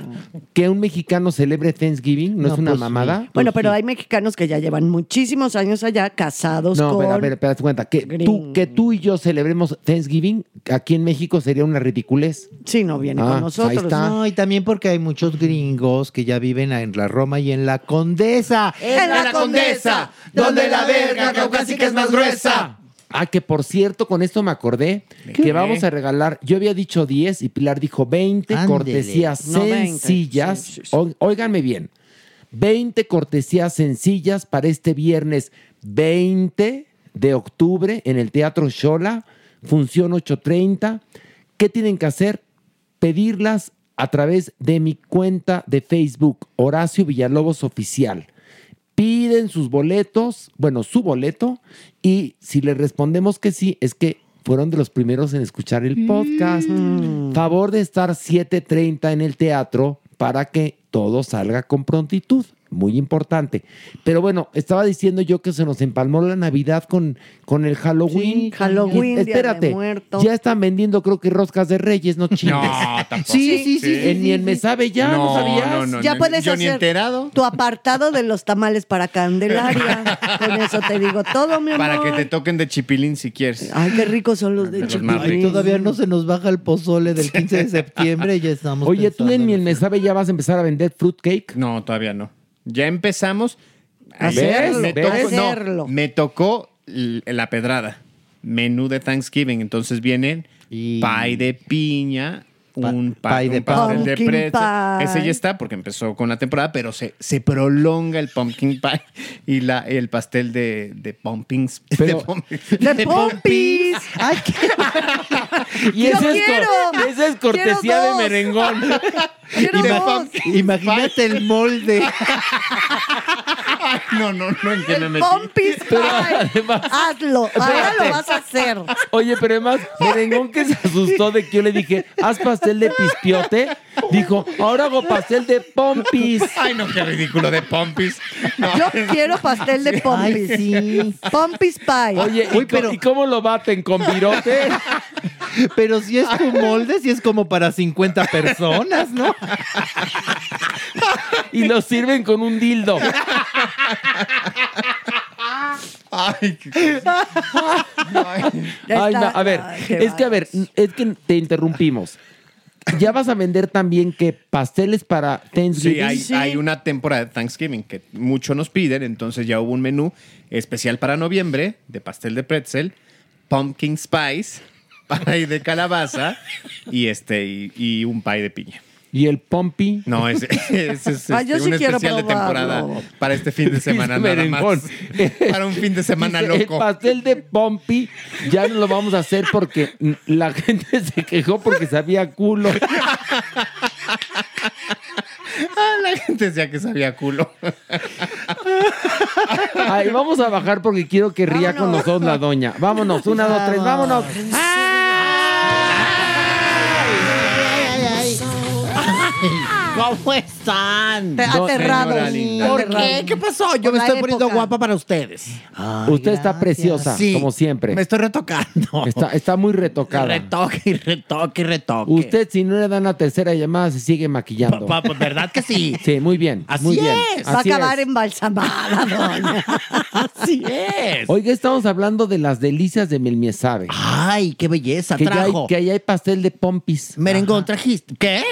[SPEAKER 5] que un mexicano celebre Thanksgiving no, es
[SPEAKER 10] pues
[SPEAKER 5] una mamada.
[SPEAKER 7] pues
[SPEAKER 5] Pues
[SPEAKER 7] Bueno, pero hay mexicanos que ya llevan muchísimos años allá casados
[SPEAKER 5] No,
[SPEAKER 7] con
[SPEAKER 5] pero a ver, pero hazte cuenta, que tú, que tú y yo celebremos Thanksgiving aquí en México sería una ridiculez. Ah,
[SPEAKER 7] Sí, no viene con
[SPEAKER 5] Ahí
[SPEAKER 7] nosotros.
[SPEAKER 5] está.
[SPEAKER 8] No, y también porque hay muchos gringos que ya viven en la Roma y en la Condesa.
[SPEAKER 10] En la Condesa, donde la verga caucásica es más gruesa.
[SPEAKER 5] Ah, que por cierto, con esto me acordé que vamos a regalar, yo había dicho 10 y Pilar dijo 20
[SPEAKER 8] Ándele.
[SPEAKER 5] cortesías
[SPEAKER 8] No, 20,
[SPEAKER 5] sencillas. O- Óiganme bien, 20 cortesías sencillas para este viernes 20 de octubre en el Teatro Shola, función 8.30. ¿Qué tienen que hacer? Pedirlas a través de mi cuenta de Facebook, Horacio Villalobos Oficial piden sus boletos, bueno, su boleto, y si le respondemos que sí, es que fueron de los primeros en escuchar el podcast. Favor de estar 7.30 en el teatro para que todo salga con prontitud. Muy importante. Pero bueno, estaba diciendo yo que se nos empalmó la Navidad con, con el Halloween.
[SPEAKER 7] Halloween,
[SPEAKER 5] Y-
[SPEAKER 7] Día de
[SPEAKER 5] Espérate,
[SPEAKER 7] Muertos.
[SPEAKER 5] ya están vendiendo creo que roscas de reyes, no chingues.
[SPEAKER 6] tampoco.
[SPEAKER 5] Sí, sí, sí. en, ni en Me Sabe Ya, no,
[SPEAKER 6] No,
[SPEAKER 5] sabías.
[SPEAKER 6] no, no,
[SPEAKER 7] ya puedes hacer tu apartado de los tamales para Candelaria. Con eso te digo todo, mi amor.
[SPEAKER 6] Para que te toquen de chipilín si quieres.
[SPEAKER 7] Ay, qué ricos son los
[SPEAKER 6] De
[SPEAKER 7] de
[SPEAKER 6] los más
[SPEAKER 7] chipilín.
[SPEAKER 6] ricos.
[SPEAKER 8] Todavía no se nos baja el pozole del 15 de septiembre y ya estamos
[SPEAKER 5] Oye, tú en mi en Me Sabe Ya vas a empezar a vender fruitcake.
[SPEAKER 6] No, todavía no. Ya empezamos.
[SPEAKER 5] ¿Ves?
[SPEAKER 6] Ayer Me
[SPEAKER 5] ¿Ves?
[SPEAKER 6] tocó, no,
[SPEAKER 5] Hacerlo.
[SPEAKER 6] me tocó l- la pedrada. Menú de Thanksgiving. Entonces vienen pie de piña, un pa-
[SPEAKER 8] pie de
[SPEAKER 6] un pastel de
[SPEAKER 8] pavo. Pumpkin
[SPEAKER 6] pretzel.
[SPEAKER 8] pie.
[SPEAKER 6] Ese ya está porque empezó con la temporada, pero se, se prolonga el pumpkin pie y la, el pastel de, de pumpkins. de pumpkins.
[SPEAKER 7] ¡De pompis! ¡Ay, qué...
[SPEAKER 5] Y
[SPEAKER 7] Yo
[SPEAKER 5] esa es,
[SPEAKER 7] quiero.
[SPEAKER 5] cor- esa es cortesía
[SPEAKER 7] Quiero
[SPEAKER 5] de
[SPEAKER 7] dos.
[SPEAKER 5] merengón.
[SPEAKER 7] Quiero
[SPEAKER 5] Ima-
[SPEAKER 7] dos.
[SPEAKER 5] Imagínate el molde.
[SPEAKER 6] no, no, no, ¿en qué me metí?
[SPEAKER 7] ¡Pompis!
[SPEAKER 5] Pero
[SPEAKER 7] pie.
[SPEAKER 5] además-
[SPEAKER 7] Hazlo, ahora
[SPEAKER 5] Espérate.
[SPEAKER 7] lo vas a hacer.
[SPEAKER 5] Oye, pero además, merengón que se asustó de que yo le dije, haz pastel de pispiote. Dijo, ahora hago pastel de pompis.
[SPEAKER 6] Ay, no, qué ridículo de pompis.
[SPEAKER 7] Yo quiero pastel de pompis. Pompis pie.
[SPEAKER 8] Ah,
[SPEAKER 5] Oye, ¿y, co- y cómo lo baten? ¿Con virote?
[SPEAKER 8] Pero si es tu molde, si es como para 50 personas, ¿no?
[SPEAKER 5] Y lo sirven con un dildo.
[SPEAKER 6] Ay,
[SPEAKER 10] Ya
[SPEAKER 5] Ay,
[SPEAKER 10] está.
[SPEAKER 5] no, a ver,
[SPEAKER 10] Ay, qué
[SPEAKER 5] es que a ver, es que te interrumpimos. Ya vas a vender también que pasteles para
[SPEAKER 6] Sí,
[SPEAKER 5] Thanksgiving.
[SPEAKER 6] hay, hay una temporada de Thanksgiving que mucho nos piden, entonces ya hubo un menú especial para noviembre de pastel de pretzel, pumpkin spice, pie de calabaza y este y, y un pie de piña.
[SPEAKER 5] ¿Y el Pompi?
[SPEAKER 6] No, ese, ese es
[SPEAKER 5] Ah,
[SPEAKER 6] este,
[SPEAKER 5] yo sí
[SPEAKER 6] un
[SPEAKER 5] quiero
[SPEAKER 6] especial de temporada
[SPEAKER 5] probarlo.
[SPEAKER 6] para este fin de semana nada
[SPEAKER 5] Merengón.
[SPEAKER 6] más. Para un fin de semana
[SPEAKER 5] Dice, El
[SPEAKER 6] loco.
[SPEAKER 5] pastel de Pompi ya no lo vamos a hacer porque la gente se quejó porque sabía a culo.
[SPEAKER 6] Ah, la gente decía que sabía culo.
[SPEAKER 5] Ay, vamos a bajar porque quiero que ría con nosotros la doña. Vámonos, una, dos, tres, vámonos.
[SPEAKER 9] ¿Cómo están?
[SPEAKER 5] No, Aterrados, señora linda.
[SPEAKER 9] ¿Por
[SPEAKER 5] aterrados.
[SPEAKER 9] qué? ¿Qué pasó? Yo
[SPEAKER 5] Por
[SPEAKER 9] me
[SPEAKER 5] la
[SPEAKER 9] estoy poniendo
[SPEAKER 5] época.
[SPEAKER 9] guapa para ustedes.
[SPEAKER 5] Usted está preciosa,
[SPEAKER 9] Sí,
[SPEAKER 5] como siempre.
[SPEAKER 9] Me estoy retocando.
[SPEAKER 5] Está, está muy retocada.
[SPEAKER 9] Retoque y retoque y retoque.
[SPEAKER 5] Usted, si no le dan la tercera llamada, se sigue maquillando.
[SPEAKER 9] Pa- pues, ¿Verdad que sí?
[SPEAKER 5] Sí, muy bien.
[SPEAKER 9] Así
[SPEAKER 5] muy bien.
[SPEAKER 9] es.
[SPEAKER 7] Va a
[SPEAKER 5] Así
[SPEAKER 7] acabar
[SPEAKER 5] es.
[SPEAKER 7] embalsamada, doña.
[SPEAKER 9] Así es.
[SPEAKER 5] Oiga, estamos hablando de las delicias de Melmiesabe.
[SPEAKER 9] Ay, qué belleza.
[SPEAKER 5] Que, ya hay,
[SPEAKER 9] trajo.
[SPEAKER 5] que ahí hay pastel de pompis.
[SPEAKER 9] Merengón trajiste. ¿Qué?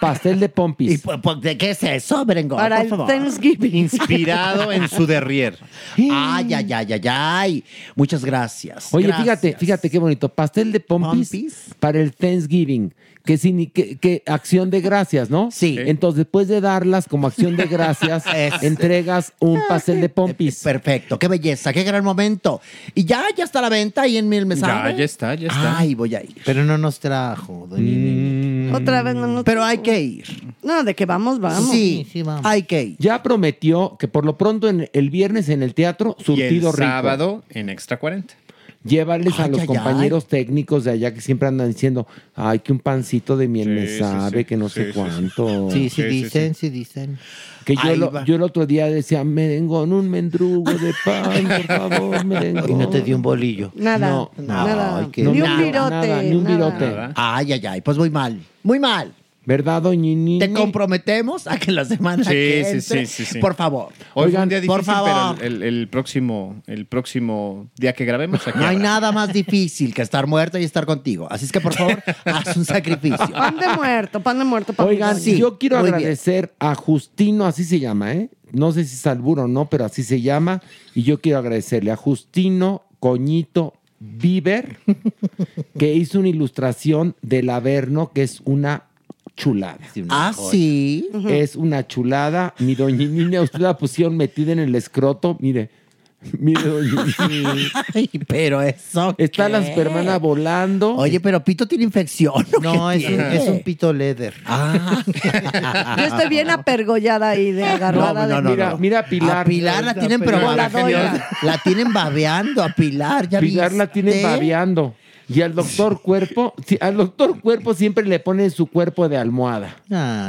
[SPEAKER 5] Pastel de pompis.
[SPEAKER 9] ¿Y po- po- de qué es eso, merengón?
[SPEAKER 7] Para
[SPEAKER 9] por
[SPEAKER 7] el
[SPEAKER 9] favor?
[SPEAKER 7] Thanksgiving.
[SPEAKER 6] Inspirado en su derrier.
[SPEAKER 9] Ay, ay, ay, ay, ay. Muchas gracias.
[SPEAKER 5] Oye,
[SPEAKER 9] Gracias.
[SPEAKER 5] fíjate, fíjate qué bonito. Pastel de pompis, para el Thanksgiving. Que, sin, que, que acción de gracias, ¿no? Sí. Entonces, después de darlas como acción de gracias, entregas un pastel de pompis.
[SPEAKER 9] Eh, Perfecto, qué belleza, qué gran momento. Y ya, ya está a la venta ahí en Mil Mesabe.
[SPEAKER 6] está, ya
[SPEAKER 9] Ay, voy a ir. Pero no nos trajo,
[SPEAKER 8] Mm.
[SPEAKER 5] Mm.
[SPEAKER 7] Otra vez no nos
[SPEAKER 9] Pero hay que ir.
[SPEAKER 7] No, de que vamos, vamos.
[SPEAKER 9] Sí, sí, vamos. hay que ir.
[SPEAKER 5] Ya prometió que por lo pronto en el viernes en el teatro,
[SPEAKER 6] Y
[SPEAKER 5] surtido
[SPEAKER 6] el
[SPEAKER 5] rico.
[SPEAKER 6] sábado en Extra 40.
[SPEAKER 5] Llévales a
[SPEAKER 6] Ay,
[SPEAKER 5] los
[SPEAKER 6] ay,
[SPEAKER 5] compañeros técnicos de allá que siempre andan diciendo, ay, que un pancito de miel me
[SPEAKER 9] sí,
[SPEAKER 5] sabe,
[SPEAKER 9] sí.
[SPEAKER 5] que no
[SPEAKER 9] Sí, sí, sí.
[SPEAKER 5] sé cuánto.
[SPEAKER 9] Sí, sí, Sí, sí, dicen,
[SPEAKER 5] sí, dicen. Que yo,
[SPEAKER 9] Ahí
[SPEAKER 5] lo-
[SPEAKER 9] va.
[SPEAKER 5] yo el otro día decía, merengón, un mendrugo de pan, por favor, merengón.
[SPEAKER 9] Y no te dio un bolillo.
[SPEAKER 7] Nada,
[SPEAKER 5] No,
[SPEAKER 7] nada.
[SPEAKER 9] Ay, qué-
[SPEAKER 7] Ni un virote,
[SPEAKER 5] nada, ni un
[SPEAKER 7] nada.
[SPEAKER 5] virote.
[SPEAKER 9] Ay, ay, ay, pues muy mal. Muy mal.
[SPEAKER 5] ¿Verdad, doñini?
[SPEAKER 9] Te comprometemos a que la semana
[SPEAKER 6] Sí,
[SPEAKER 9] que
[SPEAKER 6] sí,
[SPEAKER 9] entre,
[SPEAKER 6] sí, sí, sí.
[SPEAKER 9] por favor.
[SPEAKER 6] Hoy fue un día
[SPEAKER 9] por
[SPEAKER 6] difícil,
[SPEAKER 9] favor.
[SPEAKER 6] pero el, el- el próximo, el próximo día que grabemos aquí.
[SPEAKER 9] No hay
[SPEAKER 6] habrá.
[SPEAKER 9] nada más difícil que estar muerto y estar contigo. Así es que, por favor, ah, haz un sacrificio.
[SPEAKER 7] Pan de muerto, pan de muerto. Pan de
[SPEAKER 5] Oigan,
[SPEAKER 7] muerto.
[SPEAKER 5] yo quiero
[SPEAKER 7] Muy bien.
[SPEAKER 5] agradecer a Justino, así se llama, ¿eh? No sé si es albur o no, pero así se llama. Y yo quiero agradecerle a Justino Coñito Bieber, que hizo una ilustración del Averno, que es una chulada.
[SPEAKER 9] Ah, joya. sí. Ujú.
[SPEAKER 5] Es una chulada. Mi doñinina, usted la pusieron metida en el escroto, mire. Mire, doñinina.
[SPEAKER 9] Ay, pero eso.
[SPEAKER 5] Está
[SPEAKER 9] qué?
[SPEAKER 5] la supermana volando.
[SPEAKER 9] Oye, pero Pito tiene infección.
[SPEAKER 5] No, es un- es un
[SPEAKER 9] Pito Leather. Ah.
[SPEAKER 7] Yo estoy bien apergollada ahí de agarrada de
[SPEAKER 5] mira, mira a Pilar.
[SPEAKER 9] A Pilar la tienen pero
[SPEAKER 5] Pilar,
[SPEAKER 9] la, la tienen babeando a Pilar, ya
[SPEAKER 5] Pilar la
[SPEAKER 9] viste?
[SPEAKER 5] tienen babeando. Y al doctor cuerpo, sí, al doctor cuerpo siempre le ponen su cuerpo de almohada.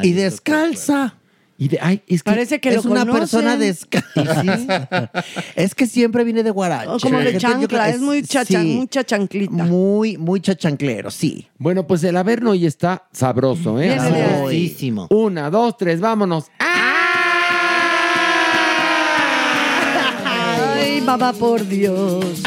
[SPEAKER 9] y descalza.
[SPEAKER 5] Y de, ay, es que
[SPEAKER 9] Parece
[SPEAKER 5] que
[SPEAKER 9] es
[SPEAKER 5] lo
[SPEAKER 9] una
[SPEAKER 5] conocen.
[SPEAKER 9] persona descalza. es que siempre viene de guaracha.
[SPEAKER 7] O Oh, como
[SPEAKER 9] La
[SPEAKER 7] de
[SPEAKER 9] gente, yo creo-
[SPEAKER 7] chancla, es muy chachan-
[SPEAKER 9] sí,
[SPEAKER 7] muy chachanclita.
[SPEAKER 9] Muy, muy chachanclero, sí.
[SPEAKER 5] Bueno, pues el Averno y está sabroso, ¿eh?
[SPEAKER 9] Viene
[SPEAKER 5] Así
[SPEAKER 9] de
[SPEAKER 5] que-
[SPEAKER 9] ahí. Buenísimo.
[SPEAKER 5] Una, dos, tres, vámonos.
[SPEAKER 7] Ay, mamá, por Dios.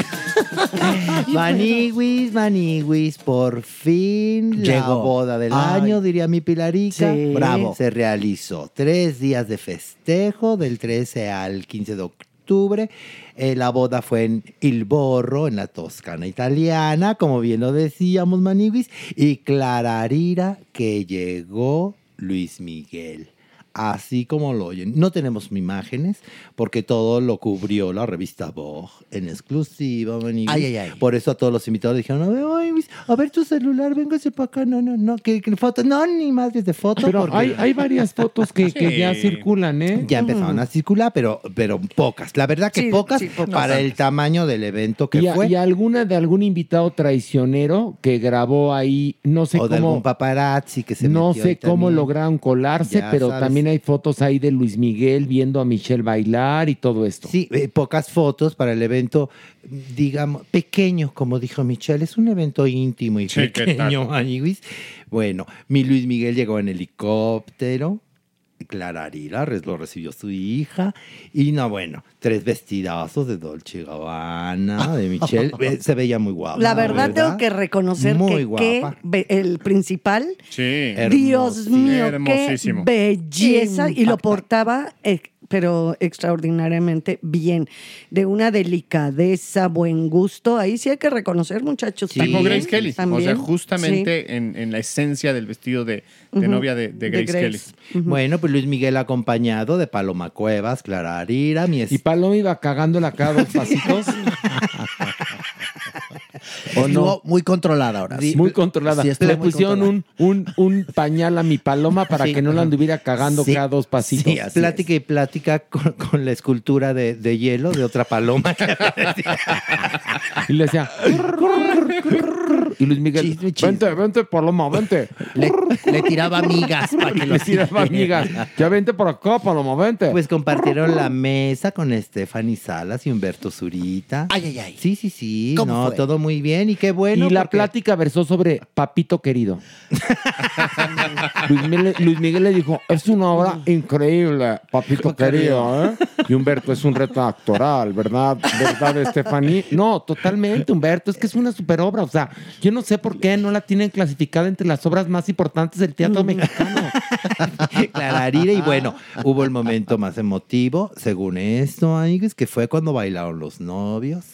[SPEAKER 9] Maniwis, maniwis, por fin la
[SPEAKER 7] Llegó.
[SPEAKER 9] boda del
[SPEAKER 7] Ay.
[SPEAKER 9] año, diría mi Pilarica.
[SPEAKER 7] Sí.
[SPEAKER 9] Bravo. Se realizó. Tres días de festejo, del 13 al 15 de octubre. Eh, la boda fue en Il Borro, en la Toscana italiana, como bien lo decíamos, maniwis. Y Clararira, que llegó Luis Miguel. Así como lo oyen. No tenemos imágenes porque todo lo cubrió la revista Vogue en exclusiva. Maniwis.
[SPEAKER 8] Ay, ay, ay.
[SPEAKER 9] Por eso a todos los invitados dijeron, a ver, ay, mis- a ver tu celular, véngase para acá. No, no, no, que, que foto. No, ni más de foto.
[SPEAKER 5] Pero
[SPEAKER 9] porque-
[SPEAKER 5] hay, hay varias fotos que, que ya
[SPEAKER 9] Sí.
[SPEAKER 5] circulan, ¿eh?
[SPEAKER 9] Ya empezaron a circular, pero, pero pocas. La verdad que
[SPEAKER 5] Sí,
[SPEAKER 9] pocas
[SPEAKER 5] sí, pocas.
[SPEAKER 9] para el tamaño del evento que
[SPEAKER 5] y, a-
[SPEAKER 9] fue.
[SPEAKER 5] y alguna de algún invitado traicionero que grabó ahí, no sé
[SPEAKER 9] o de
[SPEAKER 5] cómo.
[SPEAKER 9] algún paparazzi que se
[SPEAKER 5] no
[SPEAKER 9] metió
[SPEAKER 5] sé
[SPEAKER 9] ahí
[SPEAKER 5] cómo
[SPEAKER 9] también.
[SPEAKER 5] lograron colarse,
[SPEAKER 9] Ya
[SPEAKER 5] pero
[SPEAKER 9] sabes.
[SPEAKER 5] también hay fotos ahí de Luis Miguel viendo a Michelle bailar y todo esto.
[SPEAKER 9] Sí, eh, pocas fotos para el evento, digamos, pequeño, como dijo Michelle. Es un evento íntimo y
[SPEAKER 5] Sí, ¿qué tal?
[SPEAKER 9] pequeño, amiguis. Bueno, mi Luis Miguel llegó en helicóptero. Clararira res- lo recibió su hija. Y no, bueno, tres vestidazos de Dolce Gabbana, de Michelle. Eh, Se veía muy guapa.
[SPEAKER 7] La verdad, tengo que reconocer
[SPEAKER 9] Muy
[SPEAKER 7] que,
[SPEAKER 9] guapa.
[SPEAKER 7] que be- el principal,
[SPEAKER 6] Sí.
[SPEAKER 7] Dios mío, qué
[SPEAKER 6] Hermosísimo.
[SPEAKER 7] belleza. Y lo portaba eh, pero extraordinariamente bien. De una delicadeza, buen gusto. Ahí sí hay que reconocer, muchachos.
[SPEAKER 6] Tipo
[SPEAKER 7] también,
[SPEAKER 6] Grace Kelly. O
[SPEAKER 7] también.
[SPEAKER 6] sea,
[SPEAKER 7] Sí.
[SPEAKER 6] justamente en, en la esencia del vestido de, de
[SPEAKER 7] Ujú.
[SPEAKER 6] novia de, de Grace, Kelly.
[SPEAKER 9] Bueno, pues Luis Miguel acompañado de Paloma Cuevas, Clara Arira, mi Y
[SPEAKER 5] Paloma iba cagándola cada dos pasitos.
[SPEAKER 8] ¿O no? Muy controlada ahora.
[SPEAKER 5] muy controlada.
[SPEAKER 8] Sí, estuvo
[SPEAKER 5] Le
[SPEAKER 8] muy
[SPEAKER 5] pusieron un, un, un pañal a mi paloma para
[SPEAKER 8] Sí,
[SPEAKER 5] que no
[SPEAKER 8] ajá.
[SPEAKER 5] la anduviera cagando
[SPEAKER 8] Sí,
[SPEAKER 5] cada dos pasitos.
[SPEAKER 8] sí, así
[SPEAKER 9] Plática y plática con, con la escultura de, de hielo de otra paloma.
[SPEAKER 5] y le decía, Y Luis Miguel, vente, vente, Paloma, vente. Le,
[SPEAKER 9] tiraba migas para que
[SPEAKER 5] le
[SPEAKER 9] lo-
[SPEAKER 5] tiraba migas. Ya vente por acá, Paloma, vente.
[SPEAKER 9] Pues compartieron la mesa con Stephanie Salas y Humberto Zurita.
[SPEAKER 5] Ay, ay, ay.
[SPEAKER 9] Sí, sí, sí.
[SPEAKER 5] ¿Cómo
[SPEAKER 9] no,
[SPEAKER 5] fue?
[SPEAKER 9] todo muy bien y qué bueno.
[SPEAKER 5] y la
[SPEAKER 9] porque-
[SPEAKER 5] plática versó sobre Papito Querido. Luis Miguel, Luis Miguel le dijo, es una obra increíble, Papito Querido. ¿eh? Y Humberto es un reto actoral, ¿verdad? ¿Verdad, Estefaní? No, totalmente, Humberto. Es que es una super obra. O sea, yo no sé por qué no la tienen clasificada entre las obras más importantes del teatro mexicano.
[SPEAKER 9] Clararire, y bueno, hubo el momento más emotivo, según esto, amigos, que fue cuando bailaron los novios.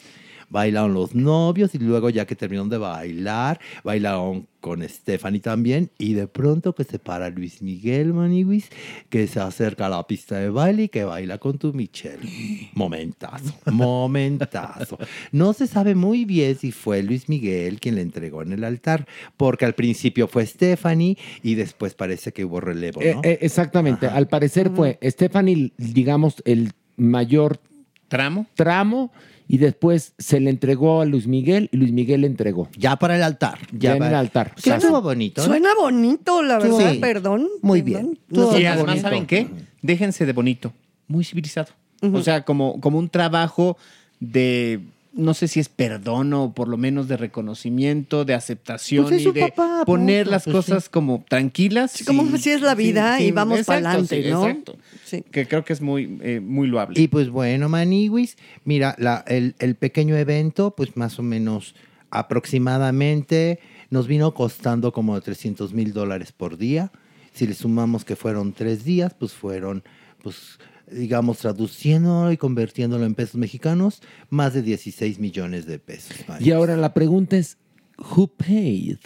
[SPEAKER 9] Bailaron los novios y luego ya que terminaron de bailar, bailaron con Stephanie también y de pronto que se para Luis Miguel Maniguis, que se acerca a la pista de baile y que baila con tu Michelle. Momentazo, momentazo. No se sabe muy bien si fue Luis Miguel quien le entregó en el altar, porque al principio fue Stephanie y después parece que hubo relevo,
[SPEAKER 5] Eh,
[SPEAKER 9] ¿no?
[SPEAKER 5] eh, exactamente. Al parecer fue
[SPEAKER 9] Mm.
[SPEAKER 5] Stephanie, digamos, el mayor
[SPEAKER 6] tramo.
[SPEAKER 5] Tramo. Y después se le entregó a Luis Miguel y Luis Miguel le entregó.
[SPEAKER 8] Ya para el altar.
[SPEAKER 5] Ya,
[SPEAKER 9] Ya
[SPEAKER 5] en
[SPEAKER 9] va-
[SPEAKER 5] el altar.
[SPEAKER 9] Sí, estuvo bonito. ¿eh?
[SPEAKER 7] Suena bonito, la
[SPEAKER 9] Sí.
[SPEAKER 7] verdad, perdón.
[SPEAKER 9] Muy bien.
[SPEAKER 6] y además, ¿saben qué? Déjense de bonito. Muy civilizado. O sea, como, como un trabajo de. No sé si es perdón o por lo menos de reconocimiento, de aceptación
[SPEAKER 7] Pues es
[SPEAKER 6] y
[SPEAKER 7] su
[SPEAKER 6] de
[SPEAKER 7] papá,
[SPEAKER 6] poner
[SPEAKER 7] punto,
[SPEAKER 6] las
[SPEAKER 7] pues
[SPEAKER 6] cosas
[SPEAKER 7] sí.
[SPEAKER 6] como tranquilas.
[SPEAKER 7] Sí, como así es la vida y vamos
[SPEAKER 6] exacto,
[SPEAKER 7] pa'lante,
[SPEAKER 6] sí,
[SPEAKER 7] ¿no?
[SPEAKER 6] Exacto. Que creo que es muy, eh, muy loable.
[SPEAKER 9] Y pues bueno, Maniwis, mira, la- el, el pequeño evento, pues más o menos aproximadamente nos vino costando como 300 mil dólares por día. Si le sumamos que fueron tres días, pues fueron, pues digamos, traduciendo y convirtiéndolo en pesos mexicanos, más de 16 millones de pesos. Mani.
[SPEAKER 5] Y ahora la pregunta es, ¿who paid?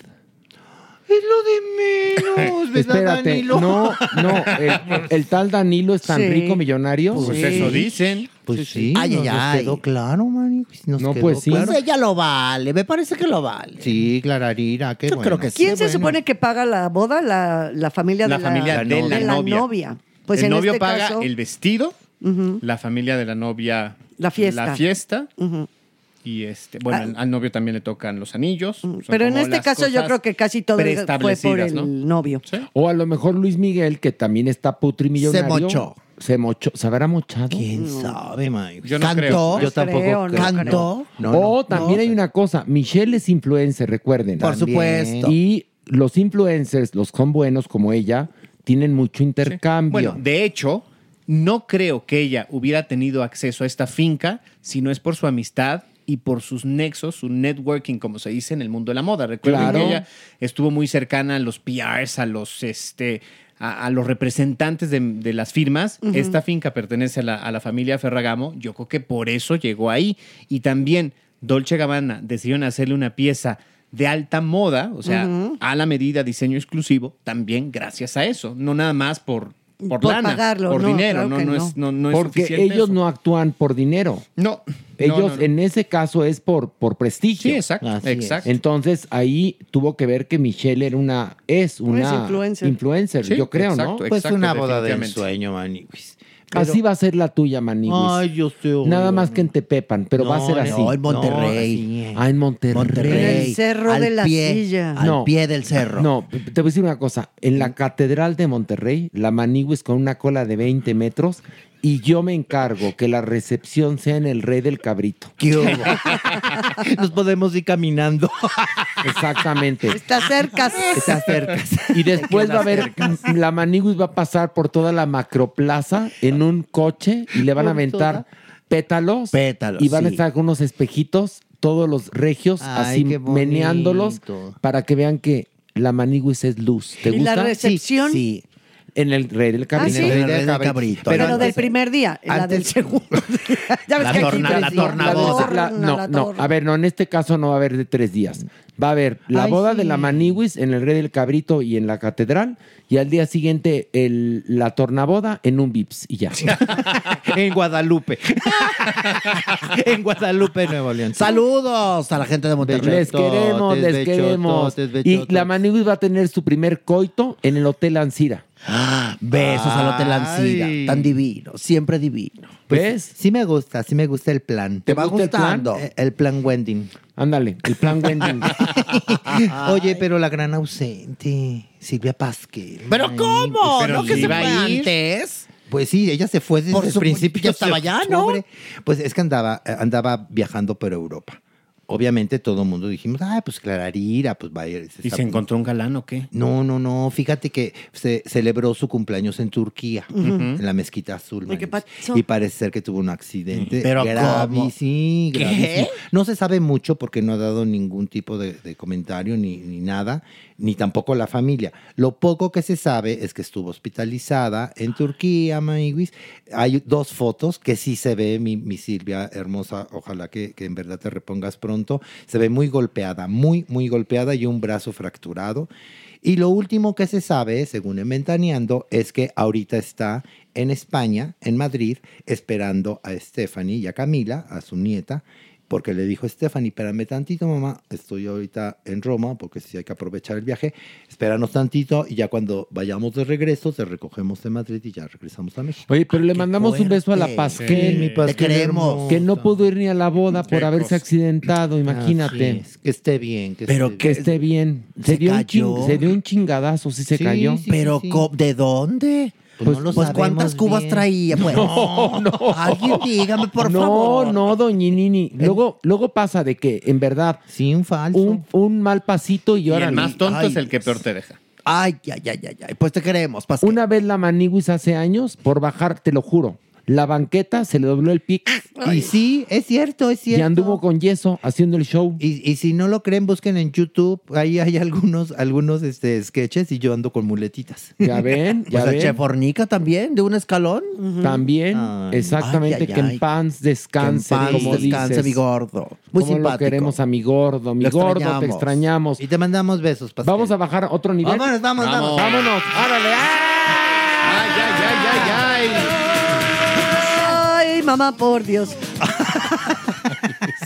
[SPEAKER 9] Es lo de menos, Pues, ¿verdad,
[SPEAKER 5] Espérate,
[SPEAKER 9] Danilo?
[SPEAKER 5] no, no, el, el tal Danilo es tan
[SPEAKER 9] Sí.
[SPEAKER 5] rico millonario.
[SPEAKER 9] Pues Sí. eso dicen.
[SPEAKER 5] Pues
[SPEAKER 9] Sí, nos- nos quedó claro, Maniwis. nos
[SPEAKER 5] No,
[SPEAKER 9] quedó
[SPEAKER 5] pues sí.
[SPEAKER 9] claro.
[SPEAKER 8] Pues ella lo vale, me parece que lo vale.
[SPEAKER 9] Sí, Clararira, qué
[SPEAKER 7] Pues
[SPEAKER 8] Yo
[SPEAKER 9] bueno.
[SPEAKER 8] creo que
[SPEAKER 7] ¿Quién se supone que paga la boda? La, la familia
[SPEAKER 6] la
[SPEAKER 7] de
[SPEAKER 6] familia
[SPEAKER 7] la,
[SPEAKER 6] de la,
[SPEAKER 7] de
[SPEAKER 6] novia.
[SPEAKER 7] Pues
[SPEAKER 6] el
[SPEAKER 7] en
[SPEAKER 6] novio
[SPEAKER 7] este
[SPEAKER 6] paga
[SPEAKER 7] caso,
[SPEAKER 6] el vestido,
[SPEAKER 7] Ujú.
[SPEAKER 6] la familia de la novia
[SPEAKER 7] La fiesta.
[SPEAKER 6] la fiesta,
[SPEAKER 7] Ujú. Ah.
[SPEAKER 6] y este, bueno, al- al novio también le tocan los anillos. Son
[SPEAKER 7] Pero en
[SPEAKER 6] como
[SPEAKER 7] este
[SPEAKER 6] las
[SPEAKER 7] caso yo
[SPEAKER 6] cosas
[SPEAKER 7] creo que casi todo fue por
[SPEAKER 6] preestablecidas,
[SPEAKER 7] el
[SPEAKER 6] ¿no?
[SPEAKER 7] novio.
[SPEAKER 5] O a lo mejor Luis Miguel, que también está putri millonario.
[SPEAKER 8] mochó.
[SPEAKER 5] Se mochó. ¿Se habrá mochado?
[SPEAKER 9] ¿Quién sabe, Maniwis? Yo tampoco creo.
[SPEAKER 5] Cantó.
[SPEAKER 9] No, no,
[SPEAKER 5] o también hay una cosa, Michelle es influencer, recuerden.
[SPEAKER 9] Por
[SPEAKER 5] También.
[SPEAKER 9] supuesto.
[SPEAKER 5] Y los influencers, los con buenos como ella, tienen mucho intercambio.
[SPEAKER 6] Bueno, de hecho, no creo que ella hubiera tenido acceso a esta finca si no es por su amistad y por sus nexos, su networking, como se dice en el mundo de la moda. Recuerden
[SPEAKER 5] Claro.
[SPEAKER 6] que ella estuvo muy cercana a los PRs, a los este. A, a los representantes de, de las firmas.
[SPEAKER 12] Ujú.
[SPEAKER 6] Esta finca pertenece a la, a la familia Ferragamo. Yo creo que por eso llegó ahí. Y también Dolce Gabbana decidieron hacerle una pieza de alta moda, o sea,
[SPEAKER 7] Ujú.
[SPEAKER 6] a la medida, diseño exclusivo, también gracias a eso. No nada más por, por,
[SPEAKER 7] Por
[SPEAKER 6] lana,
[SPEAKER 7] pagarlo,
[SPEAKER 6] por
[SPEAKER 7] no,
[SPEAKER 6] dinero,
[SPEAKER 7] claro
[SPEAKER 6] no,
[SPEAKER 7] que
[SPEAKER 6] no es, no, no es
[SPEAKER 5] Porque
[SPEAKER 6] suficiente
[SPEAKER 5] ellos
[SPEAKER 6] eso.
[SPEAKER 5] no actúan por dinero.
[SPEAKER 6] No.
[SPEAKER 5] Ellos
[SPEAKER 6] no, no.
[SPEAKER 5] en ese caso es por, por prestigio.
[SPEAKER 6] Sí, exacto,
[SPEAKER 5] Así es.
[SPEAKER 6] exacto.
[SPEAKER 5] Entonces ahí tuvo que ver que Michelle era una, es una
[SPEAKER 9] Pues influencer.
[SPEAKER 5] influencer,
[SPEAKER 9] Sí,
[SPEAKER 5] yo creo, ¿no?
[SPEAKER 9] exacto, Pues exacto, una boda de definitivamente. ensueño, Maniwis. Pero-
[SPEAKER 5] Así va a ser la tuya, Maniwis.
[SPEAKER 9] Ay, yo sé,
[SPEAKER 5] Nada más que en Tepepan, pero va a
[SPEAKER 9] No,
[SPEAKER 5] ser
[SPEAKER 9] no,
[SPEAKER 5] así.
[SPEAKER 9] en Monterrey.
[SPEAKER 5] No, así. ah, en Monterrey.
[SPEAKER 9] Monterrey. En el Cerro Al de la pie, Silla. al pie del cerro.
[SPEAKER 5] No, te voy a decir una cosa. En la Catedral de Monterrey, la Maniwis con una cola de 20 metros y yo me encargo que la recepción sea en el Rey del Cabrito.
[SPEAKER 9] Nos podemos ir caminando.
[SPEAKER 5] Exactamente.
[SPEAKER 7] Está cerca.
[SPEAKER 9] Está cerca.
[SPEAKER 7] Ah,
[SPEAKER 5] Y después va a haber, la Manigus va a pasar por toda la macroplaza en un coche y le van a
[SPEAKER 9] Por
[SPEAKER 5] aventar pétalos. Y van a
[SPEAKER 9] sí.
[SPEAKER 5] estar con unos espejitos, todos los regios,
[SPEAKER 9] Ay,
[SPEAKER 5] así
[SPEAKER 9] qué bonito.
[SPEAKER 5] meneándolos para que vean que la Manigus es luz. ¿Te
[SPEAKER 7] ¿Y la
[SPEAKER 5] gusta?
[SPEAKER 7] recepción?
[SPEAKER 9] Sí.
[SPEAKER 5] En el Rey del Cabrito.
[SPEAKER 7] Ah, ¿sí?
[SPEAKER 5] En el
[SPEAKER 7] En el Rey del
[SPEAKER 5] Cabrito.
[SPEAKER 7] Pero, del primer día, Eh, la del segundo día. Ya ves que aquí te decía,
[SPEAKER 5] la-
[SPEAKER 7] torna,
[SPEAKER 5] no,
[SPEAKER 7] la
[SPEAKER 5] no,
[SPEAKER 7] torna.
[SPEAKER 5] a ver, no, en este caso no va a haber de tres días. Va a haber la
[SPEAKER 7] Ay,
[SPEAKER 5] boda
[SPEAKER 7] sí.
[SPEAKER 5] de la Maniwis en el Rey del Cabrito y en la Catedral, y al día siguiente el- la tornaboda en un Vips y ya.
[SPEAKER 8] en Guadalupe. en Guadalupe, Nuevo León. Saludos a la gente de Monterrey.
[SPEAKER 5] Les queremos,
[SPEAKER 8] Bechotes,
[SPEAKER 5] les queremos.
[SPEAKER 8] bechotes,
[SPEAKER 5] Y
[SPEAKER 8] bechotes.
[SPEAKER 5] la Maniwis va a tener su primer coito en el Hotel Ancira.
[SPEAKER 8] Besos al Hotel Ancira. Tan
[SPEAKER 9] divino, siempre divino. Pues,
[SPEAKER 5] ¿Ves?
[SPEAKER 9] Sí me gusta, sí me gusta el plan.
[SPEAKER 5] ¿Te va gusta el plan?
[SPEAKER 9] gustando? Eh, El plan Wending.
[SPEAKER 5] Ándale, el plan Wending.
[SPEAKER 9] Oye, pero la gran ausente, Silvia Pasquel.
[SPEAKER 10] ¿Pero
[SPEAKER 9] Ay,
[SPEAKER 10] cómo?
[SPEAKER 9] pues,
[SPEAKER 10] ¿No que se fue antes?
[SPEAKER 9] Pues sí, ella se fue desde
[SPEAKER 10] Por
[SPEAKER 9] el
[SPEAKER 10] supuesto,
[SPEAKER 9] principio.
[SPEAKER 10] ya
[SPEAKER 9] de
[SPEAKER 10] estaba allá, ¿no?
[SPEAKER 9] octubre. Pues es que andaba, eh, andaba viajando por Europa. Obviamente todo el mundo dijimos, ah, pues Clararira, pues va a ir.
[SPEAKER 6] ¿Y se encontró un galán o qué?
[SPEAKER 9] No, no, no. Fíjate que se celebró su cumpleaños en Turquía,
[SPEAKER 6] Ujú.
[SPEAKER 9] en la Mezquita Azul.
[SPEAKER 7] ¿Y qué
[SPEAKER 9] Manis.
[SPEAKER 7] pasó?
[SPEAKER 9] Y parece ser que tuvo un accidente
[SPEAKER 8] Pero
[SPEAKER 9] gravi-
[SPEAKER 8] ¿cómo?
[SPEAKER 9] sí,
[SPEAKER 8] ¿Qué?
[SPEAKER 9] gravísimo. No se sabe mucho porque no ha dado ningún tipo de, de comentario ni, ni nada, ni tampoco la familia. Lo poco que se sabe es que estuvo hospitalizada en Turquía, Maywis. Hay dos fotos que sí se ve, mi, mi Silvia hermosa, ojalá que, que en verdad te repongas pronto. Se ve muy golpeada, muy, muy golpeada y un brazo fracturado. Y lo último que se sabe, según en Ventaneando, es que ahorita está en España, en Madrid, esperando a Stephanie y a Camila, a su nieta, porque le dijo Stephanie, espérame tantito, mamá, estoy ahorita en Roma, porque sí hay que aprovechar el viaje, espéranos tantito y ya cuando vayamos de regreso, te recogemos de Madrid y ya regresamos a México.
[SPEAKER 5] Oye, pero le mandamos un beso a la
[SPEAKER 9] fuerte.
[SPEAKER 5] Pasquel,
[SPEAKER 9] Sí,
[SPEAKER 5] mi
[SPEAKER 9] te
[SPEAKER 5] Pasquel
[SPEAKER 9] queremos.
[SPEAKER 5] hermosa. Que no pudo ir ni a la boda por
[SPEAKER 9] Qué
[SPEAKER 5] haberse
[SPEAKER 9] cosa.
[SPEAKER 5] accidentado, imagínate.
[SPEAKER 9] Así es, que esté bien. Que
[SPEAKER 5] Pero que esté bien. Se, dio
[SPEAKER 9] cayó.
[SPEAKER 5] Un chin- se dio un chingadazo, sí se
[SPEAKER 9] Sí,
[SPEAKER 5] cayó.
[SPEAKER 9] sí, Pero sí, sí. co-
[SPEAKER 5] ¿de dónde?
[SPEAKER 9] Pues no lo
[SPEAKER 5] pues,
[SPEAKER 9] sabemos
[SPEAKER 5] ¿cuántas cubas
[SPEAKER 9] bien.
[SPEAKER 5] traía? Pues?
[SPEAKER 9] No, no.
[SPEAKER 5] Alguien dígame, Eh.
[SPEAKER 9] por
[SPEAKER 5] No, no, doñinini. Luego, luego pasa de que, en verdad,
[SPEAKER 9] sí, un falso.
[SPEAKER 5] Un, mal pasito y
[SPEAKER 6] Y
[SPEAKER 5] ahora.
[SPEAKER 6] el más tonto es el que peor te deja.
[SPEAKER 5] Ay, ay, ay, ay, ay. Pues te queremos, Una vez la maniguis hace años, por bajar, te lo juro, la banqueta se le dobló el pic.
[SPEAKER 9] Y sí, es cierto, es cierto.
[SPEAKER 5] Y anduvo con yeso haciendo el show.
[SPEAKER 9] Y, y si no lo creen, busquen en YouTube. Ahí hay algunos, algunos este, sketches y yo ando con muletitas.
[SPEAKER 5] Ya ven, ya
[SPEAKER 9] O sea,
[SPEAKER 5] ven.
[SPEAKER 9] Chef Hornica también, de un escalón.
[SPEAKER 5] También,
[SPEAKER 9] Ay.
[SPEAKER 5] exactamente,
[SPEAKER 9] Ay, ay,
[SPEAKER 5] que
[SPEAKER 9] ay.
[SPEAKER 5] en pants descanse,
[SPEAKER 9] Que en paz
[SPEAKER 5] como
[SPEAKER 9] descanse,
[SPEAKER 5] dices.
[SPEAKER 9] mi gordo. Muy
[SPEAKER 5] Cómo lo
[SPEAKER 9] simpático.
[SPEAKER 5] queremos a mi gordo, mi
[SPEAKER 9] Lo
[SPEAKER 5] gordo, te
[SPEAKER 9] extrañamos.
[SPEAKER 5] extrañamos.
[SPEAKER 9] Y te mandamos besos,
[SPEAKER 5] Vamos a bajar a otro nivel.
[SPEAKER 9] Vámonos, vamos, vamos.
[SPEAKER 5] Vámonos. ¡Árale!
[SPEAKER 6] ¡Ay, ay,
[SPEAKER 7] Ay, mamá, por Dios.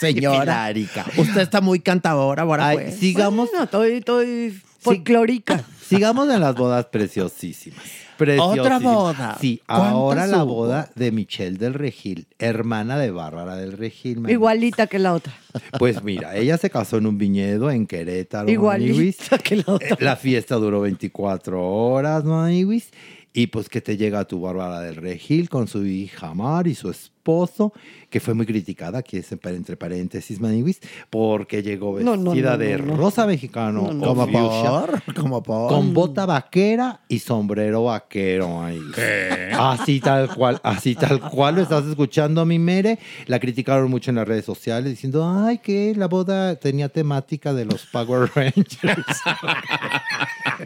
[SPEAKER 9] Señora.
[SPEAKER 7] Usted está muy cantadora ahora,
[SPEAKER 9] pues.
[SPEAKER 7] Sigamos. No, estoy, estoy folclórica.
[SPEAKER 9] Sigamos en las bodas preciosísimas. Preciosísimas.
[SPEAKER 7] Otra boda.
[SPEAKER 9] Sí,
[SPEAKER 7] ¿Cuántas
[SPEAKER 9] ahora la
[SPEAKER 7] hubo?
[SPEAKER 9] boda de Michelle del Regil, hermana de Bárbara del Regil. man.
[SPEAKER 7] Igualita que la otra.
[SPEAKER 9] Pues mira, ella se casó en un viñedo en Querétaro. maniwis.
[SPEAKER 7] Igualita que la otra.
[SPEAKER 9] Eh, La fiesta duró 24 horas, maniwis. Y pues que te llega tu Bárbara del Regil con su hija Mar y su esposo, que fue muy criticada, aquí es en- entre paréntesis, maniwis, porque llegó
[SPEAKER 8] No,
[SPEAKER 9] vestida
[SPEAKER 8] no, no,
[SPEAKER 9] de
[SPEAKER 8] no, no.
[SPEAKER 9] rosa mexicano.
[SPEAKER 8] No, no.
[SPEAKER 9] o
[SPEAKER 8] ¿Cómo
[SPEAKER 9] fucsia,
[SPEAKER 8] Como por.
[SPEAKER 9] Con bota vaquera y sombrero vaquero. ahí. Así tal cual, así tal cual lo estás escuchando, mi Mere. La criticaron mucho en las redes sociales diciendo, ay, que la boda tenía temática de los Power Rangers.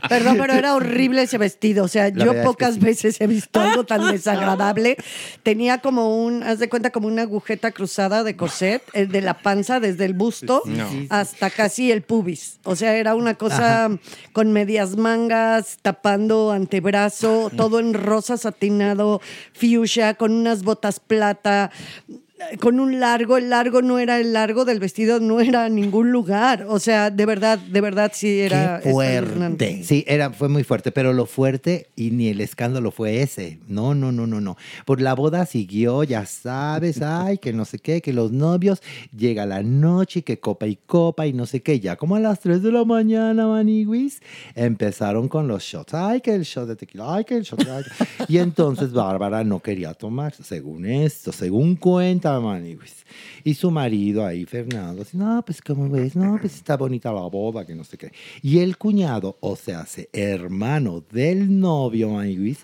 [SPEAKER 7] Perdón, pero era horrible ese vestido. O sea,
[SPEAKER 9] La
[SPEAKER 7] yo
[SPEAKER 9] verdad es que
[SPEAKER 7] pocas
[SPEAKER 9] sí.
[SPEAKER 7] veces he visto algo tan desagradable. Tenía como un, haz de cuenta, como una agujeta cruzada de corset, eh, de la panza desde el busto
[SPEAKER 10] Sí, sí, sí.
[SPEAKER 7] hasta casi el pubis. O sea, era una cosa con medias mangas, tapando antebrazo, todo en rosa satinado, fuchsia, con unas botas plata. eh, Con un largo, el largo no era el largo del vestido, no era a ningún lugar. O sea, de verdad, de verdad sí era. espeluznante.
[SPEAKER 9] fuerte. Sí, era, fue muy fuerte, pero lo fuerte y ni el escándalo fue ese. No, no, no, no, no. Por la boda siguió, ya sabes, ay, que no sé qué, que los novios, llega la noche y que copa y copa y no sé qué. Ya como a las 3 de la mañana, maniwis, empezaron con los shots. Ay, que el shot de tequila, ay, que el shot. ay, que- Y entonces Bárbara no quería tomar, según esto, según cuenta maniwis. Y su marido ahí, Fernando, así, no, pues como ves, no, pues está bonita la boda, que no sé qué. Y el cuñado, o sea, se hace hermano del novio, Maniwis,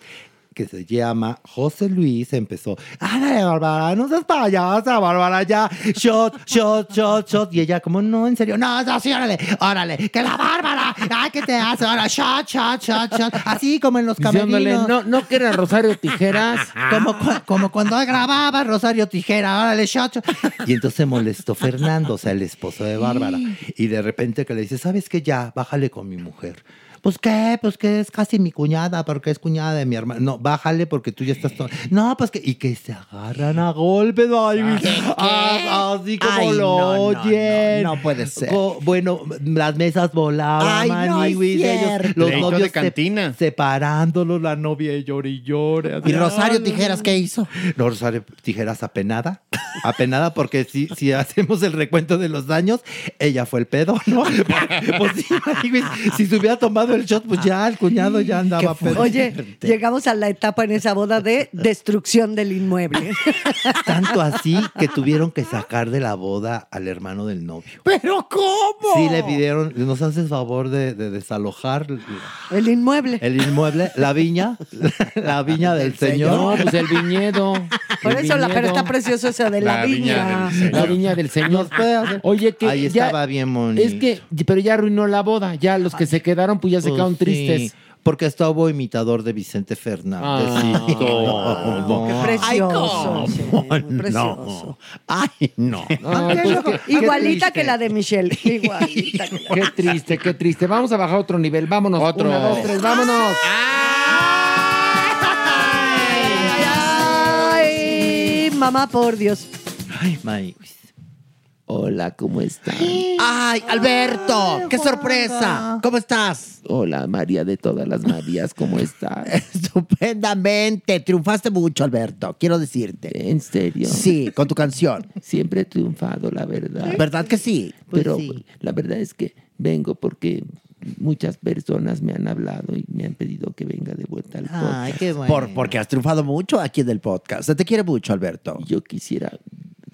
[SPEAKER 9] que se llama José Luis empezó, ¡Ándale, Bárbara! ¡No seas payasa, Bárbara! ¡Ya! ¡Shot, shot, shot, shot! Y ella, como, no, en serio, no, no, sí, órale, órale, que la Bárbara, ¡ay, qué te hace! ¡Ahora, shot, shot, shot, shot! Así como en los
[SPEAKER 8] Diciéndole,
[SPEAKER 9] camerinos.
[SPEAKER 8] no, no que era Rosario Tijeras.
[SPEAKER 9] Como, cu- como cuando grababa Rosario Tijera, órale, shot, shot. Y entonces se molestó Fernando, o sea, el esposo de Bárbara. Y de repente que le dice, ¿sabes qué? Ya, bájale con mi mujer. Pues qué, pues que es casi mi cuñada, porque es cuñada de mi hermana. No, bájale porque tú ya estás... to- No, pues que... Y que se agarran a golpes. Ay, ah, así como
[SPEAKER 10] Ay,
[SPEAKER 9] lo
[SPEAKER 10] no, no,
[SPEAKER 9] oyen.
[SPEAKER 10] no, no puede ser.
[SPEAKER 9] Co- bueno, las mesas volaban.
[SPEAKER 10] Ay, no es
[SPEAKER 9] maniwis, ellos-
[SPEAKER 10] cierto.
[SPEAKER 9] los
[SPEAKER 10] Pleito de
[SPEAKER 9] novios se-
[SPEAKER 10] cantina.
[SPEAKER 9] separándolos, la novia y llora y llora.
[SPEAKER 10] ¿Y Rosario Tijeras
[SPEAKER 9] qué hizo? No, Rosario Tijeras apenada. Apenada porque si, si hacemos el recuento de los daños, ella fue el pedo, ¿no? Pues sí, si se hubiera tomado el shot, pues ya el cuñado ya andaba pedo.
[SPEAKER 7] Oye, llegamos a la etapa en esa boda de destrucción del inmueble.
[SPEAKER 9] Tanto así que tuvieron que sacar de la boda al hermano del novio.
[SPEAKER 7] ¿Pero cómo?
[SPEAKER 9] Sí, le pidieron, nos haces favor de, de desalojar
[SPEAKER 7] El inmueble.
[SPEAKER 9] el inmueble, la viña, la viña del señor.
[SPEAKER 8] No, pues el viñedo.
[SPEAKER 7] Por
[SPEAKER 8] El
[SPEAKER 7] eso, la, pero
[SPEAKER 8] viñedo.
[SPEAKER 7] está precioso eso de la, viña.
[SPEAKER 8] La viña del Señor. Oye, que.
[SPEAKER 9] Pues, Ahí
[SPEAKER 8] ya-
[SPEAKER 9] estaba bien bonito.
[SPEAKER 8] Es que, pero ya arruinó la boda. Ya los que se quedaron, pues ya se
[SPEAKER 9] Pues
[SPEAKER 8] quedaron
[SPEAKER 9] sí,
[SPEAKER 8] tristes.
[SPEAKER 9] Porque estuvo imitador de Vicente Fernández.
[SPEAKER 8] Ah,
[SPEAKER 9] Sí.
[SPEAKER 8] qué precioso,
[SPEAKER 9] Ay,
[SPEAKER 7] sí,
[SPEAKER 9] no.
[SPEAKER 7] precioso.
[SPEAKER 9] Ay, no.
[SPEAKER 8] Ay, pues qué- qué
[SPEAKER 7] Igualita
[SPEAKER 8] triste.
[SPEAKER 7] que la de Michelle. Igual.
[SPEAKER 8] Qué triste, qué triste. Vamos a bajar otro nivel. Vámonos.
[SPEAKER 10] Otro.
[SPEAKER 8] Una, dos, tres, vámonos.
[SPEAKER 7] Ay, mamá, por Dios.
[SPEAKER 8] Hola, ¿cómo estás?
[SPEAKER 10] ¡Ay, Alberto! ¡Qué sorpresa! ¿Cómo estás?
[SPEAKER 8] Hola, María de todas las Marías, ¿cómo estás?
[SPEAKER 10] Estupendamente. Triunfaste mucho, Alberto. Quiero decirte.
[SPEAKER 8] ¿En serio?
[SPEAKER 10] Sí, con tu canción.
[SPEAKER 8] Siempre he triunfado, la verdad. Pues
[SPEAKER 10] ¿Verdad que Pues sí?
[SPEAKER 8] Pero la verdad es que vengo porque muchas personas me han hablado y me han pedido que venga de vuelta al podcast.
[SPEAKER 10] Ay, qué bueno. Por- porque has triunfado mucho aquí en el podcast. Se te quiere mucho, Alberto.
[SPEAKER 8] Yo quisiera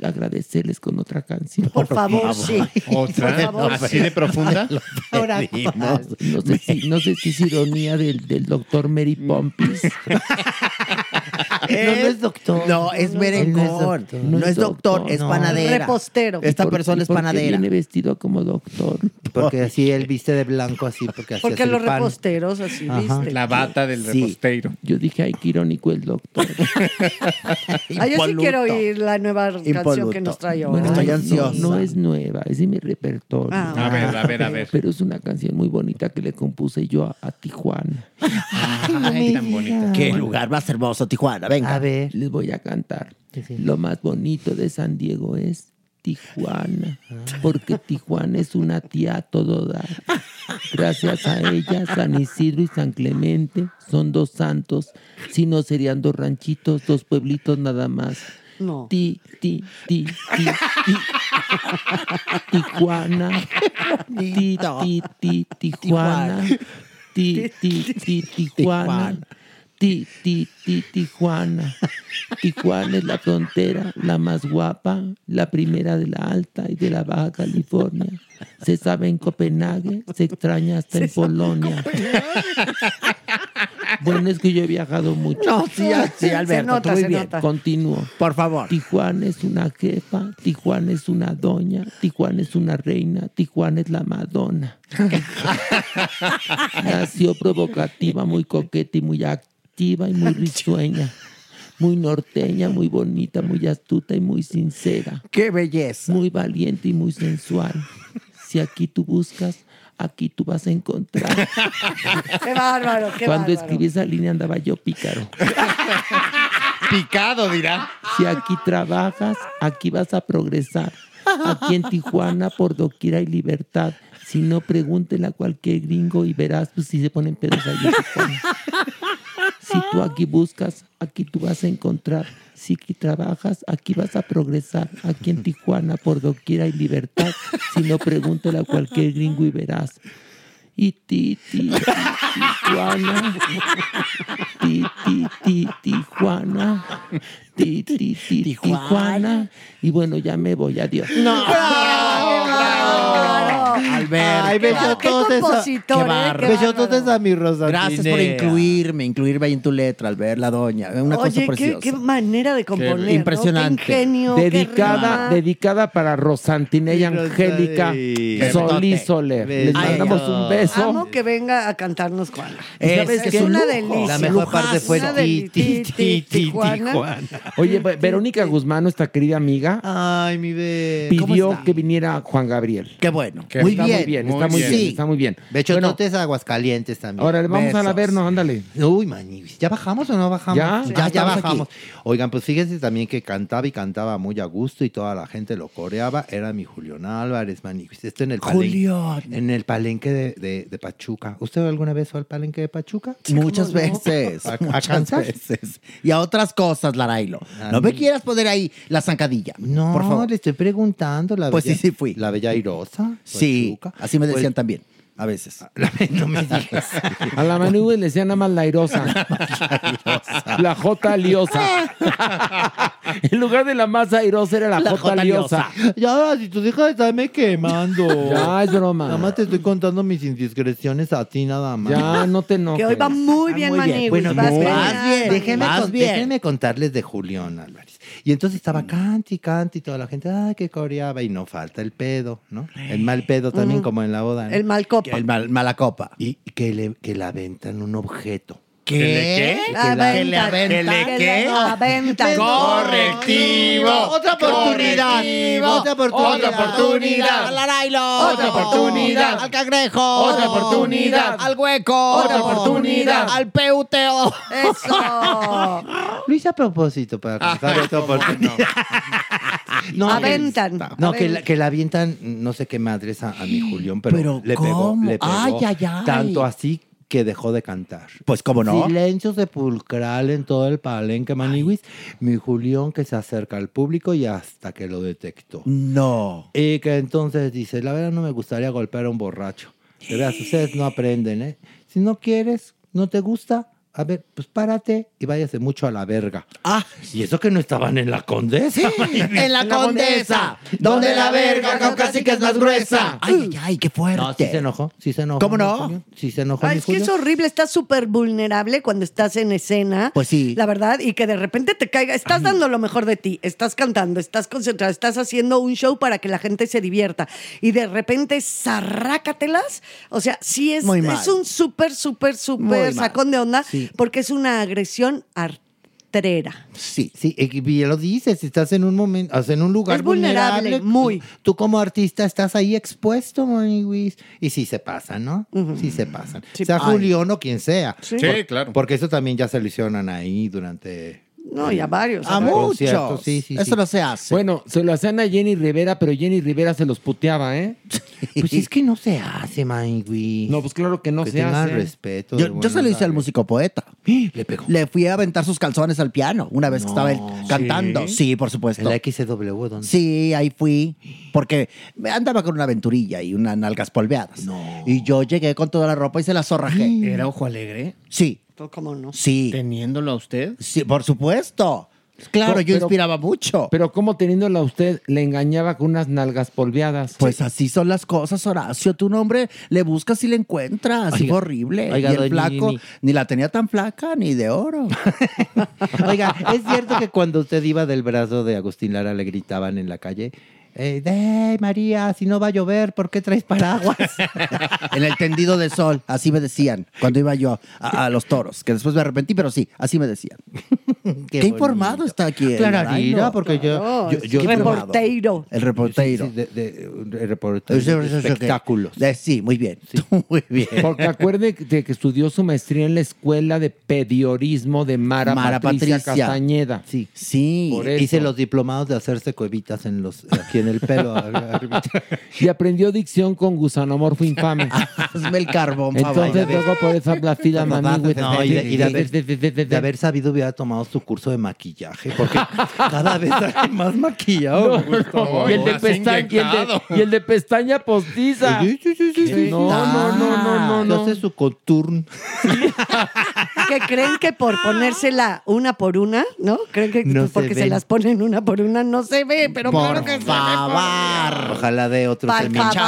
[SPEAKER 8] agradecerles con otra canción.
[SPEAKER 10] Por favor, sí.
[SPEAKER 6] ¿Otra? Por favor, ¿Así sí. de profunda?
[SPEAKER 8] Ahora no sé, si, no sé si es ironía del, del doctor Mary Pompis.
[SPEAKER 10] no es doctor. No, es merengón. No es doctor, es panadera.
[SPEAKER 7] Repostero.
[SPEAKER 10] Esta persona es panadera.
[SPEAKER 8] Viene vestido como doctor.
[SPEAKER 9] Porque así él viste de blanco, así porque así
[SPEAKER 7] Porque
[SPEAKER 9] es el
[SPEAKER 7] los
[SPEAKER 9] pan.
[SPEAKER 7] reposteros así
[SPEAKER 9] Ajá.
[SPEAKER 7] viste.
[SPEAKER 6] La bata del reposteiro.
[SPEAKER 8] Yo dije, ay, qué irónico el doctor.
[SPEAKER 7] Ah, yo sí quiero oír la nueva canción que nos trae hoy.
[SPEAKER 8] Bueno, no- No, es nueva, es de mi repertorio.
[SPEAKER 7] Ah, A
[SPEAKER 6] ver, a ver, a ver.
[SPEAKER 8] Pero es una canción muy bonita que le compuse yo a, a Tijuana.
[SPEAKER 10] Ay, tan bonita. Qué lugar más hermoso, Tijuana. Venga.
[SPEAKER 8] ver. Les voy a cantar.
[SPEAKER 10] sí.
[SPEAKER 8] Lo más bonito de San Diego es Tijuana, porque Tijuana es una tía a todo dar. Gracias a ella, San Isidro y San Clemente son dos santos, si no serían dos ranchitos, dos pueblitos nada más.
[SPEAKER 7] No.
[SPEAKER 8] Ti, ti, ti, ti, ti. Tijuana. Ti, ti, ti, Tijuana. Ti, ti, ti, Tijuana. Ti, ti, ti, Tijuana. Tijuana es la frontera, la más guapa, la primera de la Alta y de la Baja California. Se sabe en Copenhague, se extraña hasta en Polonia. Bueno, es que yo he viajado mucho.
[SPEAKER 10] No, sí, sí, Alberto, Se nota, muy se bien. nota.
[SPEAKER 8] Continúo.
[SPEAKER 10] Por favor.
[SPEAKER 8] Tijuana es una jefa, Tijuana es una doña, Tijuana es una reina, Tijuana es la Madonna. Nació provocativa, muy coqueta y muy activa y muy risueña. Muy norteña, muy bonita, muy astuta y muy sincera.
[SPEAKER 10] ¡Qué belleza!
[SPEAKER 8] Muy valiente y muy sensual. Si aquí tú buscas, aquí tú vas a encontrar.
[SPEAKER 7] Qué bárbaro, qué
[SPEAKER 8] Cuando
[SPEAKER 7] bárbaro.
[SPEAKER 8] escribí esa línea andaba yo pícaro.
[SPEAKER 6] Picado, dirá.
[SPEAKER 8] Si aquí trabajas, aquí vas a progresar. Aquí en Tijuana, por doquier hay libertad. Si no, pregúntele a cualquier gringo y verás pues, si se ponen pedos allí. en Tijuana. Si tú aquí buscas, aquí tú vas a encontrar. Si aquí trabajas, aquí vas a progresar. Aquí en Tijuana, por doquier hay libertad. Si no, pregúntele a cualquier gringo y verás. Y ti, ti, ti, Tijuana. Ti, ti, ti, Tijuana. Ti, ti, ti, Tijuana. Y bueno, ya me voy. Adiós.
[SPEAKER 10] No.
[SPEAKER 7] Bárbaro.
[SPEAKER 6] Alberto.
[SPEAKER 9] Ay, besototes.
[SPEAKER 6] compositor,
[SPEAKER 9] a-
[SPEAKER 6] eh, qué bárbaro.
[SPEAKER 9] Besototes a mi Rosa.
[SPEAKER 10] Gracias por incluirme, incluirme ahí en tu letra, al ver la doña. Una
[SPEAKER 7] Oye,
[SPEAKER 10] cosa
[SPEAKER 7] qué,
[SPEAKER 10] preciosa.
[SPEAKER 7] qué manera de componer. ¿no? Qué
[SPEAKER 10] impresionante.
[SPEAKER 7] ingenio, qué
[SPEAKER 5] dedicada,
[SPEAKER 7] rima.
[SPEAKER 5] dedicada para Rosantinella Angélica Solís Soler. Les
[SPEAKER 7] Ay,
[SPEAKER 5] mandamos un beso.
[SPEAKER 7] Amo que venga a cantarnos Juana.
[SPEAKER 5] Es
[SPEAKER 7] ¿Sabes
[SPEAKER 5] que
[SPEAKER 7] qué? es una
[SPEAKER 5] lujo.
[SPEAKER 7] delicia.
[SPEAKER 5] La mejor parte fue
[SPEAKER 7] Una
[SPEAKER 5] ti,
[SPEAKER 7] delicia.
[SPEAKER 5] ti, ti, ti,
[SPEAKER 7] Tijuana.
[SPEAKER 5] Oye, Ve- Verónica Guzmán, nuestra querida amiga,
[SPEAKER 9] Ay, mi bebé.
[SPEAKER 5] pidió que viniera Juan Gabriel.
[SPEAKER 10] Qué bueno.
[SPEAKER 9] Muy
[SPEAKER 5] está
[SPEAKER 9] bien,
[SPEAKER 5] Muy bien,
[SPEAKER 9] muy
[SPEAKER 5] está muy
[SPEAKER 9] bien.
[SPEAKER 5] bien.
[SPEAKER 9] Sí.
[SPEAKER 5] Está muy bien.
[SPEAKER 9] Bechototes a Aguascalientes también.
[SPEAKER 5] Ahora le vamos
[SPEAKER 9] Besos.
[SPEAKER 5] al averno, ándale.
[SPEAKER 9] Uy, maní. ¿Ya bajamos o no bajamos? ya,
[SPEAKER 5] Ya.
[SPEAKER 9] Ah,
[SPEAKER 5] Ya estamos
[SPEAKER 9] bajamos. Oigan, pues fíjense también que cantaba y cantaba muy a gusto y toda la gente lo coreaba. Era mi Julián Álvarez, maní. Esto en el palen-
[SPEAKER 10] Julián.
[SPEAKER 9] En el palenque de, de- de Pachuca. ¿Usted alguna vez fue al palenque de Pachuca?
[SPEAKER 10] Muchas
[SPEAKER 9] ¿Cómo no?
[SPEAKER 10] veces.
[SPEAKER 9] ¿A, a
[SPEAKER 10] muchas
[SPEAKER 9] cantar?
[SPEAKER 10] veces. Y a otras cosas, Larailo. No me quieras poner ahí la zancadilla.
[SPEAKER 9] No,
[SPEAKER 10] por favor.
[SPEAKER 9] le estoy preguntando. La
[SPEAKER 10] Pues
[SPEAKER 9] bella-
[SPEAKER 10] sí, sí fui.
[SPEAKER 9] La Bella Airosa. Ah,
[SPEAKER 10] Sí, así me decían también, a veces.
[SPEAKER 9] no me digas.
[SPEAKER 5] A la Manu le decían nada más la airosa. la J liosa. en lugar de la más airosa era la, J liosa.
[SPEAKER 9] Ya, ahora, si tus hijas están me quemando.
[SPEAKER 5] Ya, es broma.
[SPEAKER 9] Nada más te estoy contando mis indiscreciones a ti, nada más.
[SPEAKER 5] Ya, no te
[SPEAKER 7] Que hoy va muy bien, Maniguis.
[SPEAKER 9] Ah, Bueno,
[SPEAKER 7] vas
[SPEAKER 9] no,
[SPEAKER 7] ganando.
[SPEAKER 9] Déjenme, con- déjenme contarles de Julián Álvarez. Y entonces
[SPEAKER 7] Mm.
[SPEAKER 9] estaba cante y cante y toda la gente, ay, que coreaba. Y no falta el pedo, ¿no? El mal pedo también,
[SPEAKER 7] Mm.
[SPEAKER 9] como en la boda. ¿no?
[SPEAKER 7] El mal copa.
[SPEAKER 10] El mal- mala copa.
[SPEAKER 9] Y que le, que le aventan un objeto.
[SPEAKER 10] ¿Qué?
[SPEAKER 9] Que
[SPEAKER 7] La
[SPEAKER 9] la-
[SPEAKER 7] venta, que Ah, le aventa.
[SPEAKER 10] Correctivo.
[SPEAKER 9] Otra oportunidad.
[SPEAKER 10] Correctivo.
[SPEAKER 9] Otra oportunidad.
[SPEAKER 10] Otra oportunidad.
[SPEAKER 9] Al
[SPEAKER 10] Larailo.
[SPEAKER 9] Otra oportunidad.
[SPEAKER 10] Al cangrejo.
[SPEAKER 9] Otra oportunidad.
[SPEAKER 10] Al hueco.
[SPEAKER 9] Otra oportunidad.
[SPEAKER 10] Al peuteo.
[SPEAKER 7] Eso.
[SPEAKER 9] Lo hice a propósito para contar otra oportunidad. No, que-
[SPEAKER 7] Aventan.
[SPEAKER 9] No, que
[SPEAKER 7] Aventan.
[SPEAKER 9] la, que la avientan, no sé qué madres a, a mi Julián, pero,
[SPEAKER 10] Pero,
[SPEAKER 9] le pegó,
[SPEAKER 10] ¿cómo?
[SPEAKER 9] le pegó.
[SPEAKER 10] Ay, ay, ay.
[SPEAKER 9] Tanto así que dejó de cantar.
[SPEAKER 10] Pues, ¿cómo no?
[SPEAKER 9] Silencio sepulcral en todo el palenque maniguis. Mi Julián que se acerca al público y hasta que lo detectó.
[SPEAKER 10] No.
[SPEAKER 9] Y que entonces dice, la verdad no me gustaría golpear a un borracho. De veras, ustedes no aprenden, ¿eh? Si no quieres, no te gusta, a ver, pues párate y váyase mucho a la verga.
[SPEAKER 10] Ah,
[SPEAKER 9] Y eso que no estaban en la condesa.
[SPEAKER 10] en la condesa. Donde la verga caucásica es más gruesa. Ay, ay, ay, qué fuerte.
[SPEAKER 9] No, sí se enojó, sí se enojó.
[SPEAKER 10] ¿Cómo
[SPEAKER 9] mi
[SPEAKER 10] no?
[SPEAKER 9] Julián, Sí se enojó.
[SPEAKER 7] Ah,
[SPEAKER 9] mi
[SPEAKER 7] es que
[SPEAKER 9] Julián.
[SPEAKER 7] es horrible, estás súper vulnerable cuando estás en escena.
[SPEAKER 10] Pues sí.
[SPEAKER 7] La verdad, y que de repente te caiga, estás dando lo mejor de ti, estás cantando, estás concentrado, estás haciendo un show para que la gente se divierta y de repente zarrácatelas. O sea, sí es,
[SPEAKER 10] Muy mal.
[SPEAKER 7] es un súper, súper,
[SPEAKER 10] mal.
[SPEAKER 7] súper sacón de onda
[SPEAKER 10] Sí.
[SPEAKER 7] porque es una agresión artrera.
[SPEAKER 10] Sí.
[SPEAKER 9] Sí, eh, y bien lo dices, si estás en un momento, o sea, en un lugar
[SPEAKER 7] Es vulnerable, muy.
[SPEAKER 9] Tú, tú como artista estás ahí expuesto, maniguis. Y sí se pasan, ¿no? Sí se pasan.
[SPEAKER 7] Sí.
[SPEAKER 9] Sea
[SPEAKER 7] Ay.
[SPEAKER 9] Julián o quien sea.
[SPEAKER 7] Sí.
[SPEAKER 6] Sí,
[SPEAKER 9] Por-
[SPEAKER 6] claro.
[SPEAKER 9] Porque eso también ya se lo hicieron ahí durante... Ah,
[SPEAKER 7] No, y a varios.
[SPEAKER 10] A
[SPEAKER 7] a varios.
[SPEAKER 10] muchos.
[SPEAKER 9] conciertos, sí, sí,
[SPEAKER 10] Eso
[SPEAKER 9] sí.
[SPEAKER 10] no se hace.
[SPEAKER 5] Bueno, se lo hacían a Jenny Rivera, pero Jenny Rivera se los puteaba, ¿eh?
[SPEAKER 9] Pues es que no se hace, maniguis.
[SPEAKER 5] No, pues claro que no
[SPEAKER 9] que
[SPEAKER 5] se
[SPEAKER 9] tengan
[SPEAKER 5] hace. ¡Ah!
[SPEAKER 9] respeto.
[SPEAKER 10] yo, yo se lo hice al músico poeta.
[SPEAKER 9] Le pegó.
[SPEAKER 10] Le fui a aventar sus calzones al piano una vez
[SPEAKER 9] No,
[SPEAKER 10] que estaba él
[SPEAKER 9] ¿sí?
[SPEAKER 10] cantando. Sí, por
[SPEAKER 9] En
[SPEAKER 10] supuesto.
[SPEAKER 9] la XW, ¿dónde?
[SPEAKER 10] Sí, ahí fui. Porque andaba con una aventurilla y unas nalgas polveadas.
[SPEAKER 9] No.
[SPEAKER 10] Y yo llegué con toda la ropa y se la
[SPEAKER 5] ¡Ah!
[SPEAKER 10] zorrajé.
[SPEAKER 6] ¿Era ojo alegre?
[SPEAKER 10] Sí,
[SPEAKER 7] Pues, ¿Cómo no?
[SPEAKER 10] sí.
[SPEAKER 6] ¿Teniéndolo a usted?
[SPEAKER 10] Sí, por supuesto. Claro,
[SPEAKER 5] Pero-
[SPEAKER 10] yo
[SPEAKER 5] pero-
[SPEAKER 10] inspiraba mucho.
[SPEAKER 5] Pero como teniéndola a usted, le engañaba con unas nalgas polveadas.
[SPEAKER 10] pues así son las cosas, Horacio. Tu nombre le buscas y le encuentras.
[SPEAKER 9] Oiga,
[SPEAKER 10] Fue horrible.
[SPEAKER 9] oiga,
[SPEAKER 10] y el
[SPEAKER 9] doña
[SPEAKER 10] flaco
[SPEAKER 9] Nini.
[SPEAKER 10] ni la tenía tan flaca ni de oro.
[SPEAKER 9] Oiga, ¿es cierto que cuando usted iba del brazo de Agustín Lara le gritaban en la calle? Eh, "Dey, María, si no va a llover, ¿por qué traes paraguas?
[SPEAKER 10] en el tendido de sol, así me decían cuando iba yo a, a los toros, que después me arrepentí, pero sí, así me decían. Qué,
[SPEAKER 9] bonito.
[SPEAKER 10] informado está aquí. el
[SPEAKER 9] Clararira,
[SPEAKER 10] Arailo.
[SPEAKER 9] porque yo,
[SPEAKER 7] Claro,
[SPEAKER 9] yo,
[SPEAKER 7] es
[SPEAKER 9] yo-
[SPEAKER 7] que
[SPEAKER 9] yo-
[SPEAKER 7] reportero.
[SPEAKER 10] El reportero.
[SPEAKER 9] Sí, sí, de, de- de reportero
[SPEAKER 10] Es-
[SPEAKER 9] de
[SPEAKER 10] es- es- es-
[SPEAKER 9] espectáculos.
[SPEAKER 10] de- Sí, muy bien. Muy bien.
[SPEAKER 5] Porque acuerde de que estudió su maestría en la Escuela de Pediorismo de Mara,
[SPEAKER 10] Mara
[SPEAKER 5] Patricia,
[SPEAKER 10] Patricia.
[SPEAKER 5] Castañeda.
[SPEAKER 9] Sí.
[SPEAKER 10] Sí.
[SPEAKER 5] Por eso.
[SPEAKER 9] Hice los diplomados de hacerse cuevitas en los, aquí en el pelo.
[SPEAKER 5] Y aprendió dicción con gusanomorfo infame.
[SPEAKER 10] Hazme el carbón, por favor.
[SPEAKER 5] Entonces luego por esa plastida
[SPEAKER 9] Perdón,
[SPEAKER 5] maní, güey.
[SPEAKER 9] no, y de- y de haber- de haber sabido hubiera tomado su curso de maquillaje, porque cada vez hay más maquillado.
[SPEAKER 5] No, no, y, el de pestaña, y, el de, y el de pestaña postiza.
[SPEAKER 9] Sí,
[SPEAKER 5] No, no, no, no, no, no.
[SPEAKER 9] Hace su contorno.
[SPEAKER 7] que creen que por ponérsela una por una, ¿no? Creen que
[SPEAKER 9] No
[SPEAKER 7] pues,
[SPEAKER 9] se
[SPEAKER 7] porque se
[SPEAKER 9] ven.
[SPEAKER 7] las ponen una por una no se ve, pero claro
[SPEAKER 9] Por
[SPEAKER 7] que se ve.
[SPEAKER 9] favor. Ojalá de otro
[SPEAKER 7] Par favor,
[SPEAKER 9] seminario.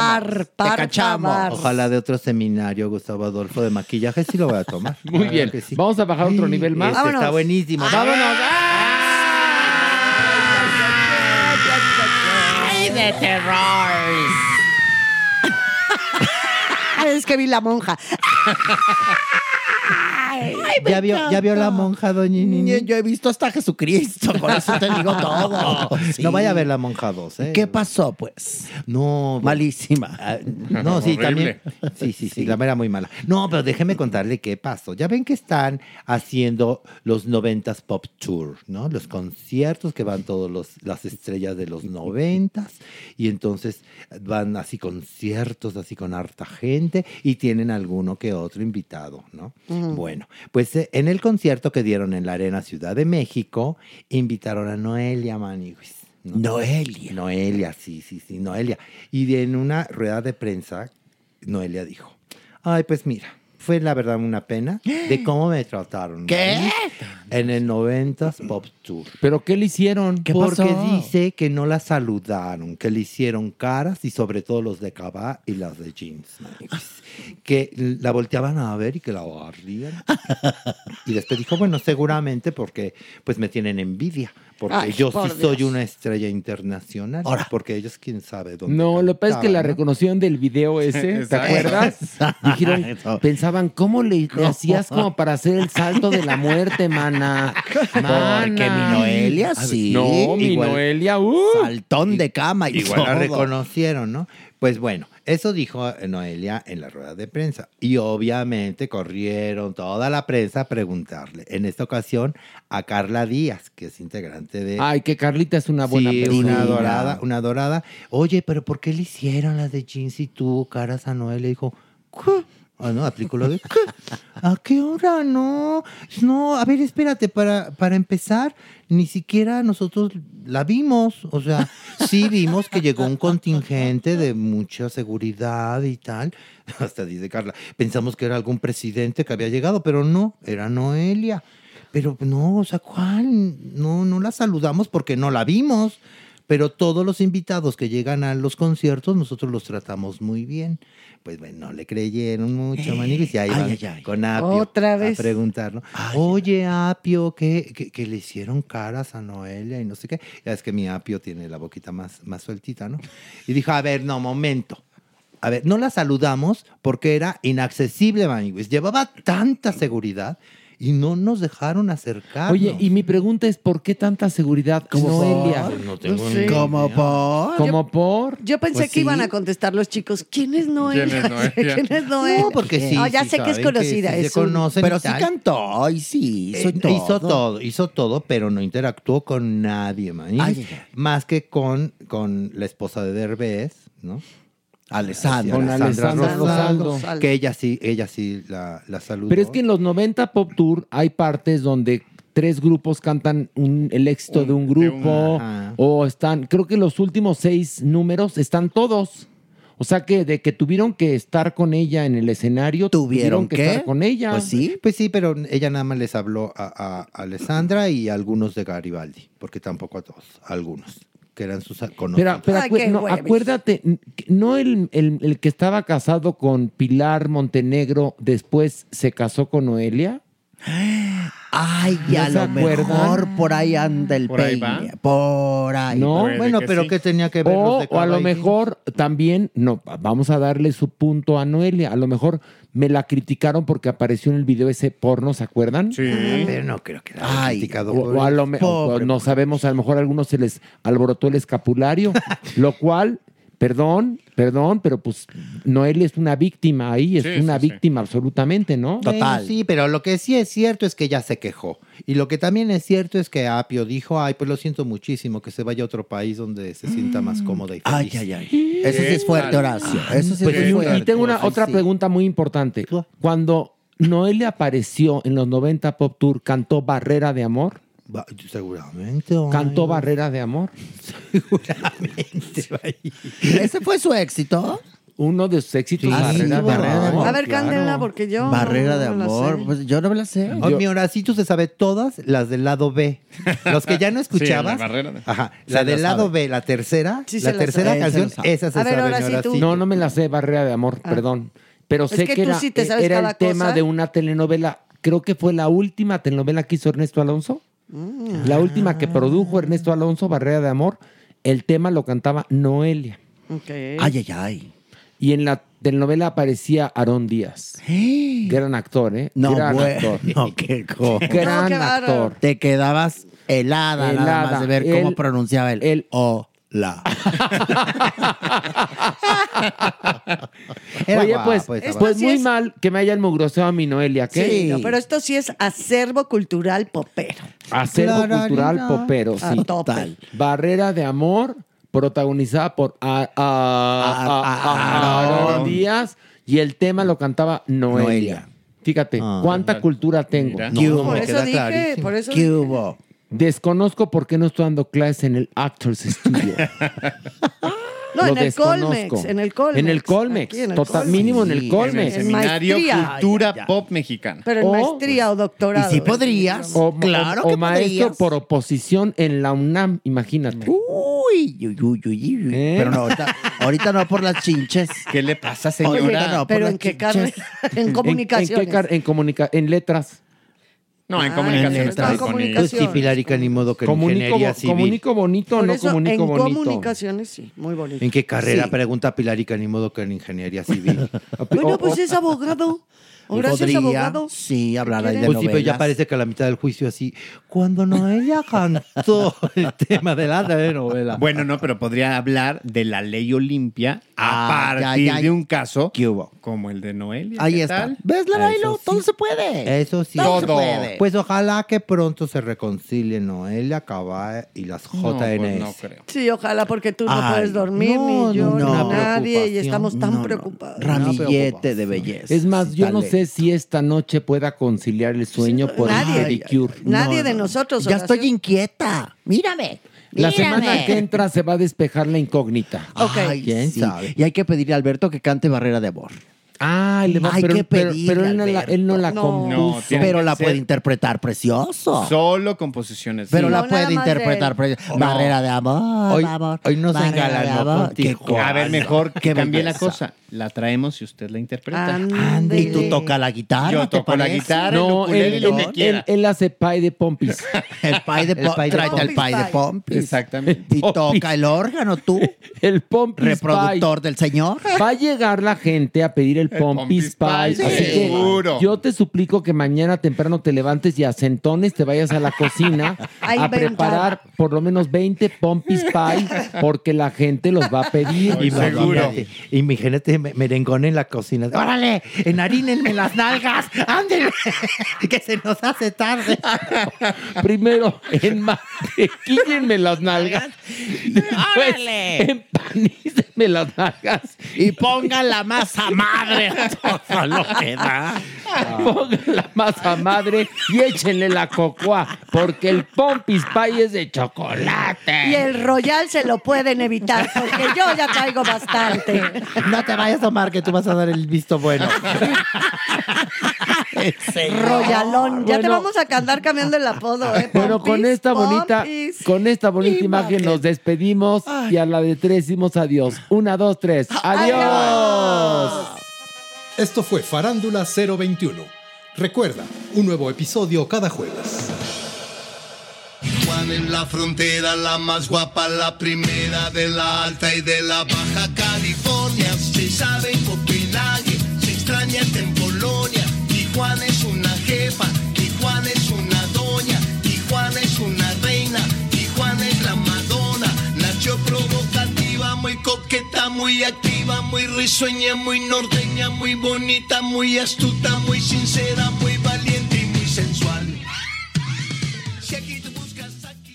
[SPEAKER 7] par favor.
[SPEAKER 9] Ojalá de otro seminario, Gustavo Adolfo, de maquillaje, sí lo voy a tomar.
[SPEAKER 5] Muy bien. Vamos a bajar otro nivel más.
[SPEAKER 9] Este está
[SPEAKER 5] Vámonos.
[SPEAKER 9] buenísimo.
[SPEAKER 5] Vámonos.
[SPEAKER 9] Ah,
[SPEAKER 7] ¡Ay, de terror! es que vi la monja.
[SPEAKER 9] ¿Ya vio, ¿Ya vio la monja, doña Nini?
[SPEAKER 10] Yo he visto hasta Jesucristo, por eso te digo todo. Sí.
[SPEAKER 9] No vaya a ver la monja 2, ¿eh?
[SPEAKER 10] ¿Qué pasó, pues?
[SPEAKER 9] No. ah,
[SPEAKER 10] Malísima.
[SPEAKER 9] No, sí, también. Sí, sí, sí, la mera muy mala. No, pero déjeme contarle qué pasó. Ya ven que están haciendo los 90s Pop Tour, ¿no? Los conciertos que van todos los- las estrellas de los 90s y entonces van así conciertos, así con harta gente y tienen alguno que otro invitado, ¿no?
[SPEAKER 8] Ujú.
[SPEAKER 9] Bueno, pues eh, en el concierto que dieron en la Arena Ciudad de México, invitaron a Noelia Maniguis. Noelia. Noelia, sí, sí, sí, Noelia. Y de- en una rueda de prensa, Noelia dijo, ay, pues mira, fue la verdad una pena de cómo me trataron. ¿Qué? En el 90s Pop Tour.
[SPEAKER 5] ¿Pero qué le hicieron?
[SPEAKER 9] Porque
[SPEAKER 5] pasó?
[SPEAKER 9] dice que no la saludaron, que le hicieron caras y sobre todo los de Cabá y las de jeans. maniguis. Que la volteaban a ver y que la barrían. Y después dijo, bueno, seguramente porque pues me tienen envidia, porque
[SPEAKER 5] Ay,
[SPEAKER 9] yo
[SPEAKER 5] por
[SPEAKER 9] sí soy
[SPEAKER 5] Dios.
[SPEAKER 9] una estrella internacional, porque ellos quién sabe dónde.
[SPEAKER 5] No, lo que pasa es que la
[SPEAKER 9] cantaban, ¿no?
[SPEAKER 5] reconocieron del video ese, Pues
[SPEAKER 9] Exacto.
[SPEAKER 5] ¿te acuerdas?
[SPEAKER 9] Exacto.
[SPEAKER 5] Dijeron, pensaban, ¿cómo le, le hacías como para hacer el salto de la muerte, mana?
[SPEAKER 10] Porque mi
[SPEAKER 9] Ah,
[SPEAKER 10] Noelia, sí.
[SPEAKER 5] No, mi
[SPEAKER 10] Igual-
[SPEAKER 5] Noelia, uh.
[SPEAKER 10] Saltón de cama y
[SPEAKER 9] Igual la
[SPEAKER 10] todo.
[SPEAKER 9] reconocieron, ¿no? Pues bueno, eso dijo eh, Noelia en la rueda de prensa. Y obviamente corrieron toda la prensa a preguntarle. En esta ocasión a Carla Díaz, que es integrante de...
[SPEAKER 5] Ay, que Carlita es una buena
[SPEAKER 9] Sí,
[SPEAKER 5] persona.
[SPEAKER 9] una dorada, una dorada. Oye, pero ¿por qué le hicieron las de jeans y tú, caras a Noel? Le dijo, ¿qué? Ah, no, aplicó lo de, ¿qué? ¿A qué hora? No, no, a ver, espérate, para, para empezar, ni siquiera nosotros la vimos. O sea, sí vimos que llegó un contingente de mucha seguridad y tal. Hasta dice Carla, pensamos que era algún presidente que había llegado, pero no, era Noelia. Pero no, o sea, ¿cuál? No, no la saludamos porque no la vimos. Pero todos los invitados que llegan a los conciertos, nosotros los tratamos muy bien. Pues bueno, no le creyeron mucho, maniguis, y ahí
[SPEAKER 10] Eh, Ay,
[SPEAKER 9] van
[SPEAKER 10] ay, ay.
[SPEAKER 9] con Apio
[SPEAKER 10] Otra
[SPEAKER 9] a
[SPEAKER 10] vez.
[SPEAKER 9] preguntarlo. Oye, Apio, que, que, que le hicieron caras a Noelia y no sé qué. Ya es que mi Apio tiene la boquita más, más sueltita, ¿no? Y dijo, a ver, no, momento. A ver, no la saludamos porque era inaccesible, maniguis. Llevaba tanta seguridad y no nos dejaron acercar.
[SPEAKER 5] Oye, y mi pregunta es, ¿por qué tanta seguridad, Noelia?
[SPEAKER 9] por? No tengo
[SPEAKER 7] ni
[SPEAKER 9] ¿Cómo
[SPEAKER 10] por?
[SPEAKER 5] ¿Cómo por?
[SPEAKER 7] Yo pensé
[SPEAKER 9] Pues
[SPEAKER 7] que iban a contestar los chicos, ¿quién es Noelia?
[SPEAKER 5] ¿Quién es Noelia?
[SPEAKER 7] ¿Quién es Noelia?
[SPEAKER 9] No, porque sí,
[SPEAKER 7] Ah, ya
[SPEAKER 9] sí
[SPEAKER 7] sé que es
[SPEAKER 9] saben que
[SPEAKER 7] conocida.
[SPEAKER 9] sí se
[SPEAKER 7] es un-
[SPEAKER 9] conocen y
[SPEAKER 10] Pero sí
[SPEAKER 9] tal.
[SPEAKER 10] cantó y sí hizo
[SPEAKER 9] Eh,
[SPEAKER 10] todo.
[SPEAKER 9] Hizo todo, hizo todo, pero no interactuó con nadie, man.
[SPEAKER 10] Ay, ay, ay.
[SPEAKER 9] Más que con, con la esposa de Derbez, ¿no?
[SPEAKER 10] Alessandra.
[SPEAKER 9] Con
[SPEAKER 5] Alessandra
[SPEAKER 9] Alessandra
[SPEAKER 5] Rosaldo.
[SPEAKER 9] Rosaldo, Que ella sí, ella sí la, la saludó.
[SPEAKER 5] Pero es que en los 90 Pop Tour hay partes donde tres grupos cantan un- el éxito de un grupo o están, creo que los últimos seis números están todos. O sea que de que tuvieron que estar con ella en el escenario, tuvieron, que estar con ella.
[SPEAKER 9] Pues sí. Pues sí, pero ella nada más les habló a, a- a Alessandra y a algunos de Garibaldi, porque tampoco a todos, a algunos, que eran sus
[SPEAKER 5] Pero,
[SPEAKER 9] conocidos.
[SPEAKER 5] pero acu- no, acuérdate, n- que- no el, el- el que estaba casado con Pilar Montenegro después se casó con Noelia.
[SPEAKER 10] Ay,
[SPEAKER 5] ¿No
[SPEAKER 10] a
[SPEAKER 5] se
[SPEAKER 10] lo
[SPEAKER 5] acuerdan?
[SPEAKER 10] mejor por ahí anda el
[SPEAKER 5] Por ahí va.
[SPEAKER 10] peine. Por ahí.
[SPEAKER 5] No,
[SPEAKER 9] que tenía que
[SPEAKER 10] ver los
[SPEAKER 5] O,
[SPEAKER 10] de
[SPEAKER 5] o a lo
[SPEAKER 10] Caballín?
[SPEAKER 5] mejor también, no, vamos a darle su punto a Noelia. A lo mejor me la criticaron porque apareció en el video ese porno, ¿se acuerdan? Sí.
[SPEAKER 9] Ah, pero no creo que la haya criticado.
[SPEAKER 5] O, o a lo me- o- o no sabemos, a lo mejor a algunos se les alborotó el escapulario, lo cual, perdón, perdón, pero pues Noelia es una víctima ahí, es
[SPEAKER 9] Sí,
[SPEAKER 5] una
[SPEAKER 9] sí, sí.
[SPEAKER 5] víctima absolutamente, ¿no?
[SPEAKER 9] Bueno, sí, pero lo que sí es cierto es que ya se quejó. Y lo que también es cierto es que Apio dijo, ay, pues lo siento muchísimo que se vaya a otro país donde se sienta más cómoda y
[SPEAKER 10] Ay,
[SPEAKER 9] feliz. Ah,
[SPEAKER 10] ay, ay. Eso sí es fuerte, Horacio. Eso sí
[SPEAKER 5] Pues,
[SPEAKER 10] es
[SPEAKER 5] y,
[SPEAKER 10] fuerte.
[SPEAKER 5] y tengo una
[SPEAKER 10] Ay,
[SPEAKER 5] otra
[SPEAKER 10] sí.
[SPEAKER 5] pregunta muy importante. Cuando Noelia apareció en los 90 Pop Tour, ¿cantó Barrera de Amor?
[SPEAKER 9] Va- seguramente. ay,
[SPEAKER 5] Cantó
[SPEAKER 9] güey.
[SPEAKER 5] Barrera de Amor.
[SPEAKER 10] ¿Ese fue su éxito?
[SPEAKER 5] Uno de sus éxitos.
[SPEAKER 10] Sí,
[SPEAKER 5] Barrera, de
[SPEAKER 10] Barrera de
[SPEAKER 5] Amor.
[SPEAKER 10] Amor.
[SPEAKER 7] A ver,
[SPEAKER 10] claro.
[SPEAKER 7] cántenla porque yo.
[SPEAKER 10] Barrera
[SPEAKER 7] no
[SPEAKER 10] de
[SPEAKER 7] me la
[SPEAKER 10] amor.
[SPEAKER 7] sé.
[SPEAKER 10] Pues yo no me la sé.
[SPEAKER 9] Ay, mi Horacito se sabe todas las del lado B. Los que ya no
[SPEAKER 10] Sí, la
[SPEAKER 9] escuchabas.
[SPEAKER 10] barrera de-
[SPEAKER 9] Ajá.
[SPEAKER 10] Se
[SPEAKER 9] La del
[SPEAKER 10] la
[SPEAKER 9] lado
[SPEAKER 10] sabe.
[SPEAKER 9] B, la tercera.
[SPEAKER 10] Sí, se
[SPEAKER 9] la
[SPEAKER 10] la
[SPEAKER 9] tercera
[SPEAKER 10] sabe.
[SPEAKER 9] canción,
[SPEAKER 10] Esa
[SPEAKER 9] esa se sabe. mi Horacito.
[SPEAKER 5] No, no me la sé, Barrera de Amor, perdón. Pero
[SPEAKER 9] Es
[SPEAKER 5] sé
[SPEAKER 9] que
[SPEAKER 5] que,
[SPEAKER 9] tú
[SPEAKER 5] era, e-,
[SPEAKER 9] sí te sabes
[SPEAKER 5] era
[SPEAKER 9] cada
[SPEAKER 5] el tema
[SPEAKER 9] cosa.
[SPEAKER 5] de una telenovela. Creo que fue la última telenovela que hizo Ernesto Alonso. La última que produjo Ernesto Alonso, Barrera de Amor. El tema lo cantaba Noelia.
[SPEAKER 7] Ok.
[SPEAKER 10] ay, ay.
[SPEAKER 5] Y en la telenovela aparecía Aarón Díaz. Gran actor, ¿eh?
[SPEAKER 10] No,
[SPEAKER 5] Gran
[SPEAKER 10] bueno,
[SPEAKER 5] actor.
[SPEAKER 10] no, qué cosa.
[SPEAKER 5] Gran
[SPEAKER 10] No, qué bárbaro.
[SPEAKER 5] actor.
[SPEAKER 10] Te quedabas helada, nada
[SPEAKER 5] Helada.
[SPEAKER 10] más de ver cómo
[SPEAKER 5] Él-
[SPEAKER 10] pronunciaba el, el hola.
[SPEAKER 7] Era
[SPEAKER 5] Oye,
[SPEAKER 7] guapo,
[SPEAKER 5] pues,
[SPEAKER 7] estaba
[SPEAKER 5] pues
[SPEAKER 7] guapo.
[SPEAKER 5] muy mal que me hayan mugroseado a mi Noelia, ¿qué?
[SPEAKER 7] Sí, no, pero esto sí es acervo cultural popero.
[SPEAKER 5] Acervo
[SPEAKER 7] Claro,
[SPEAKER 5] cultural
[SPEAKER 7] no.
[SPEAKER 5] popero,
[SPEAKER 7] A
[SPEAKER 5] sí.
[SPEAKER 7] tope.
[SPEAKER 5] Total. Barrera de amor, protagonizada por A- A-
[SPEAKER 10] A-
[SPEAKER 5] A- A-
[SPEAKER 10] Aarón.
[SPEAKER 5] Aarón Díaz y el tema lo cantaba Noelia.
[SPEAKER 10] Noelia.
[SPEAKER 5] Fíjate, cuánta cultura tengo.
[SPEAKER 10] Mira. ¿Qué hubo? Por eso dije, por eso ¿Qué dije. hubo?
[SPEAKER 5] Desconozco por qué no estoy dando clases en el Actors Studio.
[SPEAKER 7] No,
[SPEAKER 5] Lo
[SPEAKER 7] en el
[SPEAKER 5] desconozco.
[SPEAKER 7] Colmex, en el Colmex.
[SPEAKER 5] En el Colmex,
[SPEAKER 7] Aquí en el
[SPEAKER 5] total-
[SPEAKER 7] Colmex.
[SPEAKER 5] mínimo en el Colmex.
[SPEAKER 7] En maestría.
[SPEAKER 5] Pop Mexicana.
[SPEAKER 7] Pero en
[SPEAKER 5] O-
[SPEAKER 7] maestría o doctorado.
[SPEAKER 5] Y sí
[SPEAKER 7] podrías.
[SPEAKER 5] O, o- o maestro por oposición en la UNAM, imagínate.
[SPEAKER 10] Uy, uy, uy, uy, uy.
[SPEAKER 5] ¿Eh?
[SPEAKER 10] Pero no, ahorita, ahorita no por las chinches.
[SPEAKER 6] ¿Qué le pasa,
[SPEAKER 10] Ahorita no, por
[SPEAKER 7] pero
[SPEAKER 10] las
[SPEAKER 7] en qué
[SPEAKER 10] chinches.
[SPEAKER 7] carrera, en comunicaciones.
[SPEAKER 5] ¿En, qué car- en comunica- en letras.
[SPEAKER 6] No, en
[SPEAKER 7] Ah,
[SPEAKER 6] comunicación
[SPEAKER 7] en
[SPEAKER 6] está
[SPEAKER 7] letras.
[SPEAKER 6] disponible.
[SPEAKER 7] Pues sí,
[SPEAKER 9] Pilarica, ni modo que en
[SPEAKER 5] Comunico
[SPEAKER 9] ingeniería
[SPEAKER 5] bo-
[SPEAKER 9] civil.
[SPEAKER 5] comunico bonito,
[SPEAKER 7] Por
[SPEAKER 5] no
[SPEAKER 7] eso,
[SPEAKER 5] comunico
[SPEAKER 7] en
[SPEAKER 5] bonito.
[SPEAKER 7] comunicaciones sí, muy bonito.
[SPEAKER 9] ¿En qué carrera?
[SPEAKER 7] Sí.
[SPEAKER 9] Pregunta Pilarica, ni modo que en ingeniería civil.
[SPEAKER 7] Bueno, pues es abogado. Horacio es abogado.
[SPEAKER 10] Sí, hablar ahí de
[SPEAKER 9] Pues sí, pero ya
[SPEAKER 10] novelas.
[SPEAKER 9] parece que a la mitad del juicio así, cuando Noelia cantó el tema de la telenovela.
[SPEAKER 6] Bueno, no, pero podría hablar de la ley Olimpia
[SPEAKER 10] Ah,
[SPEAKER 6] a
[SPEAKER 10] ya,
[SPEAKER 6] partir
[SPEAKER 10] ya.
[SPEAKER 6] de un caso como el de Noelia.
[SPEAKER 10] Ahí
[SPEAKER 6] ¿qué
[SPEAKER 10] está.
[SPEAKER 6] tal?
[SPEAKER 10] ¿Ves, la
[SPEAKER 9] Eso
[SPEAKER 10] bailo?
[SPEAKER 9] sí.
[SPEAKER 10] Todo se puede.
[SPEAKER 9] Eso sí.
[SPEAKER 10] Todo se puede.
[SPEAKER 9] Pues ojalá que pronto se reconcilien Noelia Cabá y las JNS.
[SPEAKER 7] Sí, ojalá, porque tú no
[SPEAKER 9] Ay,
[SPEAKER 7] puedes dormir,
[SPEAKER 9] no,
[SPEAKER 7] ni yo,
[SPEAKER 9] no,
[SPEAKER 7] ni
[SPEAKER 9] no.
[SPEAKER 7] nadie, y
[SPEAKER 9] Preocupación.
[SPEAKER 7] estamos tan
[SPEAKER 9] No, no.
[SPEAKER 7] preocupados.
[SPEAKER 10] Ramillete de belleza.
[SPEAKER 5] Es más, yo no
[SPEAKER 10] Dale.
[SPEAKER 5] sé si esta noche pueda conciliar el sueño por
[SPEAKER 7] nadie.
[SPEAKER 5] el pedicure.
[SPEAKER 7] Nadie de nosotros.
[SPEAKER 10] Ya
[SPEAKER 7] Horacio.
[SPEAKER 10] estoy inquieta. Mírame.
[SPEAKER 5] La
[SPEAKER 10] mírame.
[SPEAKER 5] semana que entra se va a despejar la incógnita.
[SPEAKER 10] Ay, sí. Y hay que pedirle a Alberto que cante Barrera de Amor.
[SPEAKER 5] Ah, le va-
[SPEAKER 10] Hay
[SPEAKER 5] pero,
[SPEAKER 10] que
[SPEAKER 5] pero-
[SPEAKER 10] pedirle,
[SPEAKER 5] pero él, no la, él no la
[SPEAKER 10] No.
[SPEAKER 5] compuso.
[SPEAKER 10] No, tiene Pero que la ser- puede interpretar, precioso.
[SPEAKER 6] Solo composiciones.
[SPEAKER 10] Pero
[SPEAKER 6] Sí. Oh.
[SPEAKER 10] la puede interpretar. precioso. Barrera de Amor.
[SPEAKER 6] Hoy-
[SPEAKER 10] amor,
[SPEAKER 6] hoy no se
[SPEAKER 10] barrera de
[SPEAKER 6] engalanó
[SPEAKER 10] amor.
[SPEAKER 6] contigo.
[SPEAKER 10] Qué
[SPEAKER 6] A ver,
[SPEAKER 10] cosa.
[SPEAKER 6] mejor que
[SPEAKER 10] Qué
[SPEAKER 6] cambie la
[SPEAKER 10] belleza.
[SPEAKER 6] cosa. La traemos si usted la interpreta.
[SPEAKER 10] Ándele. Y tú toca la guitarra,
[SPEAKER 6] Yo
[SPEAKER 10] ¿te
[SPEAKER 6] toco la
[SPEAKER 10] parece?
[SPEAKER 6] guitarra, el
[SPEAKER 5] No,
[SPEAKER 6] ukulele,
[SPEAKER 5] él,
[SPEAKER 6] lo
[SPEAKER 5] él-
[SPEAKER 6] que
[SPEAKER 5] él-
[SPEAKER 6] quiera.
[SPEAKER 5] él hace pie de pompis.
[SPEAKER 10] El pay de,
[SPEAKER 5] El
[SPEAKER 10] po-
[SPEAKER 5] pay de
[SPEAKER 10] tráete el
[SPEAKER 5] pompis
[SPEAKER 10] pay de
[SPEAKER 5] pie.
[SPEAKER 10] pompis.
[SPEAKER 6] Exactamente.
[SPEAKER 10] Y toca el órgano tú.
[SPEAKER 5] El pompis
[SPEAKER 10] Reproductor del señor.
[SPEAKER 5] Va a llegar la gente a pedir el,
[SPEAKER 10] El
[SPEAKER 5] pompis,
[SPEAKER 10] pompis
[SPEAKER 5] pie.
[SPEAKER 10] pie,
[SPEAKER 5] así
[SPEAKER 10] sí.
[SPEAKER 5] que
[SPEAKER 10] Seguro.
[SPEAKER 5] yo te suplico que mañana temprano te levantes y a centones te vayas a la cocina
[SPEAKER 7] A
[SPEAKER 5] a
[SPEAKER 7] inventar.
[SPEAKER 5] preparar por lo menos 20 pompis pie porque la gente los va a pedir.
[SPEAKER 9] Y imagínate, imagínate me- merengón en la cocina. ¡Órale! ¡Enharínenme las nalgas! ¡Ándale! ¡Que se nos hace tarde!
[SPEAKER 5] Primero, enmantequillenme las nalgas. Después,
[SPEAKER 10] ¡Órale!
[SPEAKER 5] empanícenme las nalgas.
[SPEAKER 10] Y pongan la masa madre. Todo lo que da.
[SPEAKER 5] Pongan la masa madre y échenle la cocoa, porque el pompis pie es de chocolate.
[SPEAKER 7] Y el Royal se lo pueden evitar, porque yo ya traigo bastante.
[SPEAKER 9] No te vayas a tomar que tú vas a dar el visto bueno.
[SPEAKER 7] Royalón. Ya te
[SPEAKER 5] Bueno.
[SPEAKER 7] vamos a andar cambiando el apodo, ¿eh?
[SPEAKER 5] Bueno, con
[SPEAKER 7] Pompis,
[SPEAKER 5] esta bonita,
[SPEAKER 7] pompis.
[SPEAKER 5] con esta bonita imagen nos despedimos y a la de tres decimos adiós. Una, dos, tres. Adiós.
[SPEAKER 4] Esto fue Farándula 021. Recuerda, un nuevo episodio cada jueves.
[SPEAKER 14] Juan en la frontera, la más guapa, la primera de la alta y de la baja California. Se sabe en Copenhague, se extraña hasta en Polonia. Tijuana es una jefa, Tijuana es una doña, Tijuana es una reina, Tijuana es la Madonna. Nació provocativa, muy coqueta, muy activa, muy risueña, muy norteña, muy bonita, muy astuta, muy sincera, muy valiente y muy sensual. Si aquí tú buscas aquí-